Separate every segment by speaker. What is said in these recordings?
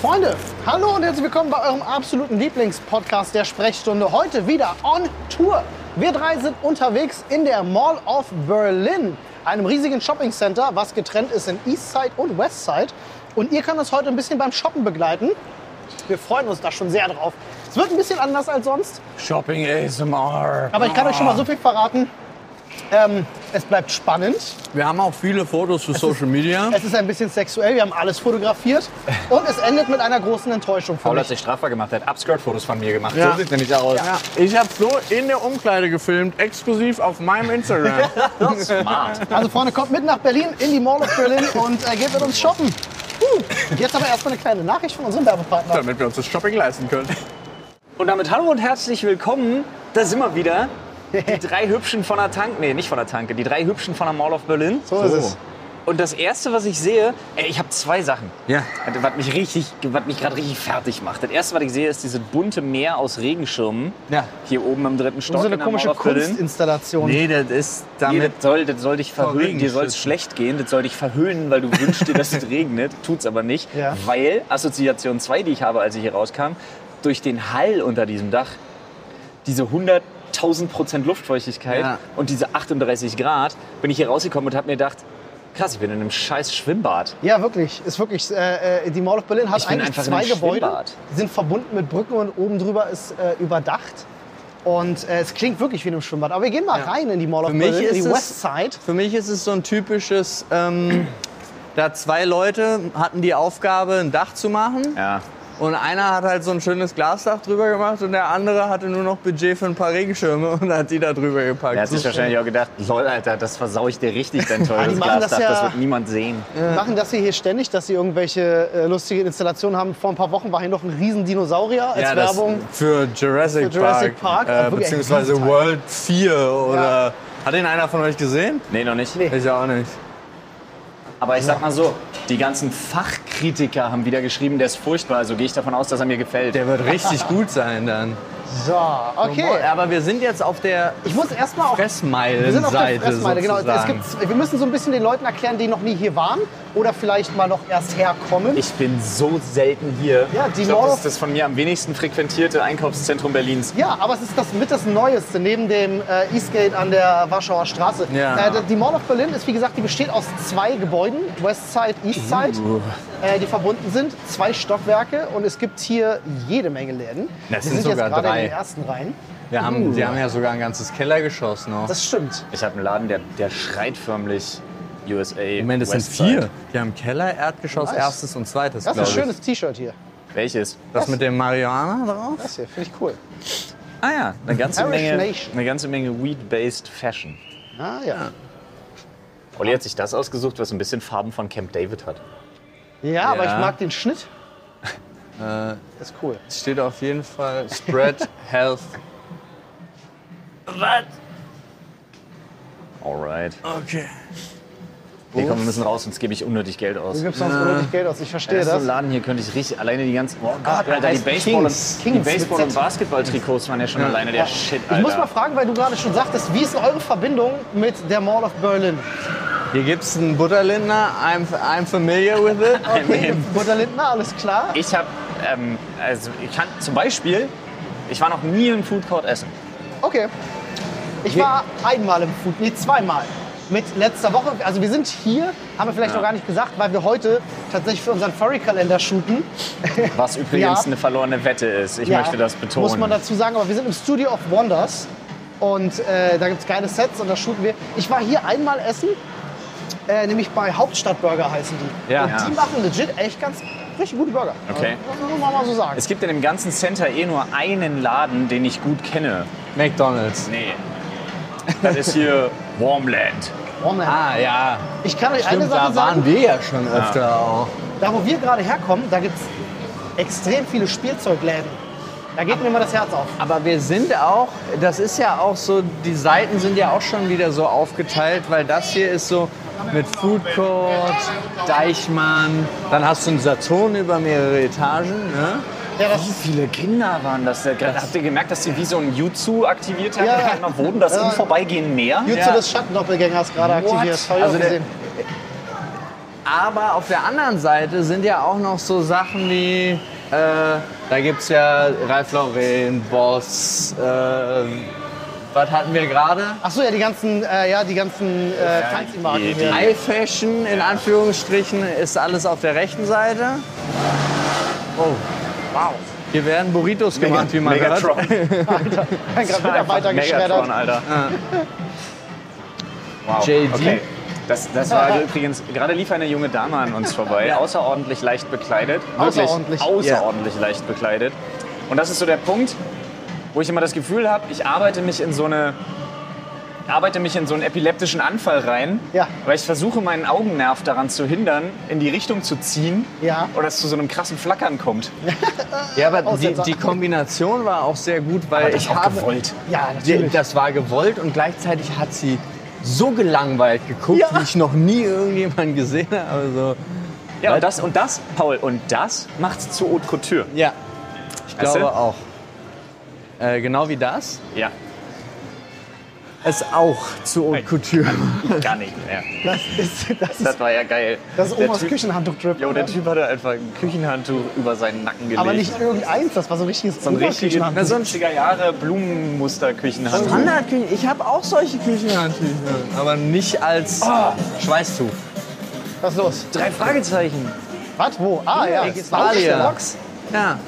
Speaker 1: Freunde, hallo und herzlich willkommen bei eurem absoluten Lieblingspodcast der Sprechstunde. Heute wieder on Tour. Wir drei sind unterwegs in der Mall of Berlin, einem riesigen Shopping Center, was getrennt ist in Eastside und Westside. Und ihr könnt uns heute ein bisschen beim Shoppen begleiten. Wir freuen uns da schon sehr drauf. Es wird ein bisschen anders als sonst,
Speaker 2: Shopping ASMR.
Speaker 1: aber ich kann euch schon mal so viel verraten. Ähm, es bleibt spannend.
Speaker 2: Wir haben auch viele Fotos für Social Media.
Speaker 1: Es ist ein bisschen sexuell. Wir haben alles fotografiert. Und es endet mit einer großen Enttäuschung für
Speaker 3: Paul
Speaker 1: mich.
Speaker 3: hat sich strafbar gemacht, er hat Upskirt-Fotos von mir gemacht.
Speaker 2: Ja.
Speaker 3: So sieht's nämlich aus.
Speaker 2: Ja, ich habe so in der Umkleide gefilmt, exklusiv auf meinem Instagram.
Speaker 3: Smart.
Speaker 1: Also Freunde, kommt mit nach Berlin in die Mall of Berlin und äh, geht mit uns shoppen. Uh, jetzt aber erstmal eine kleine Nachricht von unserem Werbepartner.
Speaker 2: Damit wir uns das Shopping leisten können.
Speaker 3: Und damit hallo und herzlich willkommen. Da sind wir wieder. Die drei Hübschen von der Tanke. Nee, nicht von der Tanke. Die drei Hübschen von der Mall of Berlin.
Speaker 1: So ist es.
Speaker 3: Und das erste, was ich sehe, ey, ich habe zwei Sachen.
Speaker 2: Ja.
Speaker 3: Was mich richtig, was mich gerade richtig fertig macht. Das erste, was ich sehe, ist dieses bunte Meer aus Regenschirmen.
Speaker 2: Ja.
Speaker 3: Hier oben im dritten Stock.
Speaker 1: So
Speaker 3: in
Speaker 1: eine
Speaker 3: der
Speaker 1: komische
Speaker 3: Mall of Berlin.
Speaker 1: Kunstinstallation.
Speaker 2: Nee, das ist
Speaker 3: Nee,
Speaker 2: damit.
Speaker 3: das soll, das soll dich verhöhnen.
Speaker 2: Regen
Speaker 3: Dir soll es
Speaker 2: schützen.
Speaker 3: schlecht gehen. Das soll dich verhöhnen, weil du wünschst dir, dass es regnet. Tut's aber nicht.
Speaker 1: Ja.
Speaker 3: Weil Assoziation 2, die ich habe, als ich hier rauskam, durch den Hall unter diesem Dach, diese 100.000 Prozent Luftfeuchtigkeit
Speaker 2: Ja.
Speaker 3: und diese 38 Grad, bin ich hier rausgekommen und habe mir gedacht, krass, ich bin in einem scheiß Schwimmbad.
Speaker 1: Ja, wirklich. Ist wirklich. Äh, äh, die Mall of Berlin hat
Speaker 3: Ich bin
Speaker 1: eigentlich
Speaker 3: einfach in
Speaker 1: zwei
Speaker 3: einem
Speaker 1: Gebäude.
Speaker 3: Schwimmbad.
Speaker 1: Die sind verbunden mit Brücken und oben drüber ist äh, überdacht. Und äh, es klingt wirklich wie in einem Schwimmbad. Aber wir gehen mal rein in die Mall of
Speaker 2: Für mich
Speaker 1: Berlin, in
Speaker 2: ist
Speaker 1: die
Speaker 2: es-
Speaker 1: Westside.
Speaker 2: Für mich ist es so ein typisches. Ähm, da zwei Leute hatten die Aufgabe, ein Dach zu machen.
Speaker 3: Ja.
Speaker 2: Und einer hat halt so ein schönes Glasdach drüber gemacht und der andere hatte nur noch Budget für ein paar Regenschirme und hat die da drüber gepackt.
Speaker 3: Er hat sich
Speaker 2: So-
Speaker 3: wahrscheinlich auch gedacht, lol, Alter, das versau ich dir richtig, dein teures
Speaker 1: die machen das
Speaker 3: Glasdach.
Speaker 1: ja-
Speaker 3: Das wird niemand sehen.
Speaker 1: Die machen das hier, hier ständig, dass sie irgendwelche äh, lustigen Installationen haben. Vor ein paar Wochen war hier noch ein riesen Dinosaurier als
Speaker 2: Ja, das
Speaker 1: Werbung.
Speaker 2: Für Jurassic,
Speaker 1: Für Jurassic Park,
Speaker 2: äh,
Speaker 1: wirklich
Speaker 2: beziehungsweise
Speaker 1: ein
Speaker 2: World 4 oder. Hat den einer von euch gesehen?
Speaker 3: Nee, noch nicht.
Speaker 2: Ich auch nicht.
Speaker 3: Aber ich sag mal so, die ganzen Fachkritiker haben wieder geschrieben, der ist furchtbar. Also gehe ich davon aus, dass er mir gefällt.
Speaker 2: Der wird richtig gut sein dann.
Speaker 1: So, okay.
Speaker 2: Aber wir sind jetzt auf der
Speaker 1: Ich muss erstmal auch
Speaker 2: Fressmeilenseite.
Speaker 1: Wir sind auf der Fressmeile, genau. Es
Speaker 2: sozusagen.
Speaker 1: gibt, wir müssen so ein bisschen den Leuten erklären, die noch nie hier waren oder vielleicht mal noch erst herkommen.
Speaker 3: ich bin so selten hier.
Speaker 1: Ja, die
Speaker 3: ich glaub,
Speaker 1: Mall
Speaker 3: das
Speaker 1: of-
Speaker 3: ist das von mir am wenigsten frequentierte Einkaufszentrum Berlins.
Speaker 1: ja, aber es ist das mit das Neueste neben dem äh, Eastgate an der Warschauer Straße.
Speaker 2: Ja.
Speaker 1: Äh, die Mall of Berlin ist, wie gesagt, die besteht aus zwei Gebäuden, Westside,
Speaker 2: Uh.
Speaker 1: Eastside, äh, die verbunden sind, zwei Stockwerke und es gibt hier jede Menge Läden.
Speaker 2: Das
Speaker 1: wir
Speaker 2: sind
Speaker 1: sind jetzt
Speaker 2: sogar
Speaker 1: gerade
Speaker 2: drei.
Speaker 1: in den ersten Reihen.
Speaker 2: Wir haben, die haben ja sogar ein ganzes Kellergeschoss noch.
Speaker 1: Uh. Das stimmt.
Speaker 3: Ich habe einen Laden, der, der schreit förmlich USA.
Speaker 2: Moment, das sind
Speaker 3: Westside.
Speaker 2: vier. Die haben Keller, Erdgeschoss,
Speaker 1: Nice.
Speaker 2: erstes und zweites,
Speaker 1: Das
Speaker 2: glaube
Speaker 1: ist
Speaker 2: ich.
Speaker 1: ein schönes T-Shirt hier.
Speaker 3: Welches?
Speaker 2: das mit dem Marihuana drauf?
Speaker 1: Das hier finde ich cool.
Speaker 3: Ah ja, eine ganze
Speaker 1: Irish
Speaker 3: Menge,
Speaker 1: Nation.
Speaker 3: eine ganze Menge Weed-based Fashion.
Speaker 1: Ah ja.
Speaker 3: Olli hat sich das ausgesucht, was ein bisschen Farben von Camp David hat.
Speaker 1: Ja, aber ich
Speaker 2: Ja. Äh.
Speaker 1: mag den Schnitt. Das ist cool.
Speaker 2: Es steht auf jeden Fall Spread Health.
Speaker 3: Alright.
Speaker 2: Okay.
Speaker 3: Nee, komm, wir müssen raus, sonst gebe ich unnötig Geld aus.
Speaker 1: Du gibst sonst unnötig Geld aus, ich verstehe
Speaker 3: Ja, so
Speaker 1: das.
Speaker 3: ein Laden hier könnte ich richtig alleine die ganzen. Oh
Speaker 1: Ah,
Speaker 3: Gott,
Speaker 1: der
Speaker 3: Alter, die
Speaker 1: heißt
Speaker 3: Baseball-
Speaker 1: Kings.
Speaker 3: und, die
Speaker 1: Kings mit
Speaker 3: Baseball- und
Speaker 1: Z.
Speaker 3: Basketballtrikots waren ja schon alleine der Shit, Alter.
Speaker 1: Ich muss mal fragen, weil du gerade schon sagtest, wie ist eure Verbindung mit der Mall of Berlin?
Speaker 2: Hier gibt es einen Butterlindner. I'm, I'm familiar with it.
Speaker 1: Okay, Butter Lindner, alles klar.
Speaker 3: ich habe, ähm, also ich kann zum Beispiel, ich war noch nie im Food Court essen.
Speaker 1: Okay. Ich war einmal im Food, nee, zweimal. Mit letzter Woche, also wir sind hier, haben wir vielleicht noch gar nicht gesagt, weil wir heute tatsächlich für unseren Furry-Kalender shooten.
Speaker 3: Was übrigens
Speaker 1: Ja.
Speaker 3: eine verlorene Wette ist. Ich
Speaker 1: Ja,
Speaker 3: möchte das betonen.
Speaker 1: Muss man dazu sagen, aber wir sind im Studio of Wonders und äh, da gibt es geile Sets und da shooten wir. Ich war hier einmal essen, äh, nämlich bei Hauptstadtburger heißen die.
Speaker 2: Ja.
Speaker 1: und die
Speaker 3: Ja.
Speaker 1: machen legit echt ganz richtig gute Burger.
Speaker 3: Okay.
Speaker 1: Also, das muss man mal so sagen.
Speaker 3: es gibt in dem ganzen Center eh nur einen Laden, den ich gut kenne.
Speaker 2: McDonalds.
Speaker 3: Nee. Das ist hier Warmland.
Speaker 1: Oh, man.
Speaker 2: Ah ja,
Speaker 1: ich kann euch eine
Speaker 2: stimmt,
Speaker 1: Sache
Speaker 2: da waren
Speaker 1: sagen,
Speaker 2: wir ja schon öfter auch.
Speaker 1: da wo wir gerade herkommen, da gibt es extrem viele Spielzeugläden. Da geht mir immer das Herz auf.
Speaker 2: Aber wir sind auch, das ist ja auch so, die Seiten sind ja auch schon wieder so aufgeteilt, weil das hier ist so mit Food Court, Deichmann, dann hast du einen Saturn über mehrere Etagen. Ne?
Speaker 1: Ja, das
Speaker 3: Wie viele Kinder waren das? denn? Habt ihr gemerkt, dass sie wie so ein Jutsu aktiviert haben?
Speaker 1: Ja.
Speaker 3: Ja. Am Boden das
Speaker 1: Ja.
Speaker 3: im Vorbeigehen mehr?
Speaker 1: Jutsu
Speaker 2: Ja.
Speaker 1: des Schattendoppelgängers gerade
Speaker 2: What?
Speaker 1: aktiviert. Hab ich auch
Speaker 2: Also der-
Speaker 1: gesehen.
Speaker 2: Aber auf der anderen Seite sind ja auch noch so Sachen wie, äh, da gibt es ja Ralf Lauren, Boss, äh, was hatten wir gerade?
Speaker 1: Ach so, ja, die ganzen, äh, ja, die ganzen äh, Fancy-Marken
Speaker 3: die-
Speaker 1: hier.
Speaker 2: High Fashion in Anführungsstrichen ist alles auf der rechten Seite. Oh, wow. Hier werden Burritos gemacht, wie man hört.
Speaker 1: Werden gerade Mitarbeiter
Speaker 3: Megatron,
Speaker 1: geschreddert.
Speaker 3: Alter. Wow.
Speaker 2: JD.
Speaker 3: Okay. Das, das war übrigens, gerade lief eine junge Dame an uns vorbei, außerordentlich leicht bekleidet. Wirklich
Speaker 1: Außerordentlich.
Speaker 3: außerordentlich leicht bekleidet. Und das ist so der Punkt, wo ich immer das Gefühl habe, ich arbeite mich in so eine arbeite mich in so einen epileptischen Anfall rein,
Speaker 1: Ja.
Speaker 3: weil ich versuche, meinen Augennerv daran zu hindern, in die Richtung zu ziehen
Speaker 1: Ja.
Speaker 3: oder es zu so einem krassen Flackern kommt.
Speaker 2: Ja, aber die,
Speaker 1: Aussetzer.
Speaker 2: die Kombination war auch sehr gut, weil ich
Speaker 3: auch
Speaker 2: habe
Speaker 3: gewollt.
Speaker 1: Ja,
Speaker 2: Die,
Speaker 1: natürlich.
Speaker 2: das war gewollt und gleichzeitig hat sie so gelangweilt geguckt,
Speaker 1: Ja.
Speaker 2: wie ich noch nie irgendjemanden gesehen habe. Also,
Speaker 3: Ja, und das, und das, Paul, und das macht's zu Haute Couture.
Speaker 2: ja, ich
Speaker 3: Weißt du?
Speaker 2: glaube auch. Äh, genau wie das.
Speaker 3: Ja,
Speaker 2: Es auch zu Haute Couture.
Speaker 3: gar nicht mehr.
Speaker 1: Das ist, das ist,
Speaker 3: Das war ja geil.
Speaker 1: das ist
Speaker 3: Der
Speaker 1: Omas
Speaker 3: Typ-
Speaker 1: Küchenhandtuch-Trip.
Speaker 3: Jo, der Typ hatte einfach ein Küchenhandtuch über seinen Nacken gelegt.
Speaker 1: Aber nicht irgendeins, das war so ein richtiges
Speaker 3: so ein richtiges
Speaker 1: Oberküchenhandtuch.
Speaker 3: 70er Jahre Blumenmuster-Küchenhandtuch.
Speaker 2: Standardküchen. Ich habe auch solche Küchenhandtücher, aber nicht als
Speaker 3: Ah.
Speaker 2: Schweißtuch.
Speaker 1: Was ist los?
Speaker 3: Drei Fragezeichen.
Speaker 1: Was? Wo? Ah, ja.
Speaker 2: Italien.
Speaker 1: Box.
Speaker 2: Ja.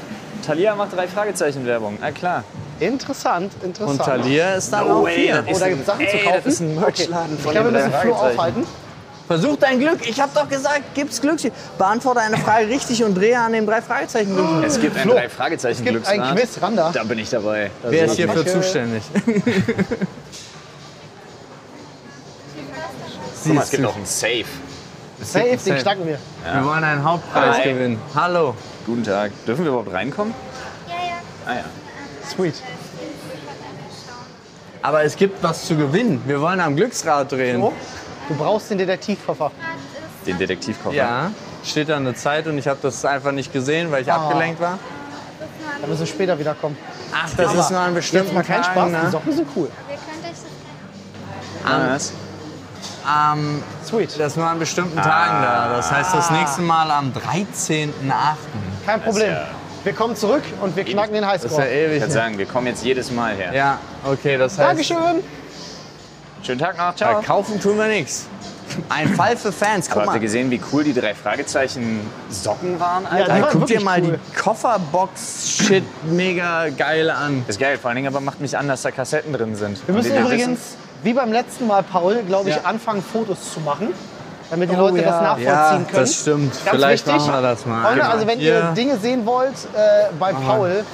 Speaker 3: Thalia macht drei Fragezeichen Werbung. Ah, klar.
Speaker 1: Interessant, interessant.
Speaker 2: Und Thalia ist dann auch
Speaker 3: way,
Speaker 2: hier.
Speaker 3: das
Speaker 1: Oh,
Speaker 3: ist
Speaker 1: da
Speaker 3: ein-
Speaker 1: gibt es Sachen zu
Speaker 3: ey,
Speaker 1: kaufen.
Speaker 3: Das ist ein Merchladen
Speaker 1: Ich
Speaker 3: von
Speaker 1: glaube, wir
Speaker 3: den drei
Speaker 1: müssen Flo
Speaker 3: Fragezeichen.
Speaker 1: aufhalten.
Speaker 2: Versuch dein Glück. Ich habe doch gesagt, gib's Glücksspiel. Beantworte eine Frage richtig und drehe an dem drei Fragezeichen. Glücksspiel.
Speaker 3: Es gibt ein
Speaker 1: Flo,
Speaker 3: drei Fragezeichen
Speaker 1: Es gibt ein Quiz, Randa.
Speaker 3: Ah. Da bin ich dabei. Da
Speaker 2: Wer
Speaker 3: sehe
Speaker 2: ist hierfür
Speaker 3: ich
Speaker 1: Mache.
Speaker 2: zuständig?
Speaker 3: Guck mal, es
Speaker 2: Siehst
Speaker 3: gibt
Speaker 2: du.
Speaker 3: auch ein Safe.
Speaker 1: Safe, den
Speaker 2: Safe.
Speaker 1: knacken wir.
Speaker 2: Wir wollen einen Hauptpreis
Speaker 3: Hi.
Speaker 2: gewinnen. Hallo.
Speaker 3: Guten Tag. Dürfen wir überhaupt reinkommen? Ja, ja. Ah ja.
Speaker 1: Sweet.
Speaker 2: Aber es gibt was zu gewinnen. Wir wollen am Glücksrad drehen.
Speaker 3: Oh.
Speaker 1: So. Du brauchst den Detektivkoffer.
Speaker 3: Den Detektivkoffer.
Speaker 2: Ja. Steht da eine Zeit und ich habe das einfach nicht gesehen, weil ich abgelenkt war.
Speaker 1: Da müssen wir später wiederkommen.
Speaker 2: Ach, das ist nur
Speaker 1: Jetzt
Speaker 2: ein bestimmten
Speaker 1: mal keinen Spaß, die
Speaker 2: Tagen, ne?
Speaker 1: Socken sind cool.
Speaker 4: Wir können durch das
Speaker 3: Was?
Speaker 2: Ne? Ähm,
Speaker 1: Sweet.
Speaker 2: das ist nur an bestimmten Tagen da. Das heißt, das nächste Mal am 13.8.
Speaker 1: Kein Problem.
Speaker 3: ja-
Speaker 1: Wir kommen zurück und wir knacken den
Speaker 2: Das ist ja
Speaker 1: Highscore.
Speaker 3: Ich
Speaker 2: ewig.
Speaker 3: würde sagen, wir kommen jetzt jedes Mal her.
Speaker 2: Ja, okay, das heißt,
Speaker 1: Dankeschön.
Speaker 3: Schönen Tag noch. Ciao.
Speaker 2: verkaufen tun wir nichts. Ein Fall für Fans, guck
Speaker 3: Aber habt
Speaker 2: mal.
Speaker 3: ihr gesehen, wie cool die drei Fragezeichen Socken waren? Alter?
Speaker 1: Ja, die
Speaker 2: Ey,
Speaker 1: waren
Speaker 2: äh, guck dir
Speaker 1: wirklich
Speaker 2: mal
Speaker 1: cool.
Speaker 2: die Kofferbox-Shit mega geil an.
Speaker 3: Ist geil, vor allen Dingen aber macht mich an, dass da Kassetten drin sind.
Speaker 1: Wir müssen
Speaker 3: Und die
Speaker 1: übrigens, wie beim letzten Mal, Paul, glaube ich,
Speaker 2: Ja.
Speaker 1: anfangen, Fotos zu machen, damit die
Speaker 2: Oh
Speaker 1: Leute
Speaker 2: ja.
Speaker 1: das nachvollziehen
Speaker 2: Ja,
Speaker 1: können.
Speaker 2: das stimmt.
Speaker 1: Ganz
Speaker 2: Vielleicht
Speaker 1: wichtig.
Speaker 2: machen wir das mal.
Speaker 1: Freunde,
Speaker 2: Genau.
Speaker 1: also wenn ihr
Speaker 2: Ja.
Speaker 1: Dinge sehen wollt, äh, bei Paul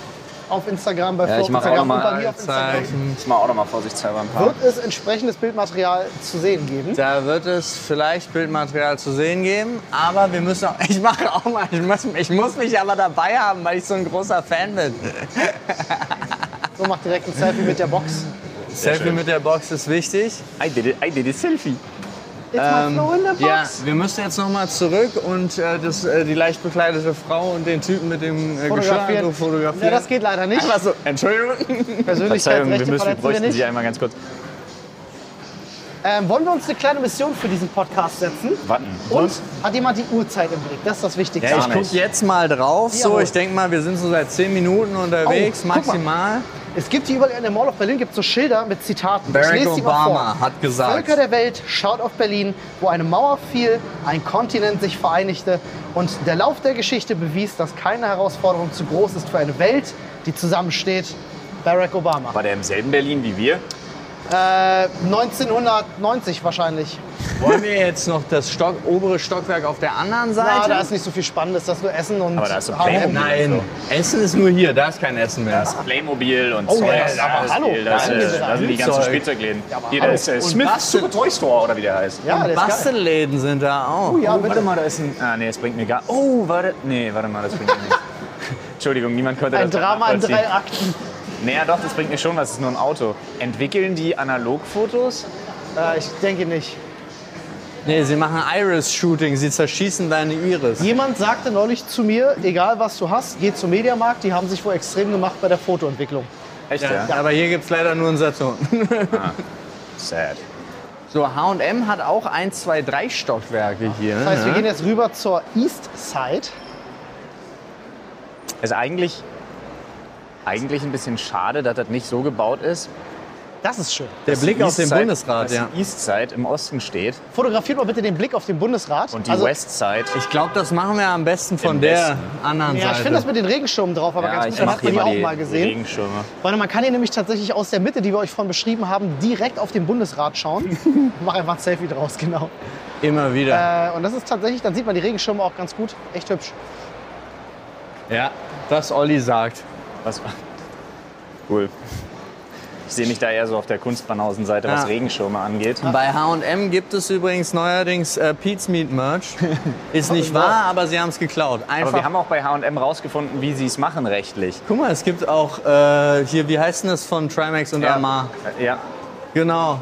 Speaker 1: auf Instagram, bei
Speaker 3: Ja,
Speaker 1: Flo
Speaker 3: ich mach
Speaker 1: auf Instagram
Speaker 3: auch noch mal
Speaker 1: und bei mir auf Instagram,
Speaker 2: Zeichen.
Speaker 3: wissen- Muss man auch noch mal vorsichtshalber ein paar.
Speaker 1: wird es entsprechendes Bildmaterial zu sehen geben.
Speaker 2: Da wird es vielleicht Bildmaterial zu sehen geben, aber wir müssen auch, ich mache auch mal, ich muss, ich muss mich aber dabei haben, weil ich so ein großer Fan bin.
Speaker 1: So macht direkt ein Selfie mit der Box.
Speaker 2: Selfie
Speaker 3: schön.
Speaker 2: mit der Box ist wichtig.
Speaker 3: I did it, I did it Selfie.
Speaker 1: Jetzt mal Flo in der
Speaker 2: Ähm, Ja,
Speaker 1: Box.
Speaker 2: wir müssen jetzt nochmal zurück und äh, das, äh, die leicht bekleidete Frau und den Typen mit dem äh, Geschirrhandtuch fotografieren.
Speaker 1: Ja, das geht leider nicht.
Speaker 2: Einfach so, Entschuldigung.
Speaker 3: Verzeihung,
Speaker 1: Persönlichkeitsrechte
Speaker 3: wir, müssen, wir
Speaker 1: verletzen wir
Speaker 3: bräuchten Sie
Speaker 1: nicht.
Speaker 3: einmal ganz kurz.
Speaker 1: Ähm, wollen wir uns eine kleine Mission für diesen Podcast setzen?
Speaker 3: Warten.
Speaker 1: Und hat jemand die Uhrzeit im Blick? Das ist das Wichtigste.
Speaker 3: Ja,
Speaker 2: Ich
Speaker 3: Gar
Speaker 2: guck
Speaker 3: nicht.
Speaker 2: jetzt mal drauf. So,
Speaker 1: Jawohl.
Speaker 2: ich denke mal, wir sind so seit 10 Minuten unterwegs,
Speaker 1: Oh, guck mal.
Speaker 2: maximal.
Speaker 1: Es gibt hier überall in der Mall of Berlin gibt so Schilder mit Zitaten.
Speaker 2: Barack
Speaker 1: ich lese die mal
Speaker 2: Obama
Speaker 1: vor.
Speaker 2: hat gesagt.
Speaker 1: Völker der Welt schaut auf Berlin, wo eine Mauer fiel, ein Kontinent sich vereinigte und der Lauf der Geschichte bewies, dass keine Herausforderung zu groß ist für eine Welt, die zusammensteht. Barack Obama.
Speaker 3: War der im selben Berlin wie wir?
Speaker 1: Äh, 1990 wahrscheinlich.
Speaker 2: Wollen wir jetzt noch das Stock, obere Stockwerk auf der anderen
Speaker 1: Na,
Speaker 2: Seite?
Speaker 1: Ah,
Speaker 2: Äh,
Speaker 1: da ist nicht so viel Spannendes, das ist nur Essen und
Speaker 3: Aber da ist so
Speaker 1: H&M.
Speaker 3: Playmobil.
Speaker 2: Nein, Essen ist nur hier, da ist kein Essen mehr.
Speaker 3: Playmobil und
Speaker 1: Oh,
Speaker 3: Zeugs.
Speaker 1: ja, ja, aber
Speaker 3: das
Speaker 1: hallo,
Speaker 3: Spiel, das,
Speaker 1: da sind
Speaker 3: äh,
Speaker 1: wir da.
Speaker 3: da sind die ganzen
Speaker 2: Spielzeug.
Speaker 3: Spielzeugläden.
Speaker 1: aber
Speaker 3: Hier, da
Speaker 1: hallo.
Speaker 3: ist äh,
Speaker 2: Und
Speaker 3: Smith
Speaker 2: was
Speaker 3: Super Toy Store oder wie der heißt.
Speaker 1: Ja, das ist geil. Oh
Speaker 2: Bastelläden sind da auch.
Speaker 1: Ja, bitte.
Speaker 3: mal, da ist ein. Ah, nee, das bringt mir gar. Oh, warte. Nee, warte mal, das bringt mir nichts. Entschuldigung, niemand konnte
Speaker 1: Ein
Speaker 3: das
Speaker 1: Drama in
Speaker 3: nachvollziehen.
Speaker 1: drei Ah. Akten.
Speaker 3: Naja, doch, das bringt mir schon was. Es ist nur ein Auto. Entwickeln die Analogfotos?
Speaker 1: Äh, ich denke nicht.
Speaker 2: Nee, sie machen Iris-Shooting, sie zerschießen deine Iris.
Speaker 1: Jemand sagte neulich zu mir, egal was du hast, geh zum Mediamarkt, die haben sich wohl extrem gemacht bei der Fotoentwicklung.
Speaker 3: Echt, ja?
Speaker 2: Aber hier gibt es leider nur einen Saturn.
Speaker 3: Sad.
Speaker 2: So, H&M hat auch ein, zwei, drei Stockwerke hier.
Speaker 1: Das heißt, wir
Speaker 2: ne?
Speaker 1: gehen jetzt rüber zur East Side.
Speaker 3: Ist Also eigentlich, eigentlich ein bisschen schade, dass das nicht so gebaut ist.
Speaker 1: Das ist schön.
Speaker 2: Der
Speaker 3: dass die
Speaker 2: Blick auf den
Speaker 3: Eastside-
Speaker 2: Bundesrat,
Speaker 3: dass
Speaker 2: ja.
Speaker 3: Die Eastside im Osten steht
Speaker 1: Fotografiert mal bitte den Blick auf den Bundesrat.
Speaker 3: und die
Speaker 1: Also,
Speaker 3: Westside.
Speaker 2: Ich glaube, das machen wir am besten von
Speaker 3: Im
Speaker 2: der
Speaker 3: Westen.
Speaker 2: anderen
Speaker 1: Ja, ich
Speaker 2: Seite.
Speaker 1: finde das mit den Regenschirmen drauf, aber ganz gut, das hat man hier auch mal gesehen.
Speaker 3: Regenschirme.
Speaker 1: Freunde, man kann hier nämlich tatsächlich aus der Mitte, die wir euch vorhin beschrieben haben, direkt auf den Bundesrat schauen. Mach einfach ein Selfie draus, genau.
Speaker 2: Immer wieder.
Speaker 1: Äh, und das ist tatsächlich, dann sieht man die Regenschirme auch ganz gut. Echt hübsch.
Speaker 2: Ja, das Olli sagt.
Speaker 3: Was? Cool. Ich sehe mich da eher so auf der Kunstbanausenseite,
Speaker 2: Ja.
Speaker 3: was Regenschirme angeht.
Speaker 2: Bei H&M gibt es übrigens neuerdings äh, Pete's Meat Merch. Ist nicht wahr, Oh, aber sie haben es geklaut.
Speaker 3: Aber wir
Speaker 2: Einfach.
Speaker 3: haben auch bei H&M rausgefunden, wie sie es machen rechtlich.
Speaker 2: Guck mal, es gibt auch äh, hier, wie heißt denn das von Trimax und Amar?
Speaker 3: ja,
Speaker 2: Genau.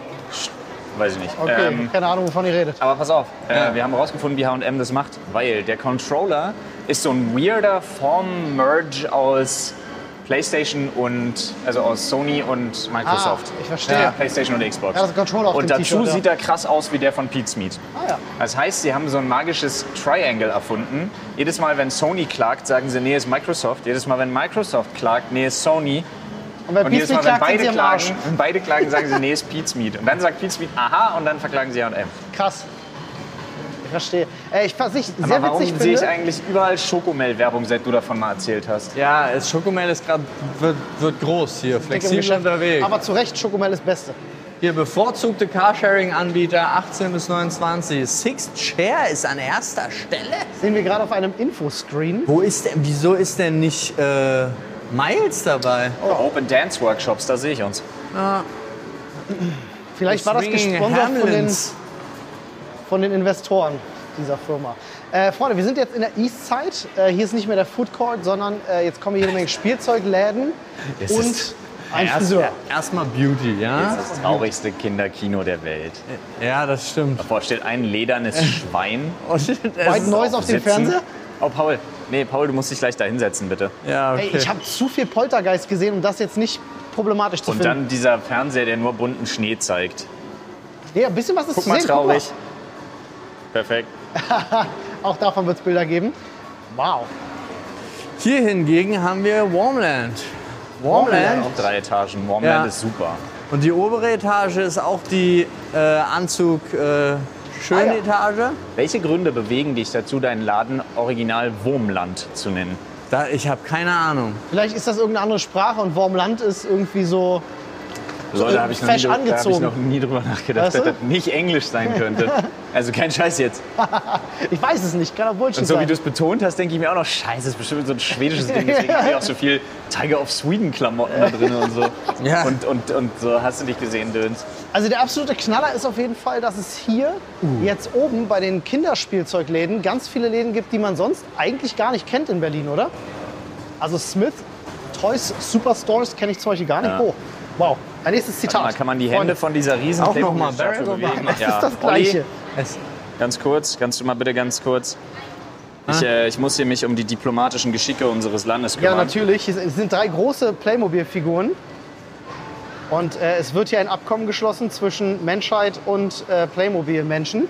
Speaker 3: weiß ich nicht.
Speaker 1: Okay,
Speaker 3: Ähm,
Speaker 1: keine Ahnung, wovon ihr redet.
Speaker 3: aber pass auf,
Speaker 2: Ja.
Speaker 3: äh, wir haben rausgefunden, wie H&M das macht, weil der Controller ist so ein weirder Form-Merge aus PlayStation und also aus Sony und Microsoft.
Speaker 1: Ah, ich verstehe.
Speaker 3: Ja, PlayStation und Xbox.
Speaker 1: Ja, das ist ein Controller auf
Speaker 3: und
Speaker 1: dem
Speaker 3: dazu
Speaker 1: T-Shirt, ja.
Speaker 3: sieht er krass aus wie der von Pete's Meat.
Speaker 1: Ah ja.
Speaker 3: Das heißt, sie haben so ein magisches Triangle erfunden. Jedes Mal, wenn Sony klagt, sagen sie, nee, ist Microsoft. Jedes Mal, wenn Microsoft klagt, nee, ist Sony.
Speaker 1: Und wenn
Speaker 3: Und jedes
Speaker 1: Peace
Speaker 3: Mal,
Speaker 1: Meat
Speaker 3: wenn
Speaker 1: klagt, sind sie
Speaker 3: beide
Speaker 1: am Arsch.
Speaker 3: klagen, wenn beide klagen, sagen sie, nee, ist Pete's Meat. Und dann sagt Pete's Meat, aha, und dann verklagen sie H&M.
Speaker 1: Krass. Ich verstehe. Äh, ich, was ich sehr
Speaker 3: Aber warum
Speaker 1: witzig
Speaker 3: sehe ich
Speaker 1: finde,
Speaker 3: eigentlich überall Schokomel-Werbung, seit du davon mal erzählt hast?
Speaker 2: Ja, es- Schokomel ist gerade wird, wird groß hier,
Speaker 1: Blick im
Speaker 2: flexibel
Speaker 1: Geschäft.
Speaker 2: unterwegs.
Speaker 1: aber zu Recht, Schokomel ist Beste.
Speaker 2: Hier bevorzugte Carsharing-Anbieter 18 bis 29. Sixth Share ist an erster Stelle.
Speaker 1: Sehen wir gerade auf einem Infoscreen.
Speaker 2: Wo ist denn, wieso ist denn nicht äh, Miles dabei?
Speaker 1: Oh.
Speaker 3: Open Dance Workshops, da sehe ich uns.
Speaker 1: Vielleicht war das
Speaker 2: Swinging
Speaker 1: gesponsert von den,
Speaker 2: Hamlins.
Speaker 1: von den Investoren dieser Firma. Äh, Freunde, wir sind jetzt in der East Side. Äh, hier ist nicht mehr der Food Court, sondern äh, jetzt kommen hier jede Menge Spielzeugläden
Speaker 2: Es
Speaker 1: und
Speaker 2: ist-
Speaker 1: ein
Speaker 2: Erst-
Speaker 1: Friseur.
Speaker 2: Erstmal Beauty,
Speaker 3: Das
Speaker 2: ja?
Speaker 3: ist das traurigste Kinderkino der Welt.
Speaker 2: Ja, das stimmt.
Speaker 3: Boah, steht ein ledernes Schwein.
Speaker 1: Oh,
Speaker 2: Und es
Speaker 1: Äh, White
Speaker 2: ist-
Speaker 1: Noise auf dem
Speaker 3: sitzen.
Speaker 1: Fernseher?
Speaker 3: Oh, Paul. Nee, Paul, du musst dich gleich da hinsetzen, bitte.
Speaker 2: ja, okay.
Speaker 1: Ey, ich habe zu viel Poltergeist gesehen, um das jetzt nicht problematisch zu
Speaker 3: Und
Speaker 1: finden.
Speaker 3: dann dieser Fernseher, der nur bunten Schnee zeigt.
Speaker 1: ja, ein bisschen was ist
Speaker 3: Guck
Speaker 1: zu
Speaker 3: mal,
Speaker 1: sehen.
Speaker 3: traurig. Perfekt.
Speaker 1: Guck mal. Auch davon wird es Bilder geben. Wow.
Speaker 2: Hier hingegen haben wir Warmland.
Speaker 1: Warmland.
Speaker 3: Auch drei Etagen. Warmland
Speaker 2: Ja.
Speaker 3: ist super.
Speaker 2: Und die obere Etage ist auch die äh, Anzug äh, schöne
Speaker 1: Ah, ja.
Speaker 2: Etage.
Speaker 3: Welche Gründe bewegen dich dazu, deinen Laden original Wurmland zu nennen?
Speaker 2: Da, ich habe keine Ahnung.
Speaker 1: Vielleicht ist das irgendeine andere Sprache und Wormland ist irgendwie so.
Speaker 3: So, da habe ich, noch nie
Speaker 1: Fesch
Speaker 3: drü- da hab ich
Speaker 1: angezogen.
Speaker 3: noch nie drüber nachgedacht,
Speaker 1: Weißt du?
Speaker 3: dass das nicht Englisch sein könnte. Also kein Scheiß jetzt.
Speaker 1: Ich weiß es nicht, kann auch Bullshit
Speaker 3: Und Also so wie
Speaker 1: sein.
Speaker 3: du es betont hast, denke ich mir auch noch, scheiße, das ist bestimmt so ein schwedisches Ding. Deswegen haben wir auch so viel Tiger of Sweden-Klamotten da drin und so.
Speaker 2: Ja.
Speaker 3: Und, und, und so hast du dich gesehen, Döns.
Speaker 1: Also der absolute Knaller ist auf jeden Fall, dass es hier
Speaker 3: Uh.
Speaker 1: jetzt oben bei den Kinderspielzeugläden ganz viele Läden gibt, die man sonst eigentlich gar nicht kennt in Berlin, oder? Also Smith, Toys, Superstores kenne ich zum Beispiel gar nicht.
Speaker 3: Ja.
Speaker 1: Oh, wow. Ein nächstes Zitat.
Speaker 3: Da kann man die Hände
Speaker 1: Freunde,
Speaker 3: von dieser riesen
Speaker 2: Auch noch mal
Speaker 3: Playmobil-Statue
Speaker 2: Barack Obama.
Speaker 3: bewegen.
Speaker 1: Das
Speaker 3: Ja.
Speaker 1: ist das
Speaker 3: Olli,
Speaker 1: Gleiche.
Speaker 2: Es,
Speaker 3: Ganz kurz, kannst du mal bitte ganz kurz. Ich, äh, ich muss hier mich um die diplomatischen Geschicke unseres Landes
Speaker 1: Ja,
Speaker 3: kümmern.
Speaker 1: natürlich. Es es sind drei große Playmobil-Figuren. Und äh, es wird hier ein Abkommen geschlossen zwischen Menschheit und äh, Playmobil-Menschen.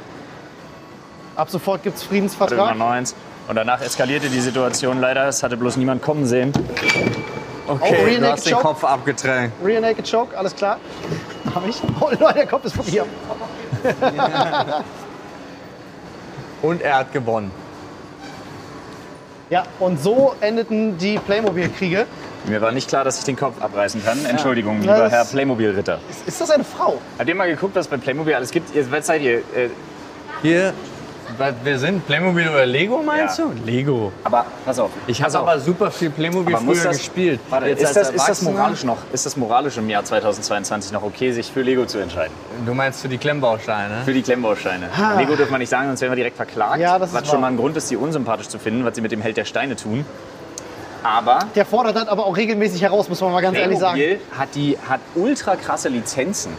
Speaker 1: Ab sofort gibt es Friedensvertrag.
Speaker 3: Nummer eins. Und danach eskalierte die Situation leider. Es hatte bloß niemand kommen sehen.
Speaker 1: Oh,
Speaker 2: okay,
Speaker 1: Real
Speaker 2: du
Speaker 1: Naked
Speaker 2: hast den
Speaker 1: Joke?
Speaker 2: Kopf abgetränkt.
Speaker 1: Real Naked Choke, alles klar. Hab ich. Oh, Leute, der Kopf ist von hier.
Speaker 2: Und er hat gewonnen.
Speaker 1: Ja, und so endeten die Playmobil-Kriege.
Speaker 3: Mir war nicht klar, dass ich den Kopf abreißen kann. Entschuldigung,
Speaker 1: Ja,
Speaker 3: lieber
Speaker 1: das-
Speaker 3: Herr Playmobil-Ritter.
Speaker 1: Ist- Ist das eine Frau?
Speaker 3: Habt ihr mal geguckt, was bei Playmobil alles gibt? Ihr, was seid ihr? Äh,
Speaker 2: Hier, was wir sind Playmobil oder Lego meinst
Speaker 3: Ja.
Speaker 2: du? Lego.
Speaker 3: aber pass auf.
Speaker 2: Ich habe
Speaker 3: pass auf.
Speaker 2: Also, aber super viel Playmobil
Speaker 3: Aber muss
Speaker 2: früher
Speaker 3: das-
Speaker 2: gespielt.
Speaker 3: Warte, ist,
Speaker 2: als
Speaker 3: das, ist das
Speaker 2: Erwachsener-
Speaker 3: moralisch noch? Ist das moralisch im Jahr 2022 noch okay, sich für Lego zu entscheiden?
Speaker 2: Du meinst für die Klemmbausteine?
Speaker 3: Für die Klemmbausteine. Lego dürfen wir nicht sagen, sonst werden wir direkt verklagt.
Speaker 1: Ja, das ist
Speaker 3: was
Speaker 1: wahr.
Speaker 3: schon mal ein Grund ist, die unsympathisch zu finden, was sie mit dem Held der Steine tun. Aber
Speaker 1: Der fordert das aber auch regelmäßig heraus, muss man mal ganz ehrlich sagen.
Speaker 3: Playmobil hat, die, hat ultra krasse Lizenzen.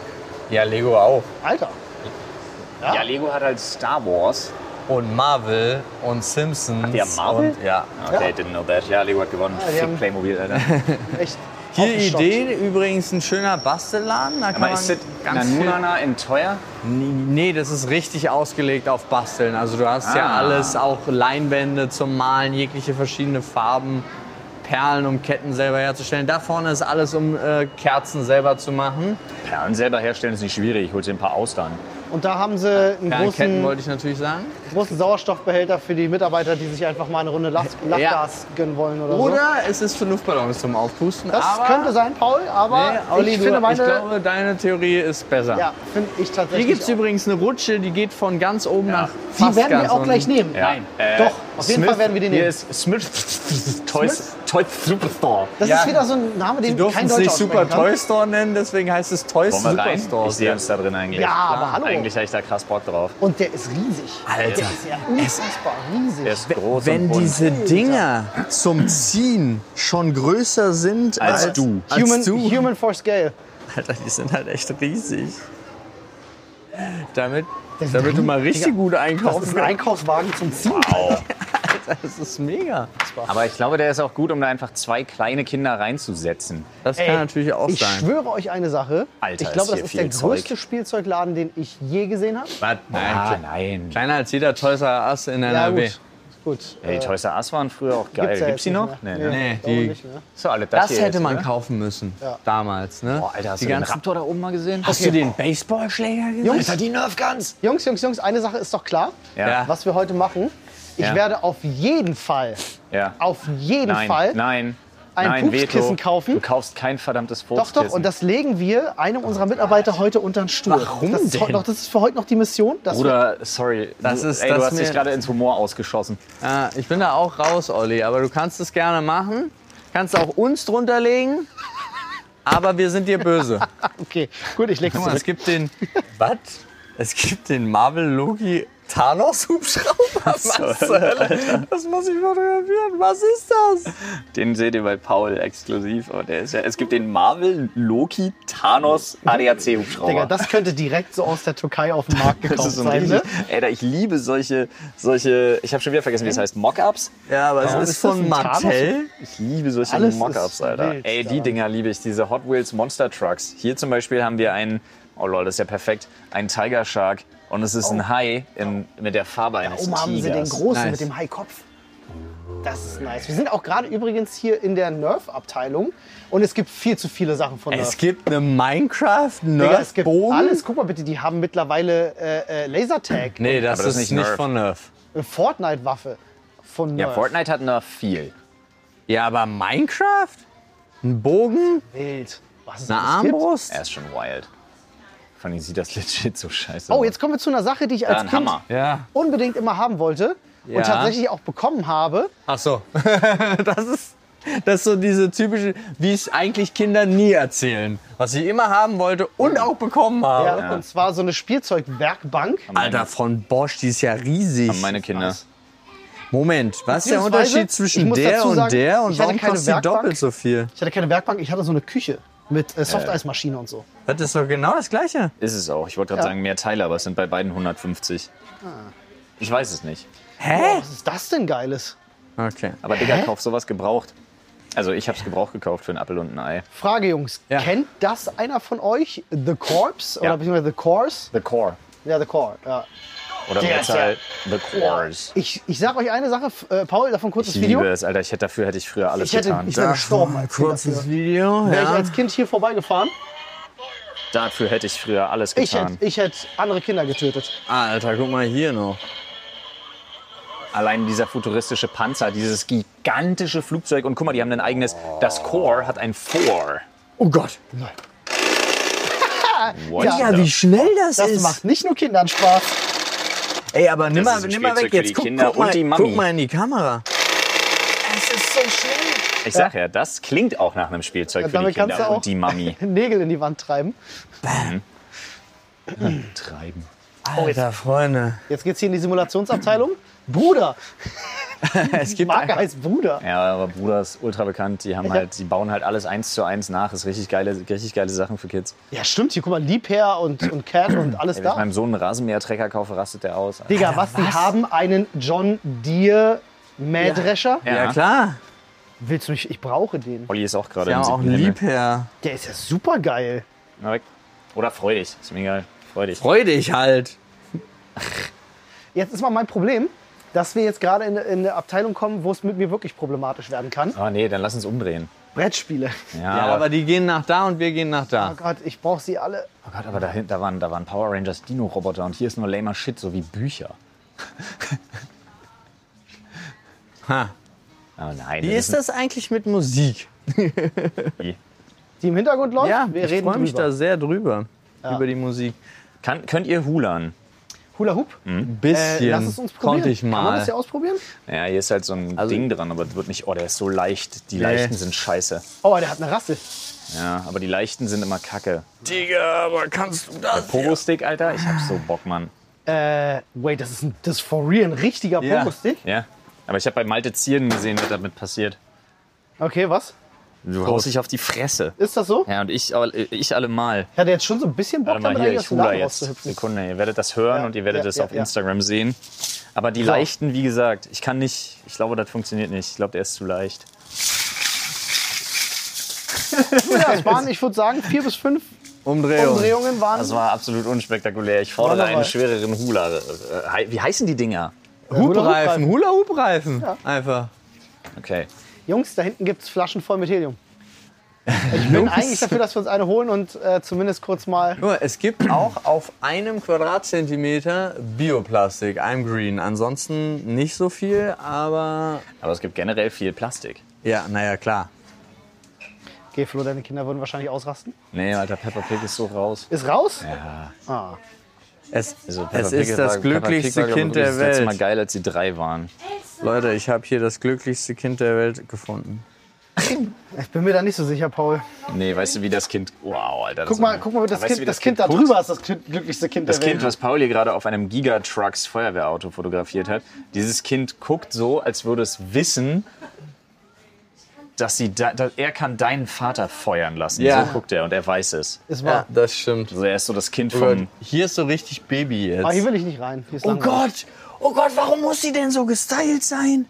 Speaker 2: Ja, Lego auch.
Speaker 1: Alter. Ja.
Speaker 3: Ja. Lego hat halt Star Wars.
Speaker 2: Und Marvel und Simpsons.
Speaker 3: die haben Marvel?
Speaker 2: Und, ja.
Speaker 3: Okay, didn't know that. Ja, Lego hat gewonnen.
Speaker 1: die
Speaker 3: Fick
Speaker 1: haben-
Speaker 3: Playmobil, Alter.
Speaker 1: Echt.
Speaker 2: Hier
Speaker 1: Aufgestockt.
Speaker 2: Idee, übrigens ein schöner Bastelladen. Da kann
Speaker 3: Aber
Speaker 2: man
Speaker 3: ist das
Speaker 2: ganz viel
Speaker 3: Nanunana in teuer?
Speaker 2: Nee, das ist richtig ausgelegt auf Basteln. Also du hast ja
Speaker 3: Ah.
Speaker 2: alles, auch Leinwände zum Malen, jegliche verschiedene Farben, Perlen, um Ketten selber herzustellen. Da vorne ist alles, um äh, Kerzen selber zu machen.
Speaker 3: Perlen selber herstellen ist nicht schwierig. Ich hol dir ein paar Austern.
Speaker 1: Und da haben sie einen
Speaker 2: Perlenketten
Speaker 1: großen,
Speaker 2: wollte ich natürlich sagen.
Speaker 1: großen Sauerstoffbehälter für die Mitarbeiter, die sich einfach mal eine Runde Lach Lachgas gönnen wollen oder, so.
Speaker 2: Oder es ist für Luftballons zum Aufpusten.
Speaker 1: Das
Speaker 2: aber,
Speaker 1: könnte sein, Paul, aber
Speaker 2: Nee, Olli,
Speaker 1: ich
Speaker 2: du,
Speaker 1: finde meine.
Speaker 2: ich glaube, deine Theorie ist besser.
Speaker 1: ja, finde ich tatsächlich.
Speaker 2: Hier gibt es
Speaker 1: auch.
Speaker 2: übrigens eine Rutsche, die geht von ganz oben nach
Speaker 1: Die
Speaker 2: fast
Speaker 1: werden
Speaker 2: ganz
Speaker 1: wir auch
Speaker 2: unten.
Speaker 1: gleich nehmen.
Speaker 3: Ja.
Speaker 1: Nein.
Speaker 3: Äh,
Speaker 1: Doch, auf jeden
Speaker 3: Smith-
Speaker 1: Fall werden wir die
Speaker 3: Hier
Speaker 1: nehmen.
Speaker 3: ist Smith Toys, Toys Superstore.
Speaker 1: Das
Speaker 2: Ja.
Speaker 1: ist wieder so ein Name, den
Speaker 2: Wir durften
Speaker 1: kein
Speaker 2: es
Speaker 1: Deutscher
Speaker 2: nicht Super
Speaker 1: aussprechen kann.
Speaker 2: Toy Store nennen, deswegen heißt es Toy
Speaker 3: Wollen wir rein?
Speaker 2: Superstore.
Speaker 3: Ich sehe uns da drin eigentlich.
Speaker 1: Ja, aber hallo.
Speaker 3: Eigentlich habe ich da krass Bock drauf.
Speaker 1: Und der ist riesig.
Speaker 2: Alter.
Speaker 1: Der ist ja unfassbar riesig.
Speaker 3: Der ist groß
Speaker 2: Wenn
Speaker 3: und bunt.
Speaker 2: diese Dinger zum Ziehen schon größer sind als,
Speaker 3: Als du.
Speaker 2: als
Speaker 1: Human,
Speaker 2: du,
Speaker 1: Human for Scale.
Speaker 2: Alter, die sind halt echt riesig. Damit, damit du mal richtig gut
Speaker 1: Das
Speaker 2: einkaufen
Speaker 1: ist ein
Speaker 2: kannst.
Speaker 1: Einkaufswagen zum Ziehen.
Speaker 3: Wow.
Speaker 2: Das ist mega.
Speaker 3: Aber ich glaube, der ist auch gut, um da einfach zwei kleine Kinder reinzusetzen.
Speaker 2: Das
Speaker 1: Ey,
Speaker 2: kann natürlich auch
Speaker 1: Ich
Speaker 2: sein.
Speaker 1: schwöre euch eine Sache.
Speaker 3: Alter,
Speaker 1: ich
Speaker 3: ist
Speaker 1: glaube, das
Speaker 3: hier
Speaker 1: ist der
Speaker 3: viel Zeug.
Speaker 1: größte Spielzeugladen, den ich je gesehen habe.
Speaker 2: Was? Nein,
Speaker 3: ah,
Speaker 2: kle-
Speaker 3: nein.
Speaker 2: Kleiner als jeder Toys R Us in NRW.
Speaker 1: gut. gut.
Speaker 3: Ja, die Toys R Us waren früher auch geil.
Speaker 1: Gibt's ja jetzt
Speaker 3: Gibt's, die
Speaker 1: nicht
Speaker 3: noch?
Speaker 1: mehr.
Speaker 3: ne?
Speaker 2: Nee,
Speaker 1: glaube
Speaker 2: die-
Speaker 1: nicht, ne?
Speaker 3: So, alle das
Speaker 2: Das
Speaker 3: hier
Speaker 2: hätte
Speaker 3: jetzt,
Speaker 2: man
Speaker 3: oder?
Speaker 2: kaufen müssen. Damals, ne?
Speaker 3: Boah, Alter, hast
Speaker 2: die
Speaker 3: du den
Speaker 2: ganzen,
Speaker 3: Raptor da oben mal gesehen?
Speaker 2: Hast du den Baseballschläger gesehen?
Speaker 1: Jungs,
Speaker 3: Alter, die Nerf Guns!
Speaker 1: Jungs, Jungs, Jungs, eine Sache ist doch klar,
Speaker 2: Ja.
Speaker 1: was wir heute machen. Ich
Speaker 3: Ja.
Speaker 1: werde auf jeden Fall,
Speaker 3: Ja.
Speaker 1: auf jeden
Speaker 3: Nein,
Speaker 1: Fall
Speaker 3: nein,
Speaker 1: ein
Speaker 3: nein,
Speaker 1: Pupskissen
Speaker 3: Veto.
Speaker 1: kaufen.
Speaker 3: Du kaufst kein verdammtes
Speaker 1: Doch,
Speaker 3: Pupskissen.
Speaker 1: doch, und das legen wir einem unserer Mitarbeiter heute unter den Stuhl.
Speaker 2: Warum
Speaker 1: das, ist heute
Speaker 2: denn?
Speaker 1: Noch, das ist für heute noch die Mission. dass wir-
Speaker 3: Bruder, sorry.
Speaker 2: Das
Speaker 3: du,
Speaker 2: ist-
Speaker 3: ey,
Speaker 2: das
Speaker 3: du hast dich
Speaker 2: mir-
Speaker 3: gerade ins Humor ausgeschossen.
Speaker 2: Ja, ich bin da auch raus, Olli, aber du kannst es gerne machen. Kannst auch uns drunter legen, aber wir sind dir böse.
Speaker 1: Okay, gut, ich leg's
Speaker 2: Guck mal, es
Speaker 1: zurück.
Speaker 2: gibt den. Was? Es gibt den Marvel Loki Thanos Hubschrauber. Was zur Hölle? Das muss ich fotografieren. Was ist das?
Speaker 3: Den seht ihr bei Paul exklusiv. Oh, der ist ja, es gibt den Marvel Loki Thanos ADAC
Speaker 1: Digga,
Speaker 3: Hubschrauber.
Speaker 1: das könnte direkt so aus der Türkei auf den Markt
Speaker 3: Das
Speaker 1: gekauft
Speaker 3: ist so ein
Speaker 1: sein. Ne?
Speaker 3: richtig, ey, da, ich liebe solche, solche, ich habe schon wieder vergessen, wie es heißt, Mockups.
Speaker 2: Ja, aber es
Speaker 1: Warum
Speaker 2: ist,
Speaker 1: ist das
Speaker 2: von
Speaker 1: ein Thanos?
Speaker 2: Mattel.
Speaker 3: Ich liebe solche
Speaker 1: Alles ist
Speaker 3: Mockups, Alter.
Speaker 1: wild
Speaker 3: ey, die
Speaker 1: daran.
Speaker 3: Dinger liebe ich, diese Hot Wheels Monster Trucks. Hier zum Beispiel haben wir einen, oh lol, das ist ja perfekt, einen Tiger Shark und es ist ein Hai in, mit der Farbe eines
Speaker 1: Oh. Oben haben sie den
Speaker 3: Tigers.
Speaker 1: großen
Speaker 2: Nice.
Speaker 1: mit dem Haikopf. Das ist nice. Wir sind auch gerade übrigens hier in der Nerf-Abteilung und es gibt viel zu viele Sachen von Nerf.
Speaker 2: Es gibt eine Minecraft
Speaker 1: Digga, es
Speaker 2: Nerf
Speaker 1: gibt
Speaker 2: Bogen.
Speaker 1: alles. Guck mal bitte, die haben mittlerweile äh, äh, Lasertag,
Speaker 2: Nee, das,
Speaker 3: Aber das
Speaker 2: ist
Speaker 3: ist
Speaker 2: nicht,
Speaker 3: nicht Nerf.
Speaker 2: von Nerf.
Speaker 1: eine Fortnite-Waffe von Nerf.
Speaker 3: Ja, Fortnite hat noch viel.
Speaker 2: Ja, aber Minecraft? Ein Bogen?
Speaker 1: Wild. Was es
Speaker 2: Eine
Speaker 1: alles gibt.
Speaker 2: Armbrust?
Speaker 3: Er ist schon wild. Von ihm sieht das legit so scheiße
Speaker 1: Oh,
Speaker 3: aus.
Speaker 1: jetzt kommen wir zu einer Sache, die ich als
Speaker 3: Ja, ein
Speaker 1: Kind
Speaker 3: Hammer.
Speaker 2: Ja.
Speaker 1: unbedingt immer haben wollte
Speaker 2: Ja.
Speaker 1: und tatsächlich auch bekommen habe.
Speaker 2: Ach so. das ist das ist so diese typische, wie es eigentlich Kinder nie erzählen, was ich immer haben wollte und auch bekommen
Speaker 1: Ja,
Speaker 2: habe.
Speaker 1: Und zwar so eine Spielzeugwerkbank.
Speaker 2: Alter, von Bosch, die ist ja riesig.
Speaker 3: Haben meine Kinder.
Speaker 2: Moment, was ist der
Speaker 1: Beziehungsweise,
Speaker 2: Unterschied
Speaker 1: ich
Speaker 2: zwischen
Speaker 1: muss
Speaker 2: der
Speaker 1: dazu
Speaker 2: und
Speaker 1: sagen,
Speaker 2: der
Speaker 1: ich
Speaker 2: und
Speaker 1: hatte
Speaker 2: warum
Speaker 1: keine
Speaker 2: kostet die
Speaker 1: Werkbank.
Speaker 2: doppelt so viel?
Speaker 1: Ich hatte keine Werkbank, ich hatte so eine Küche mit äh, Softeismaschine und so.
Speaker 2: Das ist doch genau das Gleiche.
Speaker 3: Ist es auch. Ich wollte gerade
Speaker 1: Ja. Ah.
Speaker 3: sagen, mehr Teile, aber es sind bei beiden 150. Ich weiß es nicht.
Speaker 2: Hä?
Speaker 1: Was ist das denn Geiles?
Speaker 2: Okay.
Speaker 3: Aber Digga, kauf sowas gebraucht. Also ich habe es gebraucht gekauft für einen Apfel und ein Ei.
Speaker 1: Frage, Jungs.
Speaker 2: Ja.
Speaker 1: Kennt das einer von euch? The Corps? Oder beziehungsweise The Corps?
Speaker 3: The Core.
Speaker 1: Ja, The Corps. Ja.
Speaker 3: Oder
Speaker 1: Der
Speaker 3: yeah,
Speaker 1: ist ja-
Speaker 3: halt The Cores.
Speaker 1: Ich, ich sag euch eine Sache, f- äh, Paul, davon kurzes
Speaker 3: Ich
Speaker 1: Video.
Speaker 3: liebe es, Alter. Ich hätte, dafür hätte ich früher alles
Speaker 1: Ich hätte-
Speaker 3: getan.
Speaker 1: ich wär- gestorben, als wir
Speaker 2: Kurzes
Speaker 1: dafür-
Speaker 2: Video.
Speaker 1: Wäre ich
Speaker 2: Ja.
Speaker 1: als Kind hier vorbeigefahren?
Speaker 3: dafür hätte ich früher alles
Speaker 1: Ich
Speaker 3: getan.
Speaker 1: hätte, ich hätte andere Kinder getötet.
Speaker 2: Alter, guck mal hier noch.
Speaker 3: Allein dieser futuristische Panzer, dieses gigantische Flugzeug. Und guck mal, die haben ein eigenes. Das Core hat ein Four.
Speaker 2: Oh Gott.
Speaker 3: What
Speaker 2: Ja,
Speaker 3: the-
Speaker 2: wie schnell das,
Speaker 1: Das
Speaker 2: ist.
Speaker 1: macht nicht nur Kindern Spaß.
Speaker 2: Ey, aber nimm
Speaker 3: Das
Speaker 2: mal,
Speaker 3: ist ein
Speaker 2: nimm mal weg
Speaker 3: Spielzeug für
Speaker 2: jetzt.
Speaker 3: die
Speaker 2: Guck,
Speaker 3: Kinder
Speaker 2: guck, mal,
Speaker 3: und die Mami.
Speaker 2: guck mal in die Kamera. Es ist so schnell.
Speaker 3: Ich sag ja, das klingt auch nach einem Spielzeug für die
Speaker 1: damit kannst
Speaker 3: Kinder
Speaker 1: du auch-
Speaker 3: und die Mami.
Speaker 1: Nägel in die Wand treiben.
Speaker 3: Treiben.
Speaker 2: Alter, Freunde.
Speaker 1: Jetzt geht's hier in die Simulationsabteilung. Bruder.
Speaker 2: Es gibt
Speaker 1: Marke
Speaker 2: einfach,
Speaker 1: heißt Bruder.
Speaker 3: Ja, aber Bruder ist ultra bekannt. Die haben halt, die bauen halt alles eins zu eins nach. Ist richtig geile, richtig geile Sachen für Kids.
Speaker 1: Ja, stimmt. Hier, guck mal, Liebherr und, und Cat und alles
Speaker 3: Wenn ich
Speaker 1: da.
Speaker 3: meinem Sohn einen Rasenmähertrecker kaufe, rastet der aus. Alter.
Speaker 1: Digga, was, die haben einen John Deere Mähdrescher.
Speaker 2: ja. klar.
Speaker 1: Willst du mich? Ich brauche den.
Speaker 3: Olli ist auch gerade
Speaker 2: Wir
Speaker 3: im
Speaker 2: haben auch
Speaker 3: siebten
Speaker 2: einen
Speaker 3: Himmel.
Speaker 2: Liebherr.
Speaker 1: Der ist ja super geil.
Speaker 3: Na weg. Oder freu dich, ist mir egal. Freu dich.
Speaker 2: Freu dich halt.
Speaker 1: Jetzt ist mal mein Problem, dass wir jetzt gerade in, in eine Abteilung kommen, wo es mit mir wirklich problematisch werden kann.
Speaker 3: Ah nee, dann lass uns umdrehen.
Speaker 1: Brettspiele.
Speaker 3: Ja,
Speaker 2: Ja, aber, die gehen nach da und wir gehen nach da.
Speaker 1: Oh Gott, ich brauche sie alle.
Speaker 3: oh Gott, aber dahinter da waren, da waren Power Rangers Dino-Roboter und hier ist nur lamer Shit, so wie Bücher.
Speaker 2: Ha.
Speaker 3: Oh nein.
Speaker 2: Wie ist das eigentlich mit Musik?
Speaker 1: Die im Hintergrund läuft?
Speaker 2: Ja,
Speaker 1: wir
Speaker 2: ich
Speaker 1: reden
Speaker 2: freue mich
Speaker 1: drüber.
Speaker 2: da sehr drüber. Über die Musik.
Speaker 3: Kann, könnt ihr Hulan?
Speaker 1: Hula Hoop?
Speaker 2: Ein
Speaker 1: Äh,
Speaker 2: bisschen
Speaker 1: lass es uns probieren.
Speaker 2: konnte ich
Speaker 1: Kann man
Speaker 2: mal.
Speaker 1: das hier ausprobieren?
Speaker 3: Ja, hier ist halt so ein
Speaker 2: Also-
Speaker 3: Ding dran, aber das wird nicht. Oh, der ist so leicht. Die Leichten sind scheiße.
Speaker 1: Oh, der hat eine Rassel.
Speaker 3: Ja, aber die Leichten sind immer kacke.
Speaker 2: Digga, aber kannst du das?
Speaker 3: Pogo-Stick, Alter, ich hab so Bock, Mann.
Speaker 1: Äh, wait, das ist, ein, das ist for real ein richtiger
Speaker 2: Ja.
Speaker 1: Pogo-Stick?
Speaker 3: Ja. Aber ich habe bei Malte Zieren gesehen, was damit passiert.
Speaker 1: Okay, was?
Speaker 3: Du haust dich auf die Fresse.
Speaker 1: Ist das so?
Speaker 3: Ja, und ich, äh, ich allemal.
Speaker 1: Ich hatte jetzt schon so ein bisschen Bock,
Speaker 3: Warte mal,
Speaker 1: damit
Speaker 3: hier,
Speaker 1: eigentlich aus
Speaker 3: ich
Speaker 1: dem
Speaker 3: hula
Speaker 1: Laden
Speaker 3: jetzt.
Speaker 1: rauszuhüpfen.
Speaker 3: Sekunde, ihr werdet das hören
Speaker 1: Ja,
Speaker 3: und ihr werdet
Speaker 1: ja,
Speaker 3: das
Speaker 1: ja,
Speaker 3: auf
Speaker 1: ja.
Speaker 3: Instagram sehen. Aber die leichten, wie gesagt, ich kann nicht, ich glaube, das funktioniert nicht. Ich glaube, der ist zu leicht.
Speaker 1: Ja, es waren, ich würde sagen, vier bis fünf
Speaker 2: Umdrehung.
Speaker 1: Umdrehungen waren.
Speaker 3: Das war absolut unspektakulär. Ich fordere
Speaker 1: Wunderbar.
Speaker 3: einen schwereren Hula. Äh, hei- Wie heißen die Dinger?
Speaker 2: Hubreifen, Hula-Hoop-Reifen.
Speaker 1: Ja.
Speaker 2: Einfach.
Speaker 3: Okay.
Speaker 1: Jungs, da hinten gibt es Flaschen voll mit Helium. Ich bin eigentlich dafür, dass wir uns eine holen und äh, zumindest kurz mal.
Speaker 2: Guck mal, es gibt auch auf einem Quadratzentimeter Bioplastik, I'm green. Ansonsten nicht so viel, aber
Speaker 3: Aber es gibt generell viel Plastik.
Speaker 2: ja, naja, klar.
Speaker 1: Okay, Flo, deine Kinder würden wahrscheinlich ausrasten.
Speaker 3: Nee, Alter, Peppa Pig ist so raus.
Speaker 1: Ist raus?
Speaker 3: Ja.
Speaker 1: Ah.
Speaker 2: Es,
Speaker 3: Also Peppa
Speaker 2: es
Speaker 3: Pig
Speaker 2: ist
Speaker 3: war-
Speaker 2: das
Speaker 3: Peppa Pig war,
Speaker 2: glücklichste
Speaker 3: glaub ich,
Speaker 2: Kind der
Speaker 3: Das letzte Mal
Speaker 2: Welt.
Speaker 3: geil, als sie drei waren.
Speaker 2: Leute, ich habe hier das glücklichste Kind der Welt gefunden.
Speaker 1: Ich bin mir da nicht so sicher, Paul.
Speaker 3: Nee, weißt du, wie das Kind. Wow, Alter.
Speaker 1: Guck mal, guck mal das,
Speaker 3: Aber weißt
Speaker 1: kind,
Speaker 3: du, wie
Speaker 1: das, Kind da
Speaker 3: guckt?
Speaker 1: drüber ist das kind, glücklichste Kind
Speaker 3: Das
Speaker 1: der Welt.
Speaker 3: Kind, was Pauli gerade auf einem Gigatrucks Feuerwehrauto fotografiert hat, dieses Kind guckt so, als würde es wissen, dass, sie da, dass er kann deinen Vater feuern lassen.
Speaker 2: Ja.
Speaker 3: So guckt er und er weiß es.
Speaker 1: ist
Speaker 2: Ja,
Speaker 1: wahr.
Speaker 2: das stimmt.
Speaker 3: Also er ist so das Kind
Speaker 2: Oh Gott,
Speaker 3: vom.
Speaker 2: hier ist so richtig Baby
Speaker 1: Aber Ah, hier
Speaker 2: jetzt.
Speaker 1: will ich nicht rein. Hier ist
Speaker 2: Ah, Oh
Speaker 1: langweilig.
Speaker 2: Gott, oh Gott, warum muss sie denn so gestylt sein?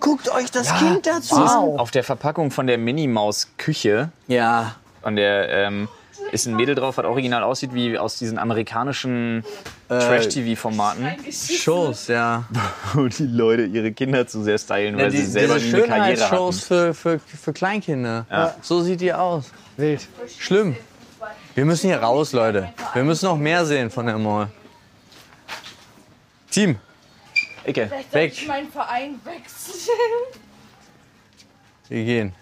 Speaker 2: Guckt euch das Kind dazu an.
Speaker 1: Wow.
Speaker 3: Auf der Verpackung von der Minimaus Küche
Speaker 2: Ja,
Speaker 3: und der ähm, ist ein Mädel drauf, was original aussieht wie aus diesen amerikanischen
Speaker 2: Äh,
Speaker 3: Trash-TV-Formaten.
Speaker 2: Shows, ja.
Speaker 3: wo die Leute ihre Kinder zu sehr stylen, weil
Speaker 2: die,
Speaker 3: sie selber nie
Speaker 2: diese
Speaker 3: eine Karriere
Speaker 2: Schönheitsshows
Speaker 3: hatten.
Speaker 2: für, für, für Kleinkinder. So sieht die aus.
Speaker 1: Wild.
Speaker 2: Schlimm. Wir müssen hier raus, Leute. Wir müssen noch mehr sehen von der Mall. Team,
Speaker 3: Icke,
Speaker 4: Vielleicht
Speaker 2: Weg.
Speaker 4: sollte ich meinen Verein wechseln.
Speaker 2: wir gehen.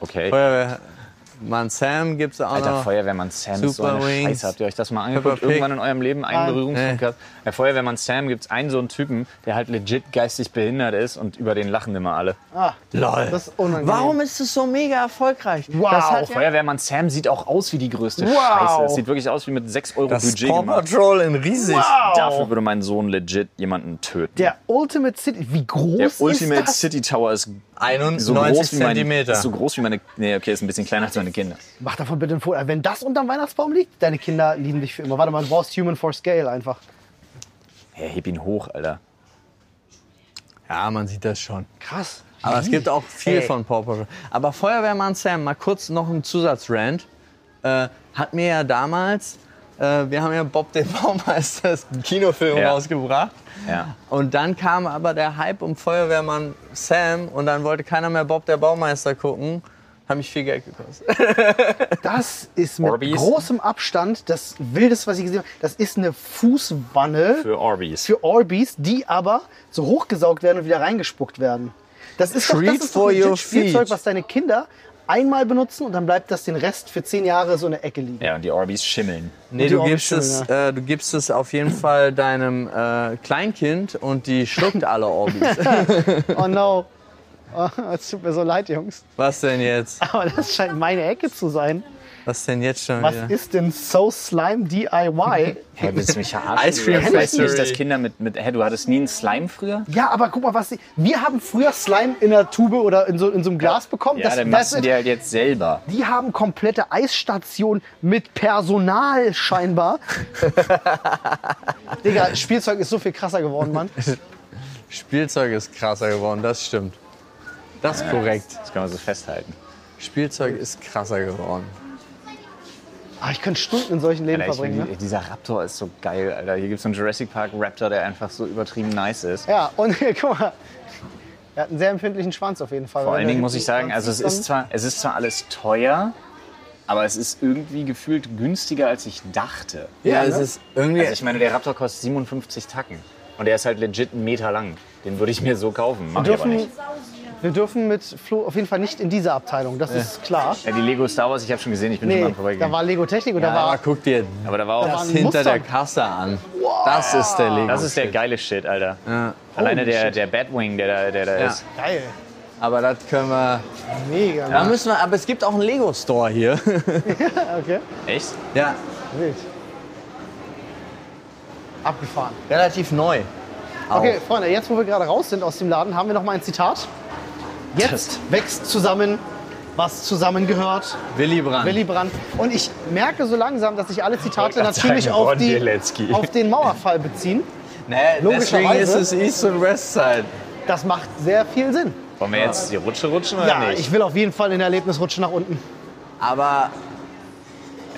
Speaker 3: okay.
Speaker 2: Feuerwehrmann Sam gibt's auch
Speaker 3: Alter,
Speaker 2: noch.
Speaker 3: Feuerwehrmann Sam ist so
Speaker 2: Super
Speaker 3: eine
Speaker 2: Wings.
Speaker 3: Scheiße. Habt ihr euch das mal
Speaker 2: Peppa
Speaker 3: angeguckt?
Speaker 2: Pig.
Speaker 3: Irgendwann in eurem Leben einen Berührungspunkt
Speaker 2: Nee.
Speaker 3: gehabt? Bei Feuerwehrmann Sam gibt es einen so einen Typen, der halt legit geistig behindert ist und über den lachen immer alle.
Speaker 1: Ah,
Speaker 2: Lol.
Speaker 1: das ist unangenehm.
Speaker 2: Warum ist es so mega erfolgreich?
Speaker 1: Wow.
Speaker 2: Das hat ja
Speaker 3: Feuerwehrmann Sam sieht auch aus wie die größte
Speaker 1: Wow.
Speaker 3: Scheiße. Es sieht wirklich aus wie mit 6 Euro
Speaker 2: das
Speaker 3: Budget
Speaker 2: Paw
Speaker 3: gemacht.
Speaker 2: Patrol in riesig.
Speaker 3: Dafür würde mein Sohn legit jemanden töten.
Speaker 1: Der Ultimate City. Wie groß
Speaker 3: Der
Speaker 1: ist
Speaker 3: Ultimate
Speaker 1: das?
Speaker 3: City Tower ist so
Speaker 2: 91
Speaker 3: groß, wie mein,
Speaker 2: Zentimeter.
Speaker 3: ist so groß wie meine. Nee, okay, ist ein bisschen kleiner als meine Kinder.
Speaker 1: Mach davon bitte ein Foto. Wenn das unterm Weihnachtsbaum liegt, deine Kinder lieben dich für immer. Warte mal, du brauchst Human for Scale einfach.
Speaker 3: Hey, heb ihn hoch, Alter.
Speaker 2: Ja, man sieht das schon.
Speaker 1: Krass.
Speaker 2: Aber es gibt auch viel
Speaker 1: Ey.
Speaker 2: von Paw Patrol. Aber Feuerwehrmann Sam, mal kurz noch ein Zusatzrand. Äh, hat mir ja damals, äh, wir haben ja Bob den Baumeister als Kinofilm
Speaker 3: Ja.
Speaker 2: rausgebracht.
Speaker 3: Ja.
Speaker 2: Und dann kam aber der Hype um Feuerwehrmann Sam und dann wollte keiner mehr Bob der Baumeister gucken. Hat mich viel Geld gekostet.
Speaker 1: Das ist mit
Speaker 3: Orbeez.
Speaker 1: großem Abstand das Wildeste, was ich gesehen habe. Das ist eine Fußwanne für,
Speaker 3: Für Orbeez.
Speaker 1: Orbeez, die aber so hochgesaugt werden und wieder reingespuckt werden. Das ist doch, das
Speaker 2: Treat
Speaker 1: ist
Speaker 2: for
Speaker 1: doch
Speaker 2: your
Speaker 1: ein
Speaker 2: feet.
Speaker 1: Spielzeug, was deine Kinder einmal benutzen und dann bleibt das den Rest für zehn Jahre so in der Ecke liegen.
Speaker 3: Ja, und die Orbeez schimmeln.
Speaker 2: Nee,
Speaker 1: die
Speaker 2: du
Speaker 1: Orange
Speaker 2: gibst, es,
Speaker 1: Schimmel,
Speaker 2: äh, du gibst es auf jeden Fall deinem äh, Kleinkind und die schluckt alle Orbis.
Speaker 1: Oh no. Oh, Es tut mir so leid, Jungs.
Speaker 2: Was denn jetzt?
Speaker 1: Aber das scheint meine Ecke zu sein.
Speaker 2: Was denn jetzt schon
Speaker 1: Was
Speaker 2: wieder?
Speaker 1: ist denn So Slime DIY?
Speaker 3: Hey, willst du mich verarschen?
Speaker 2: Ice Cream
Speaker 3: Du weißt
Speaker 2: Factory.
Speaker 3: nicht, dass Kinder mit, mit Hä, du hattest nie einen Slime früher?
Speaker 1: Ja, aber guck mal, was die, wir haben früher Slime in der Tube oder in so, in so einem Glas bekommen.
Speaker 3: Ja, dann machst du dir halt jetzt selber.
Speaker 1: die haben komplette Eisstationen mit Personal scheinbar. Digga, Spielzeug ist so viel krasser geworden, Mann.
Speaker 2: Spielzeug ist krasser geworden, das stimmt. Das ist korrekt.
Speaker 3: Das kann man so festhalten.
Speaker 2: Spielzeug ist krasser geworden.
Speaker 1: Ah, ich könnte Stunden in solchen Läden
Speaker 3: Alter, ich
Speaker 1: verbringen.
Speaker 3: find,
Speaker 1: Ne?
Speaker 3: die- dieser Raptor ist so geil, Alter. Hier gibt es so einen Jurassic Park Raptor, der einfach so übertrieben nice ist.
Speaker 1: Ja, und guck mal. Er hat einen sehr empfindlichen Schwanz auf jeden Fall.
Speaker 3: Vor
Speaker 1: Wenn
Speaker 3: allen
Speaker 1: der
Speaker 3: Dingen muss ich
Speaker 1: hinten
Speaker 3: sagen,
Speaker 1: dran
Speaker 3: also es
Speaker 1: zieht, dann-
Speaker 3: ist, zwar, es ist zwar alles teuer, aber es ist irgendwie gefühlt günstiger, als ich dachte.
Speaker 2: Ja,
Speaker 1: ne?
Speaker 2: es ist irgendwie.
Speaker 3: Also ich meine, der Raptor kostet 57 Tacken. Und der ist halt legit einen Meter lang. Den würde ich mir so kaufen. Mach ich aber
Speaker 1: dürfen,
Speaker 3: nicht.
Speaker 1: wir dürfen mit Flo auf jeden Fall nicht in diese Abteilung, das ist klar.
Speaker 3: Ja, die Lego Star Wars, ich habe schon gesehen, ich bin schon
Speaker 1: Nee,
Speaker 3: mal
Speaker 1: da
Speaker 3: vorbeigegangen.
Speaker 1: war Lego Technik und da
Speaker 2: aber
Speaker 1: war.
Speaker 2: guck dir
Speaker 3: Aber da war auch.
Speaker 2: das
Speaker 1: ein
Speaker 2: hinter
Speaker 1: Mustang.
Speaker 2: der Kasse an. Das ist der Lego.
Speaker 3: das ist der geile Shit, Alter.
Speaker 2: Ja.
Speaker 3: Alleine der, der Batwing, der da, der da
Speaker 2: Ja.
Speaker 3: ist.
Speaker 1: Geil,
Speaker 2: Aber das können wir.
Speaker 1: mega.
Speaker 2: Da müssen wir. Aber es gibt auch einen Lego Store hier.
Speaker 1: Okay,
Speaker 3: Echt?
Speaker 2: ja,
Speaker 1: wild. Abgefahren.
Speaker 2: relativ neu. Auch.
Speaker 1: Okay, Freunde, jetzt wo wir gerade raus sind aus dem Laden, haben wir noch mal ein Zitat. Jetzt wächst zusammen, was zusammengehört.
Speaker 2: Willy Brandt.
Speaker 1: Willy Brandt. Und ich merke so langsam, dass sich alle Zitate
Speaker 3: grad
Speaker 1: natürlich
Speaker 3: sagen,
Speaker 1: auf,
Speaker 3: Ron
Speaker 1: die,
Speaker 3: Bilecki.
Speaker 1: auf den Mauerfall beziehen.
Speaker 2: Nee, deswegen
Speaker 1: Logischerweise.
Speaker 2: ist es East und West Side.
Speaker 1: Das macht sehr viel Sinn.
Speaker 3: Wollen wir jetzt die Rutsche rutschen oder
Speaker 1: Ja,
Speaker 3: nicht?
Speaker 1: ich will auf jeden Fall in der Erlebnisrutsche nach unten.
Speaker 2: Aber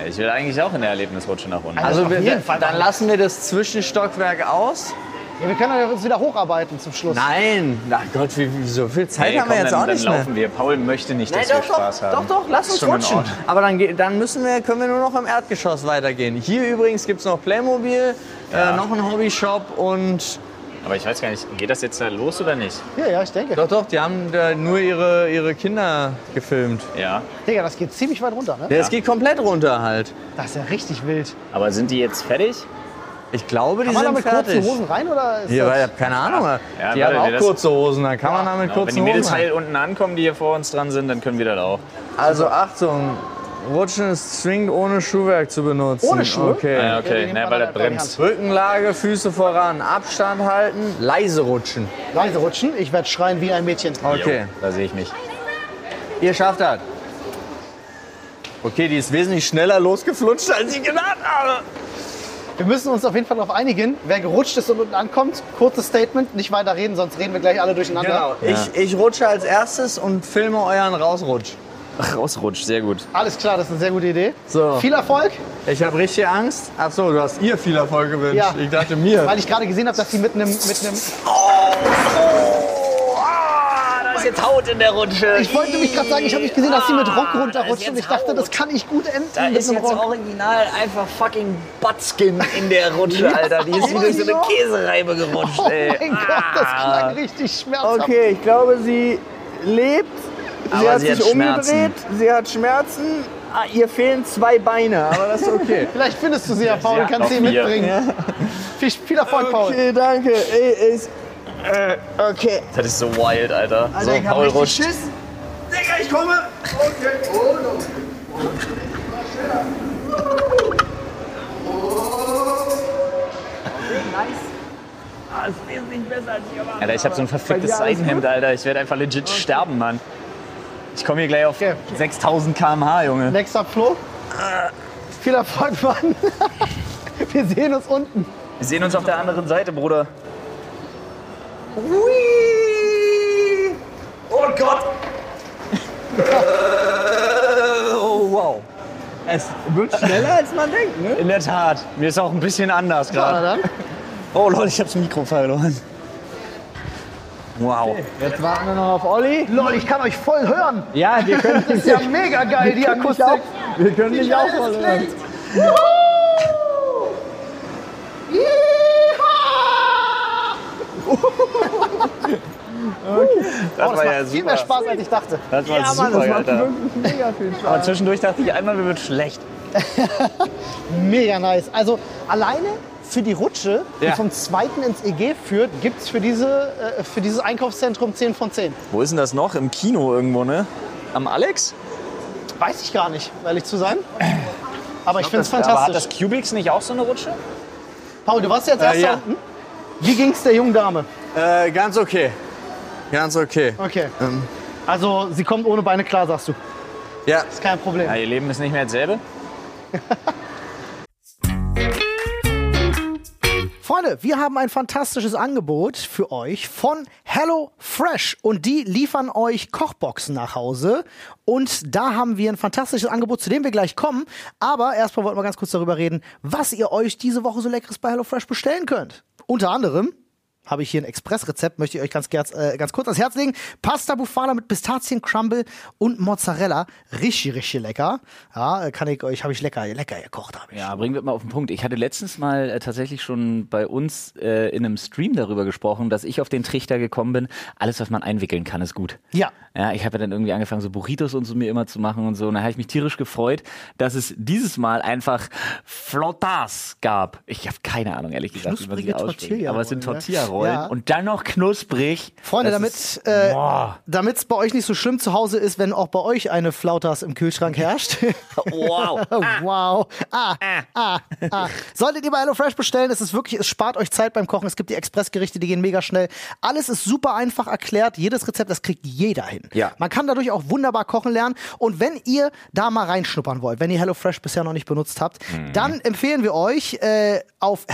Speaker 3: Ich will eigentlich auch in der Erlebnisrutsche nach unten.
Speaker 1: Also
Speaker 2: also
Speaker 1: auf
Speaker 2: wir,
Speaker 1: jeden Fall
Speaker 2: dann
Speaker 1: machen.
Speaker 2: lassen wir das Zwischenstockwerk aus.
Speaker 1: Ja, wir können ja uns wieder hocharbeiten zum Schluss.
Speaker 2: Nein, na Gott, wie, wie, so viel Zeit haben wir jetzt
Speaker 3: dann,
Speaker 2: auch nicht
Speaker 3: dann
Speaker 2: mehr.
Speaker 3: laufen wir. Paul möchte nicht,
Speaker 2: Nein,
Speaker 3: dass
Speaker 2: doch,
Speaker 3: wir Spaß
Speaker 2: doch,
Speaker 3: haben.
Speaker 2: doch, doch, lass
Speaker 3: Ist
Speaker 2: uns
Speaker 3: schon in
Speaker 2: rutschen.
Speaker 3: Ordnung.
Speaker 2: Aber dann, ge- dann müssen wir, können wir nur noch im Erdgeschoss weitergehen. Hier übrigens gibt es noch Playmobil,
Speaker 3: Ja.
Speaker 2: äh, noch einen Hobbyshop und.
Speaker 3: Aber ich weiß gar nicht, geht das jetzt da los oder nicht?
Speaker 1: Ja, ja, ich denke.
Speaker 2: Doch, doch, die haben da nur ihre, ihre Kinder gefilmt.
Speaker 3: Ja.
Speaker 1: Digga, das geht ziemlich weit runter, ne?
Speaker 2: Ja, es geht komplett runter halt.
Speaker 1: Das ist ja richtig wild.
Speaker 3: Aber sind die jetzt fertig?
Speaker 2: Ich glaube, die
Speaker 1: Kann man
Speaker 2: sind
Speaker 1: damit
Speaker 2: fertig.
Speaker 1: kurze Hosen rein oder ist
Speaker 2: Hier,
Speaker 1: das-
Speaker 2: weil ich hab keine Ahnung.
Speaker 3: Ja,
Speaker 2: die
Speaker 3: warte,
Speaker 2: haben auch
Speaker 3: das-
Speaker 2: kurze Hosen, da kann man damit
Speaker 3: Genau, wenn die
Speaker 2: kurzen
Speaker 3: Mädels
Speaker 2: Hosen. rein.
Speaker 3: heil unten ankommen, die hier vor uns dran sind, dann können wir das auch.
Speaker 2: Also Achtung, Rutschen ist zwingend ohne Schuhwerk zu benutzen.
Speaker 1: Ohne Schuhe?
Speaker 2: Okay.
Speaker 3: Ja,
Speaker 1: Ja, die
Speaker 3: okay,
Speaker 1: nehmen
Speaker 3: ne,
Speaker 1: wir
Speaker 3: weil
Speaker 1: dann
Speaker 3: das
Speaker 1: in die
Speaker 3: bremst.
Speaker 2: Rückenlage, Füße voran, Abstand halten, leise rutschen.
Speaker 1: leise rutschen? Ich werde schreien wie ein Mädchen.
Speaker 2: Okay.
Speaker 3: Jo, da sehe ich mich.
Speaker 2: Ihr schafft das. Okay, die ist wesentlich schneller losgeflutscht, als ich gedacht habe.
Speaker 1: Wir müssen uns auf jeden Fall darauf einigen, wer gerutscht ist und unten ankommt. Kurzes Statement, nicht weiter reden, sonst reden wir gleich alle durcheinander.
Speaker 2: Genau. Ich, ich rutsche als erstes und filme euren Rausrutsch.
Speaker 3: Rausrutscht, sehr gut.
Speaker 1: Alles klar, das ist eine sehr gute Idee.
Speaker 2: So.
Speaker 1: Viel Erfolg,
Speaker 2: Ich habe richtig Angst. Ach so, du hast ihr viel Erfolg gewünscht.
Speaker 1: Ja.
Speaker 2: Ich dachte mir.
Speaker 1: weil ich gerade gesehen habe, dass sie mit einem. Mit einem
Speaker 2: Oh,
Speaker 3: Da ist jetzt Haut in der Rutsche.
Speaker 1: ich wollte mich gerade sagen, ich habe nicht gesehen, dass sie mit
Speaker 2: Ah,
Speaker 1: Rock runterrutscht und ich dachte, das kann ich gut enden mit einem Rock.
Speaker 3: original einfach fucking Buttskin in der Rutsche, Alter. Die ist wie durch so eine Käsereibe gerutscht,
Speaker 1: Oh mein Gott, das klang richtig schmerzhaft.
Speaker 2: Okay, ich glaube, sie lebt. Sie
Speaker 3: Aber
Speaker 2: hat
Speaker 3: sie
Speaker 2: sich
Speaker 3: hat Schmerzen.
Speaker 2: umgedreht. Sie hat Schmerzen. Ah, ihr fehlen zwei Beine, aber das ist okay.
Speaker 1: Vielleicht findest du sie ja, Paul, und
Speaker 3: hat
Speaker 1: kannst
Speaker 3: noch
Speaker 1: sie
Speaker 3: vier.
Speaker 1: mitbringen. Viel, viel Erfolg, Paul.
Speaker 2: okay, danke. Ey, ist, äh, okay.
Speaker 3: Das ist so wild, Alter.
Speaker 2: Alter,
Speaker 3: so,
Speaker 2: Also ich hab
Speaker 3: Paul
Speaker 2: richtig
Speaker 3: rutscht.
Speaker 2: Schiss. Digga, ich komme. Okay.
Speaker 3: Alter, ich habe so ein verficktes Seidenhemd, Alter. Ich werde einfach legit sterben, Mann. Ich komme hier gleich auf
Speaker 1: Okay.
Speaker 3: 6000 km/h, Junge.
Speaker 1: Nächster Flo. Viel Erfolg, Mann. Wir sehen uns unten.
Speaker 3: Wir sehen uns auf der anderen Seite, Bruder.
Speaker 2: Hui. Oh Gott. oh, wow. Es wird schneller, als man denkt, ne?
Speaker 3: In der Tat. Mir ist auch ein bisschen anders
Speaker 1: Na
Speaker 3: gerade.
Speaker 1: dann.
Speaker 3: Oh Leute, ich habe das Mikro verloren. Wow.
Speaker 2: Jetzt warten wir noch auf Olli.
Speaker 1: Lol, ich kann euch voll hören.
Speaker 2: Ja, wir können
Speaker 1: Das ist ja mega geil, die Akustik.
Speaker 2: Wir können dich auch voll hören.
Speaker 3: Das
Speaker 1: Oh, das
Speaker 3: war
Speaker 1: macht
Speaker 3: ja
Speaker 1: viel mehr
Speaker 3: super.
Speaker 1: Spaß, als ich dachte.
Speaker 3: Das war super, Alter.
Speaker 2: mega viel Spaß.
Speaker 3: Aber zwischendurch dachte ich einmal, mir wird schlecht.
Speaker 1: Mega nice. Also alleine für die Rutsche, die
Speaker 2: Ja.
Speaker 1: vom zweiten ins EG führt, gibt es für, diese, äh, für dieses Einkaufszentrum 10 von 10.
Speaker 3: Wo ist denn das noch? Im Kino irgendwo, ne? Am Alex?
Speaker 1: Weiß ich gar nicht, um ehrlich zu sein. Aber ich, finde es
Speaker 3: Aber hat das
Speaker 1: fantastisch.
Speaker 3: Cubix nicht auch so eine Rutsche?
Speaker 1: Paul, du warst jetzt erst
Speaker 2: ja.
Speaker 1: da unten. Wie ging es der jungen Dame?
Speaker 2: Äh, ganz okay. Ganz okay.
Speaker 1: Okay.
Speaker 2: Ähm.
Speaker 1: Also sie kommt ohne Beine klar, sagst du.
Speaker 2: Ja.
Speaker 1: Ist kein Problem.
Speaker 3: Ja, ihr Leben ist nicht mehr dasselbe.
Speaker 1: Freunde, wir haben ein fantastisches Angebot für euch von Hello Fresh und die liefern euch Kochboxen nach Hause und da haben wir ein fantastisches Angebot, zu dem wir gleich kommen, aber erstmal wollten wir ganz kurz darüber reden, was ihr euch diese Woche so leckeres bei Hello Fresh bestellen könnt. Unter anderem habe ich hier ein Expressrezept, möchte ich euch ganz, gerz- äh, ganz kurz ans Herz legen. Pasta Bufala mit Pistaziencrumble und Mozzarella. Richtig, richtig lecker. Ja, äh, kann ich euch, habe ich lecker, lecker gekocht, habe ich.
Speaker 5: Ja, Ah, bringen wir mal auf den Punkt. Ich hatte letztens mal äh, tatsächlich schon bei uns äh, in einem Stream darüber gesprochen, dass ich auf den Trichter gekommen bin. Alles, was man einwickeln kann, ist gut.
Speaker 1: Ja.
Speaker 5: Ja, ich habe ja dann irgendwie angefangen, so Burritos und so mir immer zu machen und so. Und da habe ich mich tierisch gefreut, dass es dieses Mal einfach Flottas gab. Ich habe keine Ahnung, ehrlich gesagt, wie man sie
Speaker 1: Knusprige
Speaker 5: ausspricht. Aber es sind
Speaker 1: Tortilla-Rollen,
Speaker 5: Tortilla-Rollen
Speaker 1: ja. Ja.
Speaker 5: und dann noch knusprig.
Speaker 1: Freunde,
Speaker 5: Das ist-
Speaker 1: damit äh,
Speaker 5: Boah.
Speaker 1: damit es bei euch nicht so schlimm zu Hause ist, wenn auch bei euch eine Flautas im Kühlschrank herrscht.
Speaker 5: Wow.
Speaker 1: Oh, wow. Ah, ah, ah. Solltet ihr bei HelloFresh bestellen, es ist wirklich, es spart euch Zeit beim Kochen. Es gibt die Expressgerichte, die gehen mega schnell. Alles ist super einfach erklärt. Jedes Rezept, das kriegt jeder hin.
Speaker 5: Ja.
Speaker 1: Man kann dadurch auch wunderbar kochen lernen. Und wenn ihr da mal reinschnuppern wollt, wenn ihr HelloFresh bisher noch nicht benutzt habt, dann empfehlen wir euch, äh, auf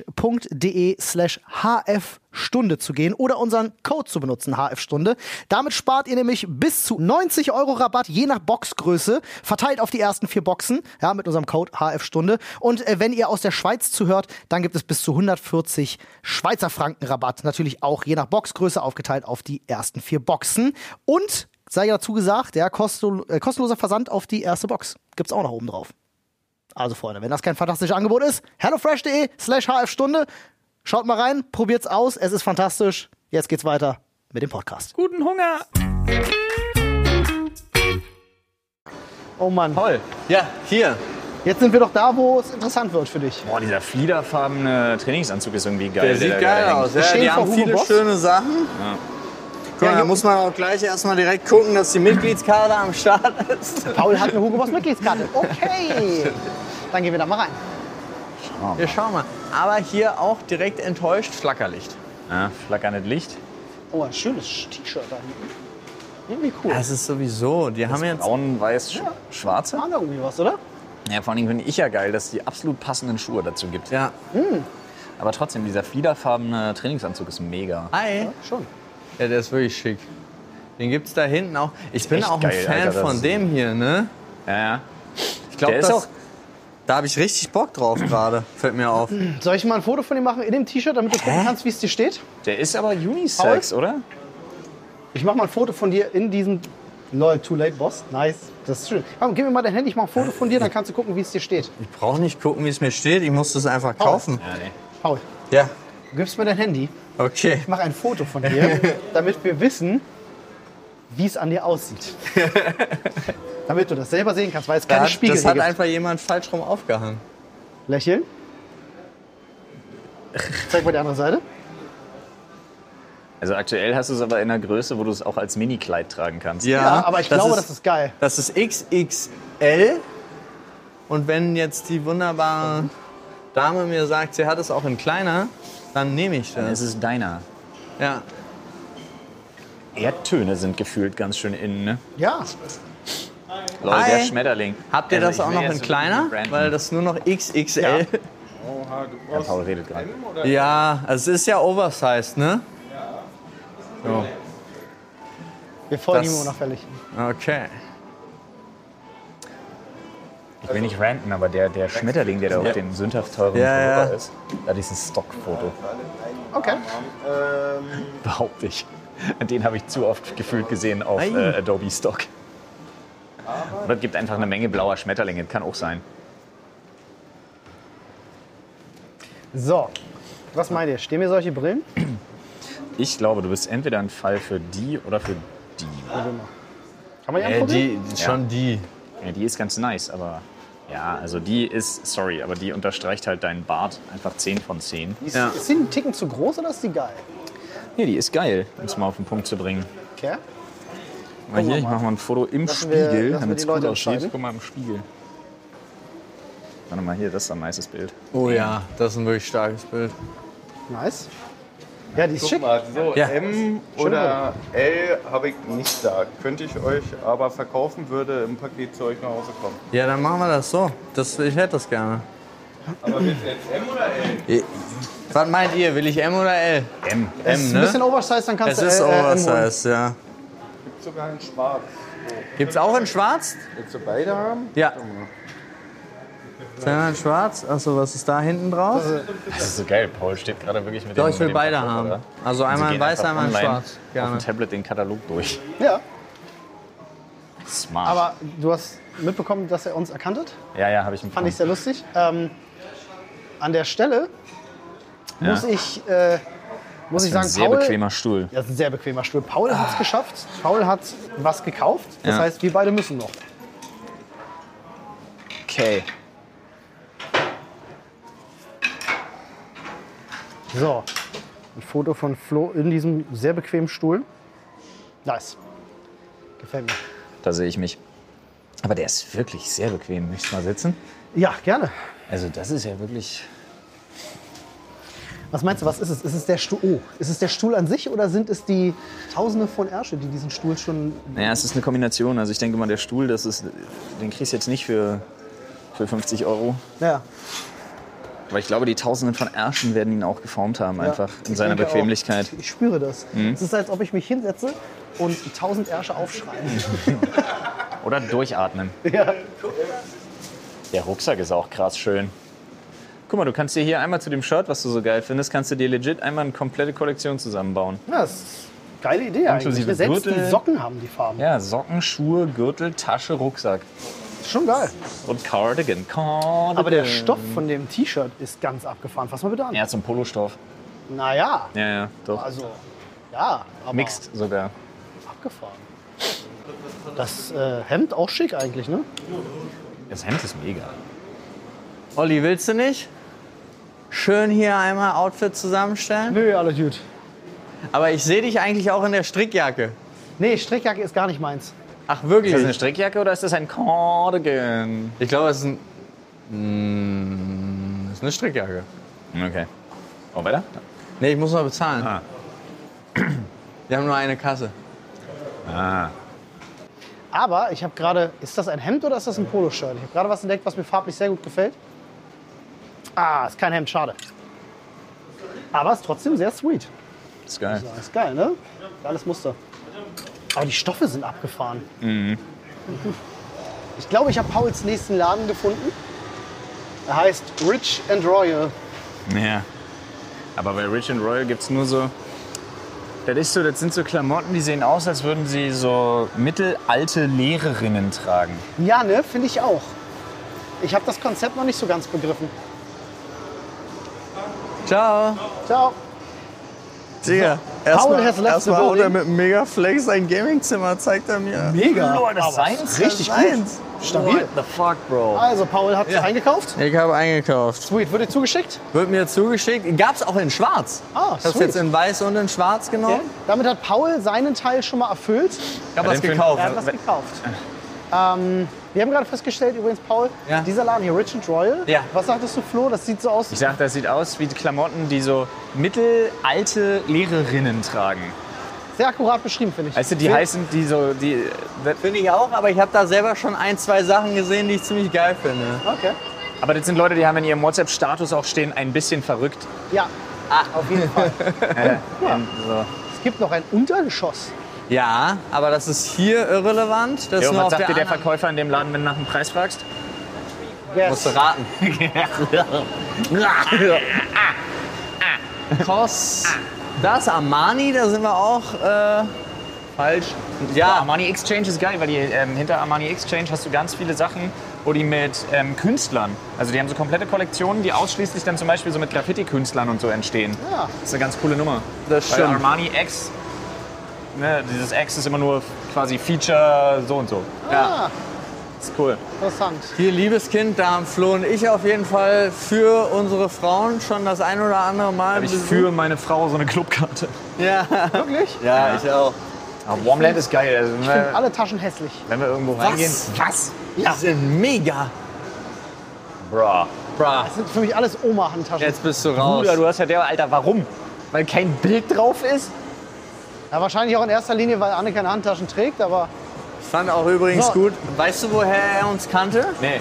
Speaker 1: hellofresh.de slash hf Stunde zu gehen oder unseren Code zu benutzen, HF-Stunde. Damit spart ihr nämlich bis zu 90 Euro Rabatt, je nach Boxgröße, verteilt auf die ersten vier Boxen, ja, mit unserem Code HF-Stunde. Und äh, wenn ihr aus der Schweiz zuhört, dann gibt es bis zu 140 Schweizer Franken Rabatt. Natürlich auch je nach Boxgröße aufgeteilt auf die ersten vier Boxen. Und, sei ja dazu gesagt, ja, kosto äh, kostenloser Versand auf die erste Box. Gibt's auch noch oben drauf. Also Freunde, wenn das kein fantastisches Angebot ist, hellofresh.de slash hfstunde. Schaut mal rein, probiert's aus, es ist fantastisch. Jetzt geht's weiter mit dem Podcast.
Speaker 5: Guten Hunger.
Speaker 1: Oh Mann,
Speaker 2: Toll. Ja, hier.
Speaker 1: jetzt sind wir doch da, wo es interessant wird für dich.
Speaker 3: Boah, dieser fliederfarbene Trainingsanzug ist irgendwie geil.
Speaker 2: Der sieht
Speaker 3: da
Speaker 2: geil
Speaker 3: gerade
Speaker 2: aus.
Speaker 3: hängt.
Speaker 2: Ja,
Speaker 1: stehen
Speaker 2: die
Speaker 1: vor
Speaker 2: haben
Speaker 1: Hugo
Speaker 2: viele
Speaker 1: Boss.
Speaker 2: schöne Sachen. Guck mal, da muss man auch gleich erstmal direkt gucken, dass die Mitgliedskarte am Start ist.
Speaker 1: Paul hat eine Hugo Boss Mitgliedskarte. Okay, dann gehen wir da mal rein.
Speaker 2: Wir schauen mal. Aber hier auch direkt enttäuscht Flackerlicht.
Speaker 3: Ja, ne, flackerndes Licht.
Speaker 1: Oh, ein schönes T-Shirt da hinten. Irgendwie cool.
Speaker 2: Das ist sowieso. Die haben jetzt
Speaker 3: Braun, weiß, sch schwarze.
Speaker 1: War da irgendwie was, oder?
Speaker 3: Ja, vor allen Dingen finde ich ja geil, dass es die absolut passenden Schuhe dazu gibt.
Speaker 2: ja.
Speaker 3: Aber trotzdem, dieser fliederfarbene Trainingsanzug ist mega.
Speaker 2: Hi.
Speaker 1: Schon.
Speaker 2: Ja, der ist wirklich schick. Den gibt's da hinten auch. Ich bin
Speaker 3: echt
Speaker 2: auch ein
Speaker 3: geil,
Speaker 2: Fan
Speaker 3: Alter, das
Speaker 2: von
Speaker 3: ist-
Speaker 2: dem hier, ne?
Speaker 3: Ja, ja.
Speaker 2: Ich glaube,
Speaker 3: Der ist
Speaker 2: das
Speaker 3: auch-
Speaker 2: da habe ich richtig Bock drauf gerade. Fällt mir auf.
Speaker 1: Soll ich mal ein Foto von dir machen in dem T-Shirt, damit du gucken kannst, wie es dir steht?
Speaker 3: Der ist aber Unisex, oder?
Speaker 1: Ich mach mal ein Foto von dir in diesem. Lol, too late, Boss. Nice. Das ist schön. Komm, gib mir mal dein Handy, ich mach ein Foto von dir, dann kannst du gucken, wie es dir steht.
Speaker 2: Ich brauche nicht gucken, wie es mir steht. Ich muss das einfach kaufen.
Speaker 3: Ja, nee.
Speaker 1: Paul,
Speaker 2: Ja.
Speaker 1: du gibst mir dein Handy,
Speaker 2: Okay.
Speaker 1: ich mach ein Foto von dir, damit wir wissen, wie es an dir aussieht. damit du das selber sehen kannst, weil es
Speaker 2: Da
Speaker 1: keine
Speaker 2: hat,
Speaker 1: Spiegel
Speaker 2: das hat
Speaker 1: hier gibt.
Speaker 2: einfach jemand falsch rum aufgehangen.
Speaker 1: Lächeln. Zeig mal die andere Seite.
Speaker 3: Also aktuell hast du es aber in einer Größe, wo du es auch als Mini-Kleid tragen kannst.
Speaker 1: Ja, aber ich glaube, das ist geil.
Speaker 2: Das ist XXL. Und wenn jetzt die wunderbare Dame mir sagt, sie hat es auch in kleiner, dann nehme ich
Speaker 3: Dann ist
Speaker 2: das.
Speaker 3: es deiner.
Speaker 2: Ja.
Speaker 3: Erdtöne sind gefühlt ganz schön innen, ne?
Speaker 1: Ja.
Speaker 3: Lol,
Speaker 2: Hi.
Speaker 3: der Schmetterling.
Speaker 2: Habt ihr
Speaker 3: Also,
Speaker 2: das
Speaker 3: ich
Speaker 2: auch
Speaker 3: will
Speaker 2: noch
Speaker 3: jetzt
Speaker 2: in
Speaker 3: so
Speaker 2: kleiner?
Speaker 3: branden.
Speaker 2: Weil das nur noch XXL.
Speaker 3: Ja, Paul redet gerade.
Speaker 2: Ja, also es ist ja oversized, ne?
Speaker 1: Wir folgen
Speaker 2: Das-
Speaker 1: ihm unauffällig.
Speaker 2: Okay.
Speaker 3: Ich will nicht ranten, aber der, der Schmetterling, der da auf dem sündhaft teuren
Speaker 2: Ja, ja.
Speaker 3: Pullover ist, das ist ein Stockfoto.
Speaker 1: Okay.
Speaker 3: Behaupte ich. Den habe ich zu oft gefühlt gesehen auf
Speaker 2: Ei.
Speaker 3: äh, Adobe Stock. Und das gibt einfach eine Menge blauer Schmetterlinge, kann auch sein.
Speaker 1: So. Was meint ihr? Stehen mir solche Brillen?
Speaker 3: Ich glaube, du bist entweder ein Fall für die oder für die.
Speaker 1: Kann man die
Speaker 2: Äh,
Speaker 1: anprobieren?
Speaker 2: die, Schon die.
Speaker 3: Ja, die ist ganz nice, aber ja, also die ist, sorry, aber die unterstreicht halt deinen Bart einfach 10 von 10.
Speaker 1: Ist,
Speaker 2: ja.
Speaker 1: ist die einen Ticken zu groß oder ist die geil?
Speaker 3: Nee, die ist geil, um es mal auf den Punkt zu bringen.
Speaker 1: Okay.
Speaker 3: Mal hier,
Speaker 1: wir
Speaker 3: ich
Speaker 1: mal.
Speaker 3: mache mal ein Foto im
Speaker 1: Lassen wir- lassen
Speaker 3: Spiegel,
Speaker 1: wir
Speaker 3: damit es
Speaker 1: die
Speaker 3: gut
Speaker 1: Leute
Speaker 3: aussieht.
Speaker 1: entscheiden.
Speaker 3: Guck mal im Spiegel. Warte mal, hier, das ist ein nices Bild.
Speaker 2: Oh ja, das ist ein wirklich starkes Bild.
Speaker 1: Nice. Ja, die ist schick.
Speaker 6: Mal, so,
Speaker 2: Ja.
Speaker 6: M oder L habe ich nicht da. Könnte ich euch aber verkaufen, würde im Paket zu euch nach Hause kommen.
Speaker 2: Ja, dann machen wir das so. Das, ich hätte das gerne.
Speaker 6: Aber jetzt M oder L?
Speaker 2: Ich, Was meint ihr? Will ich M oder L?
Speaker 3: M.
Speaker 1: Das
Speaker 2: M,
Speaker 1: ist ein bisschen
Speaker 2: ne?
Speaker 1: oversized, dann kannst
Speaker 2: Es
Speaker 1: du
Speaker 2: ist
Speaker 1: äh, äh, M holen.
Speaker 2: Oversize, ja.
Speaker 6: Gibt sogar in Schwarz.
Speaker 2: Gibt's auch in Schwarz?
Speaker 6: Willst du beide haben?
Speaker 2: Ja. Zweimal in Schwarz. Achso, was ist da hinten drauf?
Speaker 3: Das ist so geil. Paul steht gerade wirklich mit
Speaker 2: Doch,
Speaker 3: dem
Speaker 2: ich will
Speaker 3: mit dem
Speaker 2: beide
Speaker 3: Katalog,
Speaker 2: haben.
Speaker 3: oder?
Speaker 2: Also
Speaker 3: Sie
Speaker 2: einmal in
Speaker 3: gehen
Speaker 2: weiß,
Speaker 3: einfach
Speaker 2: einmal in
Speaker 3: online
Speaker 2: schwarz.
Speaker 3: Auf
Speaker 2: Gerne.
Speaker 3: dem Tablet den Katalog durch.
Speaker 1: Ja,
Speaker 3: Smart.
Speaker 1: aber du hast mitbekommen, dass er uns erkannt hat.
Speaker 3: ja, ja, habe ich
Speaker 1: Fand ich sehr lustig. Ähm, an der Stelle
Speaker 3: Ja.
Speaker 1: muss ich, äh, muss ich
Speaker 3: Ein
Speaker 1: sagen,
Speaker 3: sehr
Speaker 1: Paul,
Speaker 3: bequemer Stuhl.
Speaker 1: das ist ein sehr bequemer Stuhl. Paul hat es geschafft. Paul hat was gekauft. Das
Speaker 3: Ah. Ja.
Speaker 1: heißt, wir beide müssen noch.
Speaker 3: Okay.
Speaker 1: So, ein Foto von Flo in diesem sehr bequemen Stuhl. Nice. Gefällt mir.
Speaker 3: Da sehe ich mich. Aber der ist wirklich sehr bequem. Möchtest du mal sitzen?
Speaker 1: Ja, gerne.
Speaker 3: Also das ist ja wirklich...
Speaker 1: Was meinst du, was ist es? Ist es der Stuhl? Oh, ist es der Stuhl an sich oder sind es die Tausende von Ärsche, die diesen Stuhl schon.
Speaker 3: Naja, es ist eine Kombination. Also ich denke mal, der Stuhl, das ist, den kriegst du jetzt nicht für, für 50 Euro.
Speaker 1: Ja,
Speaker 3: Aber ich glaube, die Tausenden von Ärschen werden ihn auch geformt haben, einfach
Speaker 1: ja,
Speaker 3: in
Speaker 1: ich
Speaker 3: seiner
Speaker 1: denke auch.
Speaker 3: Bequemlichkeit. Mhm.
Speaker 1: Ich spüre das. Es ist, als ob ich mich hinsetze und tausend Ärsche aufschreien.
Speaker 3: Oder durchatmen.
Speaker 1: Ja.
Speaker 3: Der Rucksack ist auch krass schön. Guck mal, du kannst dir hier einmal zu dem Shirt, was du so geil findest, kannst du dir legit einmal eine komplette Kollektion zusammenbauen.
Speaker 1: Ja, das ist eine geile Idee eigentlich.
Speaker 3: Inklusive
Speaker 1: ne? Selbst die
Speaker 3: Gürtel.
Speaker 1: Socken haben die Farben.
Speaker 3: Ja, Socken, Schuhe, Gürtel, Tasche, Rucksack
Speaker 1: Ist schon geil.
Speaker 3: und Cardigan. Cardigan.
Speaker 1: Aber der Stoff von dem T-Shirt ist ganz abgefahren. Fass mal bitte an.
Speaker 3: Ja, zum Polostoff.
Speaker 1: Naja,
Speaker 3: Ja, ja, doch.
Speaker 1: also, ja, aber
Speaker 3: Mixed sogar.
Speaker 1: abgefahren. Das äh, Hemd auch schick eigentlich, ne?
Speaker 3: Das Hemd ist mega.
Speaker 2: Olli, willst du nicht? Schön hier einmal Outfit zusammenstellen.
Speaker 1: Nö, alles gut.
Speaker 2: Aber ich sehe dich eigentlich auch in der Strickjacke.
Speaker 1: Nee, Strickjacke ist gar nicht meins.
Speaker 2: Ach,
Speaker 3: Ist das eine
Speaker 2: wirklich?
Speaker 3: Strickjacke oder ist das ein Cardigan?
Speaker 2: Ich glaube, es ist ein. Mm, ist eine Strickjacke.
Speaker 3: Okay. Und weiter?
Speaker 2: Nee, ich muss noch bezahlen.
Speaker 3: Ah.
Speaker 2: Wir haben nur eine Kasse.
Speaker 3: Ah.
Speaker 1: Aber ich habe gerade, ist das ein Hemd oder ist das ein Poloshirt? Ich habe gerade was entdeckt, was mir farblich sehr gut gefällt. Ah, ist kein Hemd, schade. Aber ist trotzdem sehr sweet.
Speaker 3: Ist geil.
Speaker 1: Ja, ist geil, ne? Geiles Muster. Aber die Stoffe sind abgefahren. Ich glaube, ich habe Pauls nächsten Laden gefunden. Er heißt Rich and Royal.
Speaker 3: Ja. Aber bei Rich and Royal gibt es nur so. Das, ist so, das sind so Klamotten, die sehen aus, als würden sie so mittelalte Lehrerinnen tragen.
Speaker 1: Ja, ne? Finde ich auch. Ich habe das Konzept noch nicht so ganz begriffen.
Speaker 2: Ciao.
Speaker 1: Ciao.
Speaker 2: Digga,
Speaker 1: Paul has left the building.
Speaker 2: mit dem Megaflex sein Gamingzimmer, zeigt er mir.
Speaker 1: Mega.
Speaker 3: das Seins?
Speaker 1: Richtig gut.
Speaker 2: Eins.
Speaker 1: Stabil.
Speaker 3: the fuck, Bro?
Speaker 1: Also, Paul hat
Speaker 2: Ja.
Speaker 1: eingekauft.
Speaker 2: Ich habe eingekauft.
Speaker 1: Sweet, wurde dir zugeschickt?
Speaker 2: Wird mir zugeschickt. Gab's auch in schwarz.
Speaker 1: Ah,
Speaker 2: Ich hab's
Speaker 1: sweet.
Speaker 2: jetzt in weiß und in schwarz genommen.
Speaker 1: Damit hat Paul seinen Teil schon mal erfüllt.
Speaker 2: Ich habe
Speaker 3: Ja,
Speaker 2: was
Speaker 3: den Film-
Speaker 2: gekauft.
Speaker 1: Er hat was gekauft. Ähm, wir haben gerade festgestellt, übrigens, Paul,
Speaker 2: Ja.
Speaker 1: dieser Laden hier, Rich and Royal.
Speaker 2: Ja.
Speaker 1: Was sagtest du, Flo? Das sieht so aus.
Speaker 3: Ich sag, das sieht aus wie Klamotten, die so mittelalte Lehrerinnen tragen.
Speaker 1: Sehr akkurat beschrieben, finde ich.
Speaker 3: Weißt du, die heißen, die so. Die, das,
Speaker 2: Finde ich auch, aber ich habe da selber schon ein, zwei Sachen gesehen, die ich ziemlich geil finde.
Speaker 1: Okay.
Speaker 3: aber das sind Leute, die haben in ihrem WhatsApp-Status auch stehen, ein bisschen verrückt.
Speaker 1: Ja,
Speaker 2: Ah,
Speaker 1: auf jeden Fall.
Speaker 3: Äh, ähm, So.
Speaker 1: es gibt noch ein Untergeschoss.
Speaker 2: Ja, aber das ist hier irrelevant. Das ist
Speaker 3: Jo,
Speaker 2: nur
Speaker 3: was
Speaker 2: auf
Speaker 3: sagt
Speaker 2: der
Speaker 3: dir der
Speaker 2: anderen-
Speaker 3: Verkäufer in dem Laden, wenn du nach dem Preis fragst?
Speaker 2: Musst du raten. Kos. Das Armani, da sind wir auch. Äh,
Speaker 3: Falsch. Ja,
Speaker 2: Ja.
Speaker 3: Armani Exchange ist geil, weil die, ähm, hinter Armani Exchange hast du ganz viele Sachen, wo die mit ähm, Künstlern, also die haben so komplette Kollektionen, die ausschließlich dann zum Beispiel so mit Graffiti-Künstlern und so entstehen.
Speaker 1: Ja.
Speaker 3: Das ist eine ganz coole Nummer.
Speaker 2: Das
Speaker 3: Weil
Speaker 2: stimmt.
Speaker 3: Armani X, ne, dieses X ist immer nur quasi Feature so und so.
Speaker 1: Ja. Ah,
Speaker 3: Ist cool.
Speaker 1: interessant.
Speaker 2: hier, liebes Kind, da haben Flo und ich auf jeden Fall für unsere Frauen schon das ein oder andere Mal.
Speaker 3: Habe ich
Speaker 2: besucht.
Speaker 3: für meine Frau so eine Clubkarte.
Speaker 2: Ja.
Speaker 1: Wirklich?
Speaker 2: ja, ich auch.
Speaker 3: Aber Warmland ist geil. Also, wenn, wir,
Speaker 1: Alle Taschen hässlich.
Speaker 3: wenn wir irgendwo reingehen. Was?
Speaker 2: Ja. Die sind mega.
Speaker 3: Bra.
Speaker 2: Bra.
Speaker 1: Das sind für mich alles Oma-Handtaschen.
Speaker 2: Jetzt bist du raus.
Speaker 3: Bruder, du hast ja der, Alter, warum? Weil kein Bild drauf ist?
Speaker 1: Ja, wahrscheinlich auch in erster Linie, weil Anne keine Handtaschen trägt, aber
Speaker 2: Ich fand auch übrigens
Speaker 1: So.
Speaker 2: gut. Weißt du, woher er uns kannte?
Speaker 3: Nee.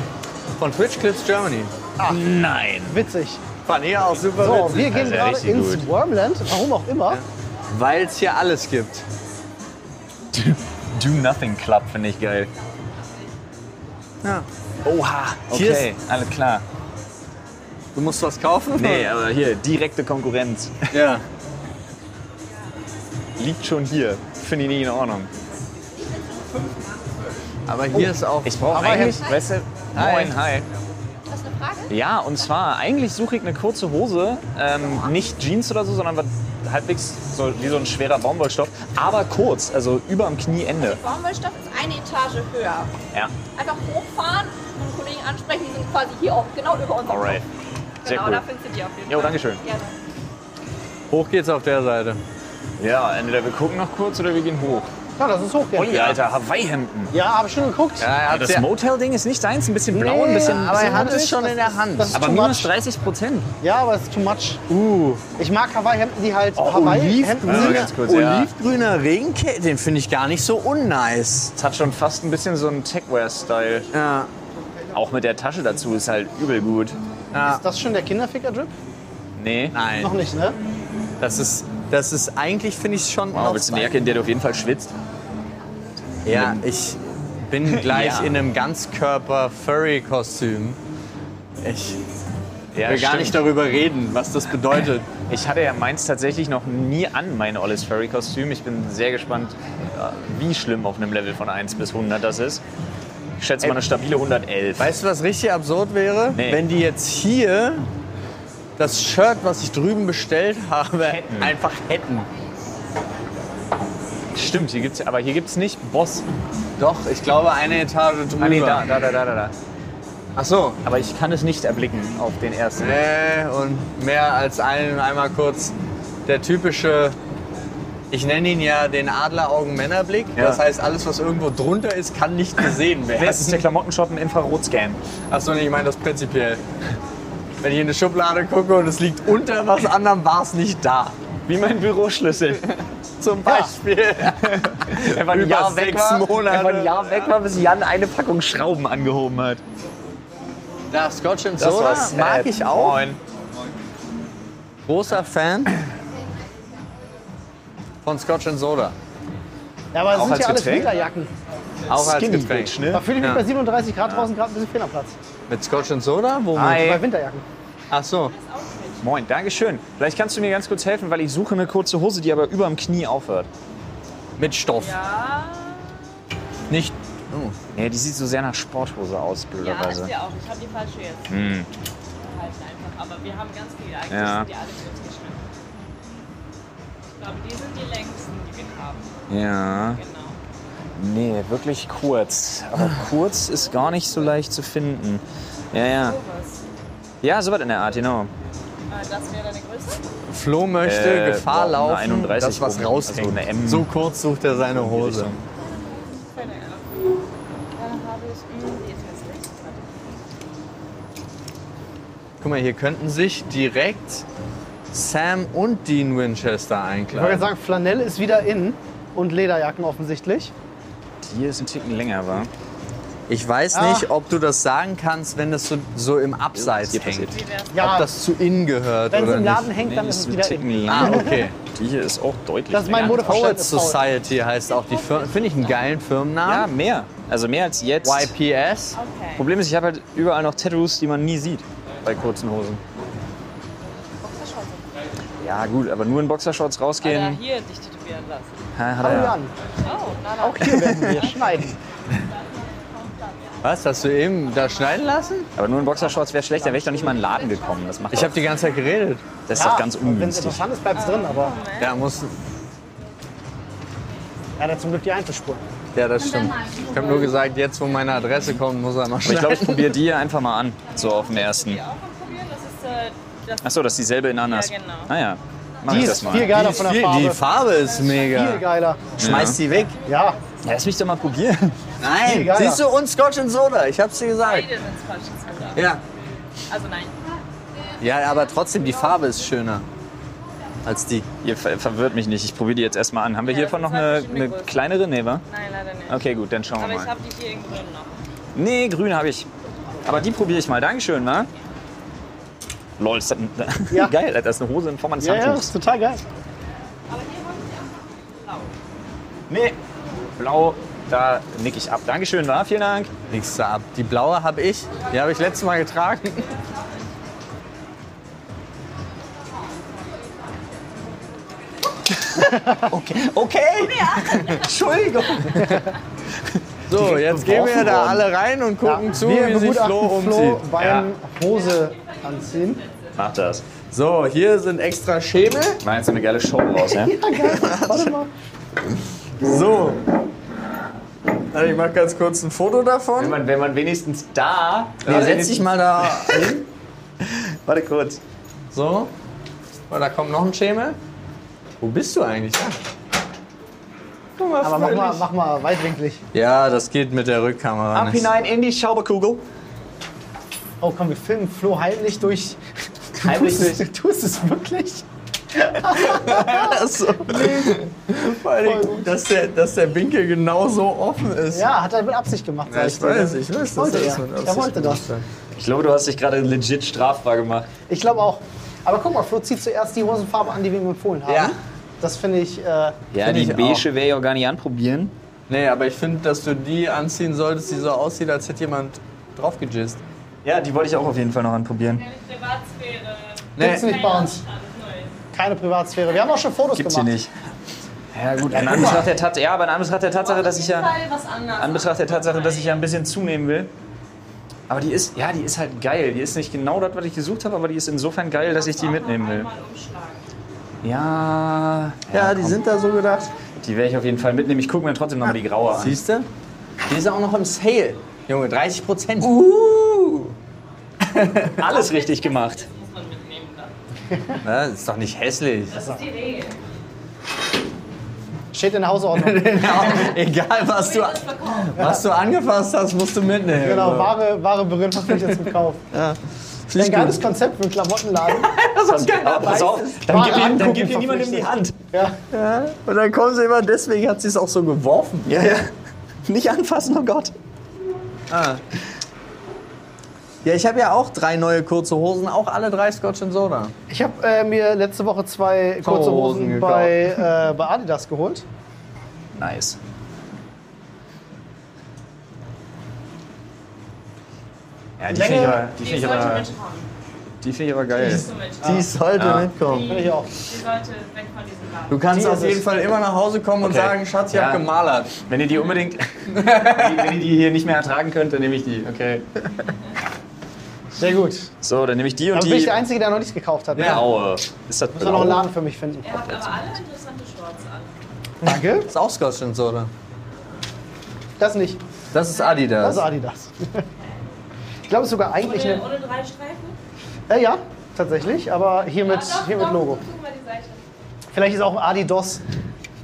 Speaker 2: Von Twitch Clips Germany.
Speaker 3: Nein.
Speaker 1: witzig.
Speaker 2: Fand ich auch super
Speaker 1: So,
Speaker 2: witzig.
Speaker 1: wir gehen
Speaker 3: ja
Speaker 1: gerade
Speaker 3: richtig
Speaker 1: ins
Speaker 3: gut.
Speaker 1: Wormland, warum auch immer.
Speaker 2: Weil es hier alles gibt.
Speaker 3: Do, Do Nothing Club finde ich geil.
Speaker 2: Oha, hier
Speaker 3: Okay, alles klar.
Speaker 2: ist, du musst was kaufen?
Speaker 3: Nee, aber hier, direkte Konkurrenz.
Speaker 2: Ja.
Speaker 3: Liegt schon hier. Finde ich nicht in Ordnung.
Speaker 2: Aber hier ist auch.
Speaker 3: Ich brauche
Speaker 1: Aber
Speaker 3: eigentlich,
Speaker 1: Hemd.
Speaker 3: weißt du,
Speaker 2: Hi.
Speaker 3: moin, hi.
Speaker 4: Das ist eine Frage.
Speaker 3: Ja, und zwar, eigentlich suche ich eine kurze Hose, ähm, nicht Jeans oder so, sondern was halbwegs so, wie so ein schwerer Baumwollstoff, aber kurz, also über am Knieende.
Speaker 4: Baumwollstoff ist eine Etage höher.
Speaker 3: Ja,
Speaker 4: Einfach hochfahren und einen Kollegen ansprechen, die sind quasi hier auch genau über uns.
Speaker 3: alright. Sehr
Speaker 4: genau,
Speaker 3: cool.
Speaker 4: da findest du die auf jeden Fall.
Speaker 3: Jo, dankeschön.
Speaker 4: Gerne.
Speaker 2: Hoch geht's auf der Seite.
Speaker 3: Ja, entweder wir gucken noch kurz oder wir gehen hoch.
Speaker 1: Ja, das ist hochgehen.
Speaker 3: Ui, Alter, Hawaii-Hemden.
Speaker 1: Ja, habe ich schon geguckt.
Speaker 2: Ja, Äh, er hat's
Speaker 3: Das
Speaker 2: ja-
Speaker 3: Motel-Ding ist nicht deins, ein bisschen blau, ein bisschen.
Speaker 2: aber er hat
Speaker 1: hungrig,
Speaker 2: es schon
Speaker 1: das
Speaker 2: in der
Speaker 1: ist-
Speaker 2: Hand.
Speaker 1: das ist
Speaker 3: aber
Speaker 1: too
Speaker 3: minus
Speaker 1: much.
Speaker 3: 30 Prozent.
Speaker 1: Ja, aber es ist too much.
Speaker 2: Uh,
Speaker 1: Ich mag Hawaii-Hemden, die halt
Speaker 2: oh,
Speaker 1: Hawaii-Hemden
Speaker 3: Also
Speaker 1: sind.
Speaker 2: olivgrüner,
Speaker 3: ganz kurz, ja.
Speaker 2: olivgrüner Regencape, den finde ich gar nicht so unnice.
Speaker 3: Es hat schon fast ein bisschen so einen Techwear-Style.
Speaker 2: Ja,
Speaker 3: Auch mit der Tasche dazu ist halt übel gut.
Speaker 2: ja.
Speaker 1: Ist das schon der Kinderficker-Drip?
Speaker 3: Nee.
Speaker 1: Noch
Speaker 2: Nein,
Speaker 1: nicht, ne?
Speaker 2: das ist, das ist eigentlich finde ich schon
Speaker 3: Wow,
Speaker 2: noch
Speaker 3: willst du eine
Speaker 2: zwei-
Speaker 3: Jacke, in der du auf jeden Fall schwitzt?
Speaker 2: Ja, ich bin gleich
Speaker 3: Ja.
Speaker 2: in einem Ganzkörper-Furry-Kostüm. Ich
Speaker 3: Ja,
Speaker 2: will gar nicht darüber reden, was das bedeutet.
Speaker 3: Ich hatte ja meins tatsächlich noch nie an, mein Ollis Ferry Kostüm. Ich bin sehr gespannt, äh, wie schlimm auf einem Level von 1 bis 100 das ist. Ich schätze mal eine stabile 111.
Speaker 2: Weißt du, was richtig absurd wäre?
Speaker 3: Nee.
Speaker 2: Wenn die jetzt hier das Shirt, was ich drüben bestellt habe,
Speaker 3: Hätten.
Speaker 2: einfach hätten.
Speaker 3: Stimmt, hier gibt's, aber hier gibt es nicht Boss.
Speaker 2: Doch, ich glaube eine Etage drüber.
Speaker 3: Ah, nee, da, da, da, da, da. da.
Speaker 2: Ach so.
Speaker 3: Aber ich kann es nicht erblicken auf den ersten.
Speaker 2: Nee, Äh, und mehr als einen, einmal kurz der typische, ich nenne ihn ja den Adleraugen-Männerblick.
Speaker 3: Ja.
Speaker 2: Das heißt, alles, was irgendwo drunter ist, kann nicht gesehen werden.
Speaker 3: Das ist der Klamottenshop im Infrarotscan.
Speaker 2: Achso, nee, ich meine das prinzipiell. Wenn ich in eine Schublade gucke und es liegt unter was anderem, war es nicht da.
Speaker 3: Wie mein Büroschlüssel.
Speaker 2: Zum Beispiel.
Speaker 3: Er war ein
Speaker 2: Über
Speaker 3: Jahr weg
Speaker 2: sechs
Speaker 3: war,
Speaker 2: Monate.
Speaker 3: Er war ein Jahr weg war, bis Jan eine Packung Schrauben angehoben hat.
Speaker 2: Da, Scotch and Soda mag
Speaker 3: äh,
Speaker 2: ich auch.
Speaker 3: Moin.
Speaker 2: Großer Fan von Scotch and Soda.
Speaker 1: Ja, aber es
Speaker 3: Auch
Speaker 1: sind
Speaker 3: als
Speaker 1: ja alles
Speaker 3: Getränk?
Speaker 1: Winterjacken.
Speaker 2: Auch als
Speaker 3: Skinny
Speaker 2: Getränk.
Speaker 3: Bitch, ne?
Speaker 1: Da fühle ich mich
Speaker 2: Ja.
Speaker 1: bei 37 Grad draußen gerade ein bisschen fehl am Platz. Also
Speaker 2: Mit Scotch and Soda? Womit?
Speaker 3: Hi.
Speaker 1: Bei Winterjacken.
Speaker 2: Ach so.
Speaker 3: Moin, Dankeschön. Vielleicht kannst du mir ganz kurz helfen, weil ich suche eine kurze Hose, die aber über dem Knie aufhört.
Speaker 2: Mit Stoff. Nicht. Oh.
Speaker 3: Ja, die sieht so sehr nach Sporthose aus,
Speaker 4: Ja,
Speaker 3: blöderweise. Hm.
Speaker 4: ist ja auch. Ich habe die falsche jetzt. Halten einfach. Aber wir haben ganz viele. Eigentlich
Speaker 3: Ja.
Speaker 4: sind die alle kurz geschnitten. Ich glaube, die sind die längsten, die wir haben.
Speaker 3: Ja.
Speaker 4: Genau.
Speaker 3: Nee, wirklich kurz. Aber
Speaker 1: Ah.
Speaker 3: kurz ist gar nicht so leicht zu finden. Ja, ja. Ja, sowas in der Art, genau.
Speaker 4: Äh, Das wäre deine Größe?
Speaker 2: Flo möchte
Speaker 3: Äh,
Speaker 2: Gefahr
Speaker 3: boah, eine
Speaker 2: laufen,
Speaker 3: 31
Speaker 2: dass was
Speaker 3: oben.
Speaker 2: rauskommt.
Speaker 3: Also eine M.
Speaker 2: So kurz sucht er seine Hose.
Speaker 3: Richtung.
Speaker 4: Keine Ahnung. Dann habe ich. mh, Die ist hässlich.
Speaker 2: Guck mal, hier könnten sich direkt Sam und Dean Winchester
Speaker 1: Ich wollte
Speaker 2: einkleiden.
Speaker 1: gerade sagen, Flanell ist wieder in und Lederjacken offensichtlich.
Speaker 3: Hier ist ein Ticken länger, war.
Speaker 2: Ich weiß nicht, ob du das sagen kannst, wenn das so, so im Abseits
Speaker 3: Hier
Speaker 2: hängt.
Speaker 3: passiert.
Speaker 1: Ja,
Speaker 2: Ob das zu innen gehört
Speaker 1: wenn es
Speaker 2: oder
Speaker 1: im Laden
Speaker 2: nicht.
Speaker 1: hängt, dann ist es
Speaker 3: ein
Speaker 1: wieder in.
Speaker 3: Ticken
Speaker 2: Ah,
Speaker 3: länger.
Speaker 2: okay.
Speaker 3: Die hier ist auch deutlich
Speaker 1: Das ist mein
Speaker 3: länger.
Speaker 2: Poet
Speaker 1: Verständnis, Paul.
Speaker 2: Society heißt auch die Firma. Finde ich einen geilen
Speaker 3: Ja,
Speaker 2: Firmennamen.
Speaker 3: mehr. Also mehr als jetzt.
Speaker 2: YPS.
Speaker 4: Okay.
Speaker 3: Problem ist, ich habe halt überall noch Tattoos, die man nie sieht bei kurzen Hosen. Ja gut, aber nur in Boxershorts
Speaker 4: Ja,
Speaker 3: rausgehen.
Speaker 4: hier dich tätowieren lassen.
Speaker 3: Ha, hat
Speaker 1: Fangen
Speaker 3: er
Speaker 1: wir
Speaker 3: ja.
Speaker 1: an.
Speaker 4: Oh, na, na.
Speaker 1: Auch hier werden wir schneiden.
Speaker 2: Was, hast du eben da schneiden lassen?
Speaker 3: Aber nur in Boxershorts wäre schlecht, da wäre ich doch nicht mal in den Laden gekommen. Das, macht
Speaker 2: Ich habe die ganze Zeit geredet.
Speaker 3: das ist doch ganz
Speaker 1: Wenn es
Speaker 3: ungünstig.
Speaker 1: interessant ist, bleibt es drin, aber
Speaker 2: Ja, muss,
Speaker 1: er hat ja zum Glück die Einzelspur.
Speaker 2: ja das stimmt. Ich habe nur gesagt, jetzt wo meine Adresse kommt, muss er mal
Speaker 3: Aber ich glaube,
Speaker 2: schneiden.
Speaker 3: ich probiere die hier einfach mal an, so auf dem ersten.
Speaker 4: Auch mal probieren. Das ist. Äh, das
Speaker 3: Achso, das ist dieselbe in anders.
Speaker 4: Ja, genau.
Speaker 3: Naja, mach
Speaker 1: Die
Speaker 3: ich
Speaker 1: ist
Speaker 3: das mal.
Speaker 1: viel geiler von der
Speaker 2: die, die
Speaker 1: Farbe.
Speaker 2: Farbe ist
Speaker 1: Viel
Speaker 2: mega.
Speaker 1: geiler.
Speaker 2: Schmeiß die weg.
Speaker 1: Ja,
Speaker 3: Ja, lass mich doch mal probieren.
Speaker 1: Viel
Speaker 2: Nein,
Speaker 1: geiler.
Speaker 2: siehst du, und Scotch and Soda, ich hab's dir gesagt.
Speaker 4: beide sind falsch. oder?
Speaker 2: Ja.
Speaker 4: Also nein.
Speaker 2: ja, aber trotzdem, die Farbe ist schöner als die.
Speaker 3: Ihr ver verwirrt mich nicht, ich probiere die jetzt erstmal an. Haben wir
Speaker 4: Ja,
Speaker 3: hiervon
Speaker 4: das
Speaker 3: noch
Speaker 4: ist halt
Speaker 3: eine,
Speaker 4: verschiedene
Speaker 3: eine
Speaker 4: Größen.
Speaker 3: kleinere? Nee, wa?
Speaker 4: Nein, leider nicht.
Speaker 3: Okay, gut, dann schauen
Speaker 4: Aber
Speaker 3: wir
Speaker 4: ich
Speaker 3: mal.
Speaker 4: habe die hier in grün noch.
Speaker 3: Nee, grün habe ich. Aber die probiere ich mal. Dankeschön, ne? Lol, ist das ein,
Speaker 1: Ja.
Speaker 3: geil, Alter, das ist eine Hose in Form eines
Speaker 1: Ja, ja,
Speaker 3: Handtuchs.
Speaker 1: ist total geil.
Speaker 3: Nee, blau, da nick ich ab. Dankeschön, war, vielen Dank.
Speaker 2: Nix da ab. Die blaue habe ich. Die habe ich letztes Mal getragen.
Speaker 3: Okay, okay. Entschuldigung.
Speaker 2: So, jetzt gehen wir da alle rein und gucken zu, wie sich
Speaker 1: begutachten
Speaker 2: Flo umzieht.
Speaker 1: beim Hose anziehen.
Speaker 3: Mach das.
Speaker 2: So, hier sind extra Schemel.
Speaker 3: War jetzt eine geile Show raus, ja?
Speaker 1: Ja, geil. Warte mal.
Speaker 2: So. Also ich mache ganz kurz ein Foto
Speaker 3: Wenn
Speaker 2: davon.
Speaker 3: man, wenn man wenigstens da.
Speaker 2: Nee, setz dich mal da hin.
Speaker 3: Warte kurz.
Speaker 2: So. Oh, da kommt noch ein Schemel. Wo bist du eigentlich? Ja. Guck mal,
Speaker 1: Aber mach mal,
Speaker 2: fröhlich.
Speaker 1: mach mal weitwinklig.
Speaker 2: Ja, das geht mit der Rückkamera
Speaker 3: Ab
Speaker 2: nicht.
Speaker 3: hinein in die Schauberkugel.
Speaker 1: Oh komm, wir filmen Flo heimlich durch.
Speaker 3: Heimlich
Speaker 1: du, tust, du tust es wirklich?
Speaker 2: Das, so. Vor allen Dingen, dass, der, dass der Winkel genau so offen ist.
Speaker 1: Ja, hat er mit Absicht gemacht.
Speaker 2: Ja,
Speaker 1: sag
Speaker 2: ich
Speaker 1: dir.
Speaker 2: weiß, ich weiß, dass
Speaker 1: Wollte
Speaker 2: er das
Speaker 1: er.
Speaker 2: mit
Speaker 1: Er
Speaker 2: Absicht
Speaker 1: wollte das.
Speaker 2: gemacht
Speaker 3: Ich glaube, du hast dich gerade legit strafbar gemacht.
Speaker 1: Ich glaube auch. Aber guck mal, Flo zieht zuerst die Hosenfarbe an, die wir ihm empfohlen haben.
Speaker 2: Ja.
Speaker 1: Das finde ich. Äh,
Speaker 3: Ja,
Speaker 2: Find
Speaker 3: die
Speaker 2: ich auch.
Speaker 3: beige wäre ja auch gar nicht anprobieren.
Speaker 2: hat. Nee, aber ich finde, dass du die anziehen solltest, die so aussieht, als hätte jemand draufgejizzt.
Speaker 3: Ja, die wollte ich auch auf jeden Fall noch anprobieren.
Speaker 4: Keine Privatsphäre.
Speaker 1: gibt's nicht bei uns.
Speaker 4: Alles Neues.
Speaker 1: Keine Privatsphäre. Wir haben auch schon Fotos
Speaker 3: Gibt's hier
Speaker 1: gemacht.
Speaker 3: nicht. Ja gut, in Anbetracht der Tatsache, ja, aber in Anbetracht der Tatsache, dass ich ja,
Speaker 4: Fall halt was anderes.
Speaker 3: in Anbetracht der Tatsache, dass ich ja ein bisschen zunehmen will. Aber die ist, ja, die ist halt geil. Die ist nicht genau das, was ich gesucht habe, aber die ist insofern geil, dass ich die mitnehmen will.
Speaker 4: Mal umschlagen.
Speaker 3: Ja,
Speaker 2: Ja, die sind da so gedacht.
Speaker 3: die werde ich auf jeden Fall mitnehmen. Ich gucke mir trotzdem nochmal die graue an.
Speaker 2: Siehst du? Die ist auch noch im Sale. Junge, 30 Prozent. Uh.
Speaker 3: Alles richtig gemacht.
Speaker 4: Das muss man mitnehmen dann.
Speaker 2: Das ist doch nicht hässlich.
Speaker 4: Das ist die Regel.
Speaker 1: Steht in der Hausordnung.
Speaker 2: Egal, was du,
Speaker 4: Das verkauft.
Speaker 2: was du angefasst hast, musst du mitnehmen.
Speaker 1: genau, wahre, wahre Berührungsfläche zum Kauf. Ein geiles Konzept für einen Klamottenladen.
Speaker 3: Pass, pass auf, dann gib ihm, dann gib ihm niemandem die Hand.
Speaker 1: Ja.
Speaker 2: Und dann kommen sie immer, deswegen hat sie es auch so geworfen.
Speaker 3: Ja, ja. Nicht anfassen, oh Gott.
Speaker 2: Ah. Ja, ich habe ja auch drei neue kurze Hosen, auch alle drei Scotch and Soda.
Speaker 1: Ich habe äh, mir letzte Woche zwei kurze
Speaker 2: Hosen
Speaker 1: Hosen
Speaker 2: gekauft.
Speaker 1: bei, äh, bei Adidas geholt.
Speaker 3: Nice. Ja, die finde ich aber, die
Speaker 4: Die
Speaker 3: find ich aber, die find
Speaker 4: sollte mitkommen.
Speaker 3: ich aber geil.
Speaker 4: Die sollte
Speaker 2: Die sollte
Speaker 3: Ja.
Speaker 2: mitkommen.
Speaker 1: Finde ich auch.
Speaker 4: Die sollte weg von diesem
Speaker 2: Du
Speaker 4: Laden.
Speaker 2: kannst
Speaker 1: Die
Speaker 2: auf
Speaker 1: ist
Speaker 2: jeden
Speaker 1: es.
Speaker 2: Fall immer nach Hause kommen und
Speaker 3: Okay.
Speaker 2: sagen, Schatz, ich hab
Speaker 3: Ja.
Speaker 2: habe gemalert.
Speaker 3: Wenn ihr die unbedingt, wenn ihr- wenn ihr die hier nicht mehr ertragen könnt, dann nehme ich die. Okay.
Speaker 1: Sehr gut.
Speaker 3: So, dann nehme ich die und
Speaker 1: Aber bin ich
Speaker 3: die.
Speaker 1: der Einzige, der noch nichts gekauft hat. ne?
Speaker 3: Blaue. Ist das
Speaker 1: Muss man noch einen
Speaker 3: blau?
Speaker 1: Laden für mich finden.
Speaker 4: Er hat aber alle interessante Shorts an.
Speaker 1: Danke.
Speaker 2: Ist auch Scotch and Soda.
Speaker 1: Das nicht.
Speaker 2: Das ist Adidas.
Speaker 1: Das ist Adidas. Ich glaube, es ist sogar eigentlich
Speaker 4: Ohne,
Speaker 1: eine.
Speaker 4: ohne drei Streifen?
Speaker 1: Äh, ja, tatsächlich. Aber hier mit,
Speaker 4: Ah, doch,
Speaker 1: hier mit
Speaker 4: doch,
Speaker 1: Logo.
Speaker 4: guck mal die Seite.
Speaker 1: Vielleicht ist auch Adidas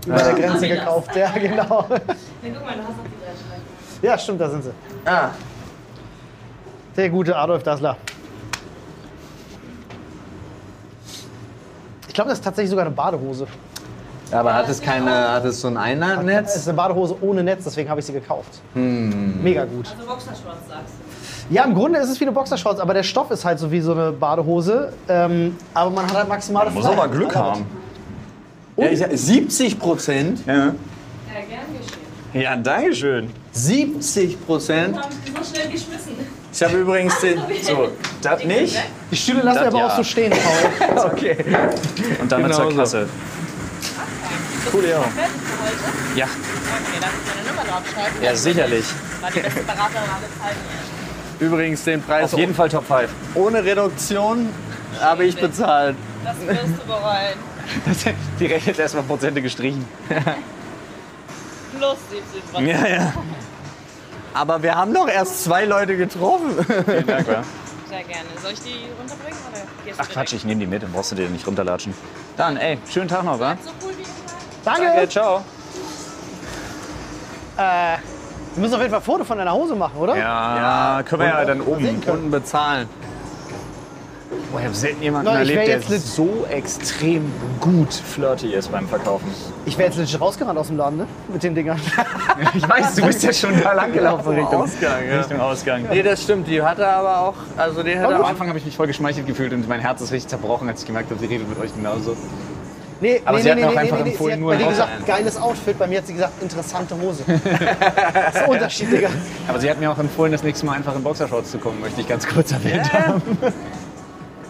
Speaker 1: über der Grenze
Speaker 4: Adidas.
Speaker 1: gekauft. Ja, genau.
Speaker 4: Na, guck mal, du hast noch die drei Streifen.
Speaker 1: Ja, stimmt, da sind sie.
Speaker 2: ah.
Speaker 1: Der gute Adolf Dassler. Ich glaube, das ist tatsächlich sogar eine Badehose.
Speaker 2: Aber hat es keine, hat es so ein
Speaker 1: Es ist
Speaker 2: Einladnetz?
Speaker 1: eine Badehose ohne Netz, deswegen habe ich sie gekauft.
Speaker 3: Hm.
Speaker 1: Mega gut.
Speaker 4: Also Boxershorts sagst du.
Speaker 1: Ja, im Grunde ist es wie eine Boxershorts, aber der Stoff ist halt so wie so eine Badehose. Ähm, aber man hat halt maximale
Speaker 3: Muss aber Glück
Speaker 1: Freiheit.
Speaker 3: haben.
Speaker 1: Oh.
Speaker 2: Ja, ich, 70 Prozent.
Speaker 3: Ja.
Speaker 4: Ja, gern geschehen.
Speaker 3: Ja, Dankeschön.
Speaker 2: 70 Prozent.
Speaker 4: Haben die so schnell geschmissen.
Speaker 2: Ich habe übrigens den. So.
Speaker 3: Das nicht?
Speaker 1: Die Stühle lassen wir
Speaker 3: Das
Speaker 1: aber
Speaker 3: ja.
Speaker 1: auch so stehen, Paul.
Speaker 2: Okay.
Speaker 3: Und damit
Speaker 2: Genau
Speaker 3: zur
Speaker 2: so.
Speaker 3: Kasse.
Speaker 2: Cool, ja.
Speaker 4: Fertig für heute.
Speaker 3: Ja,
Speaker 4: Okay, darf ich meine Nummer draufschreiben?
Speaker 3: ja, sicherlich.
Speaker 4: War die beste Beraterin aller Zeiten.
Speaker 2: Übrigens den Preis
Speaker 3: Auf jeden Fall Top 5.
Speaker 2: ohne Reduktion habe ich bezahlt.
Speaker 4: Das wirst du bereuen.
Speaker 3: Die rechnet erstmal Prozente gestrichen.
Speaker 4: Plus 70 Prozent.
Speaker 3: Ja, ja.
Speaker 2: Aber wir haben doch erst zwei Leute getroffen.
Speaker 3: Vielen Dank, wa?
Speaker 4: Sehr gerne. Soll ich die runterbringen oder gehst du
Speaker 3: Ach Quatsch, ich nehme die mit, dann brauchst du dir nicht runterlatschen. Dann, ey, schönen Tag noch, wa?
Speaker 4: direkt? So cool wie immer.
Speaker 1: Danke.
Speaker 3: ciao.
Speaker 1: Wir müssen auf jeden Fall ein Foto von deiner Hose machen, oder?
Speaker 3: Ja, können wir ja dann oben.
Speaker 2: Kunden bezahlen.
Speaker 3: Boah, ich habe selten jemanden
Speaker 1: Na, ich wär
Speaker 3: erlebt, der
Speaker 1: jetzt lit-
Speaker 3: so extrem gut flirty ist beim Verkaufen.
Speaker 1: Ich wäre jetzt legit rausgerannt aus dem Laden, ne? Mit den Dingern.
Speaker 3: Ich weiß, du bist ja schon da lang gelaufen Richtung
Speaker 2: Ausgang, ja.
Speaker 3: Richtung Ausgang.
Speaker 2: Nee, das stimmt. Die hatte aber auch, also die hatte
Speaker 3: Am
Speaker 2: auch
Speaker 3: Anfang habe ich mich voll geschmeichelt gefühlt und mein Herz ist richtig zerbrochen, als ich gemerkt habe, sie redet mit euch genauso.
Speaker 1: Nee,
Speaker 3: Aber
Speaker 1: nee,
Speaker 3: sie hat
Speaker 1: nee,
Speaker 3: mir
Speaker 1: nee,
Speaker 3: auch einfach
Speaker 1: nee, nee,
Speaker 3: empfohlen,
Speaker 1: Sie hat
Speaker 3: nur
Speaker 1: bei dir
Speaker 3: raus
Speaker 1: gesagt,
Speaker 3: rein.
Speaker 1: geiles Outfit. Bei mir hat sie gesagt, interessante Hose. das ist ein Unterschied, Digga.
Speaker 3: Aber sie hat mir auch empfohlen, das nächste Mal einfach in Boxershorts zu kommen, möchte ich ganz kurz erwähnt haben.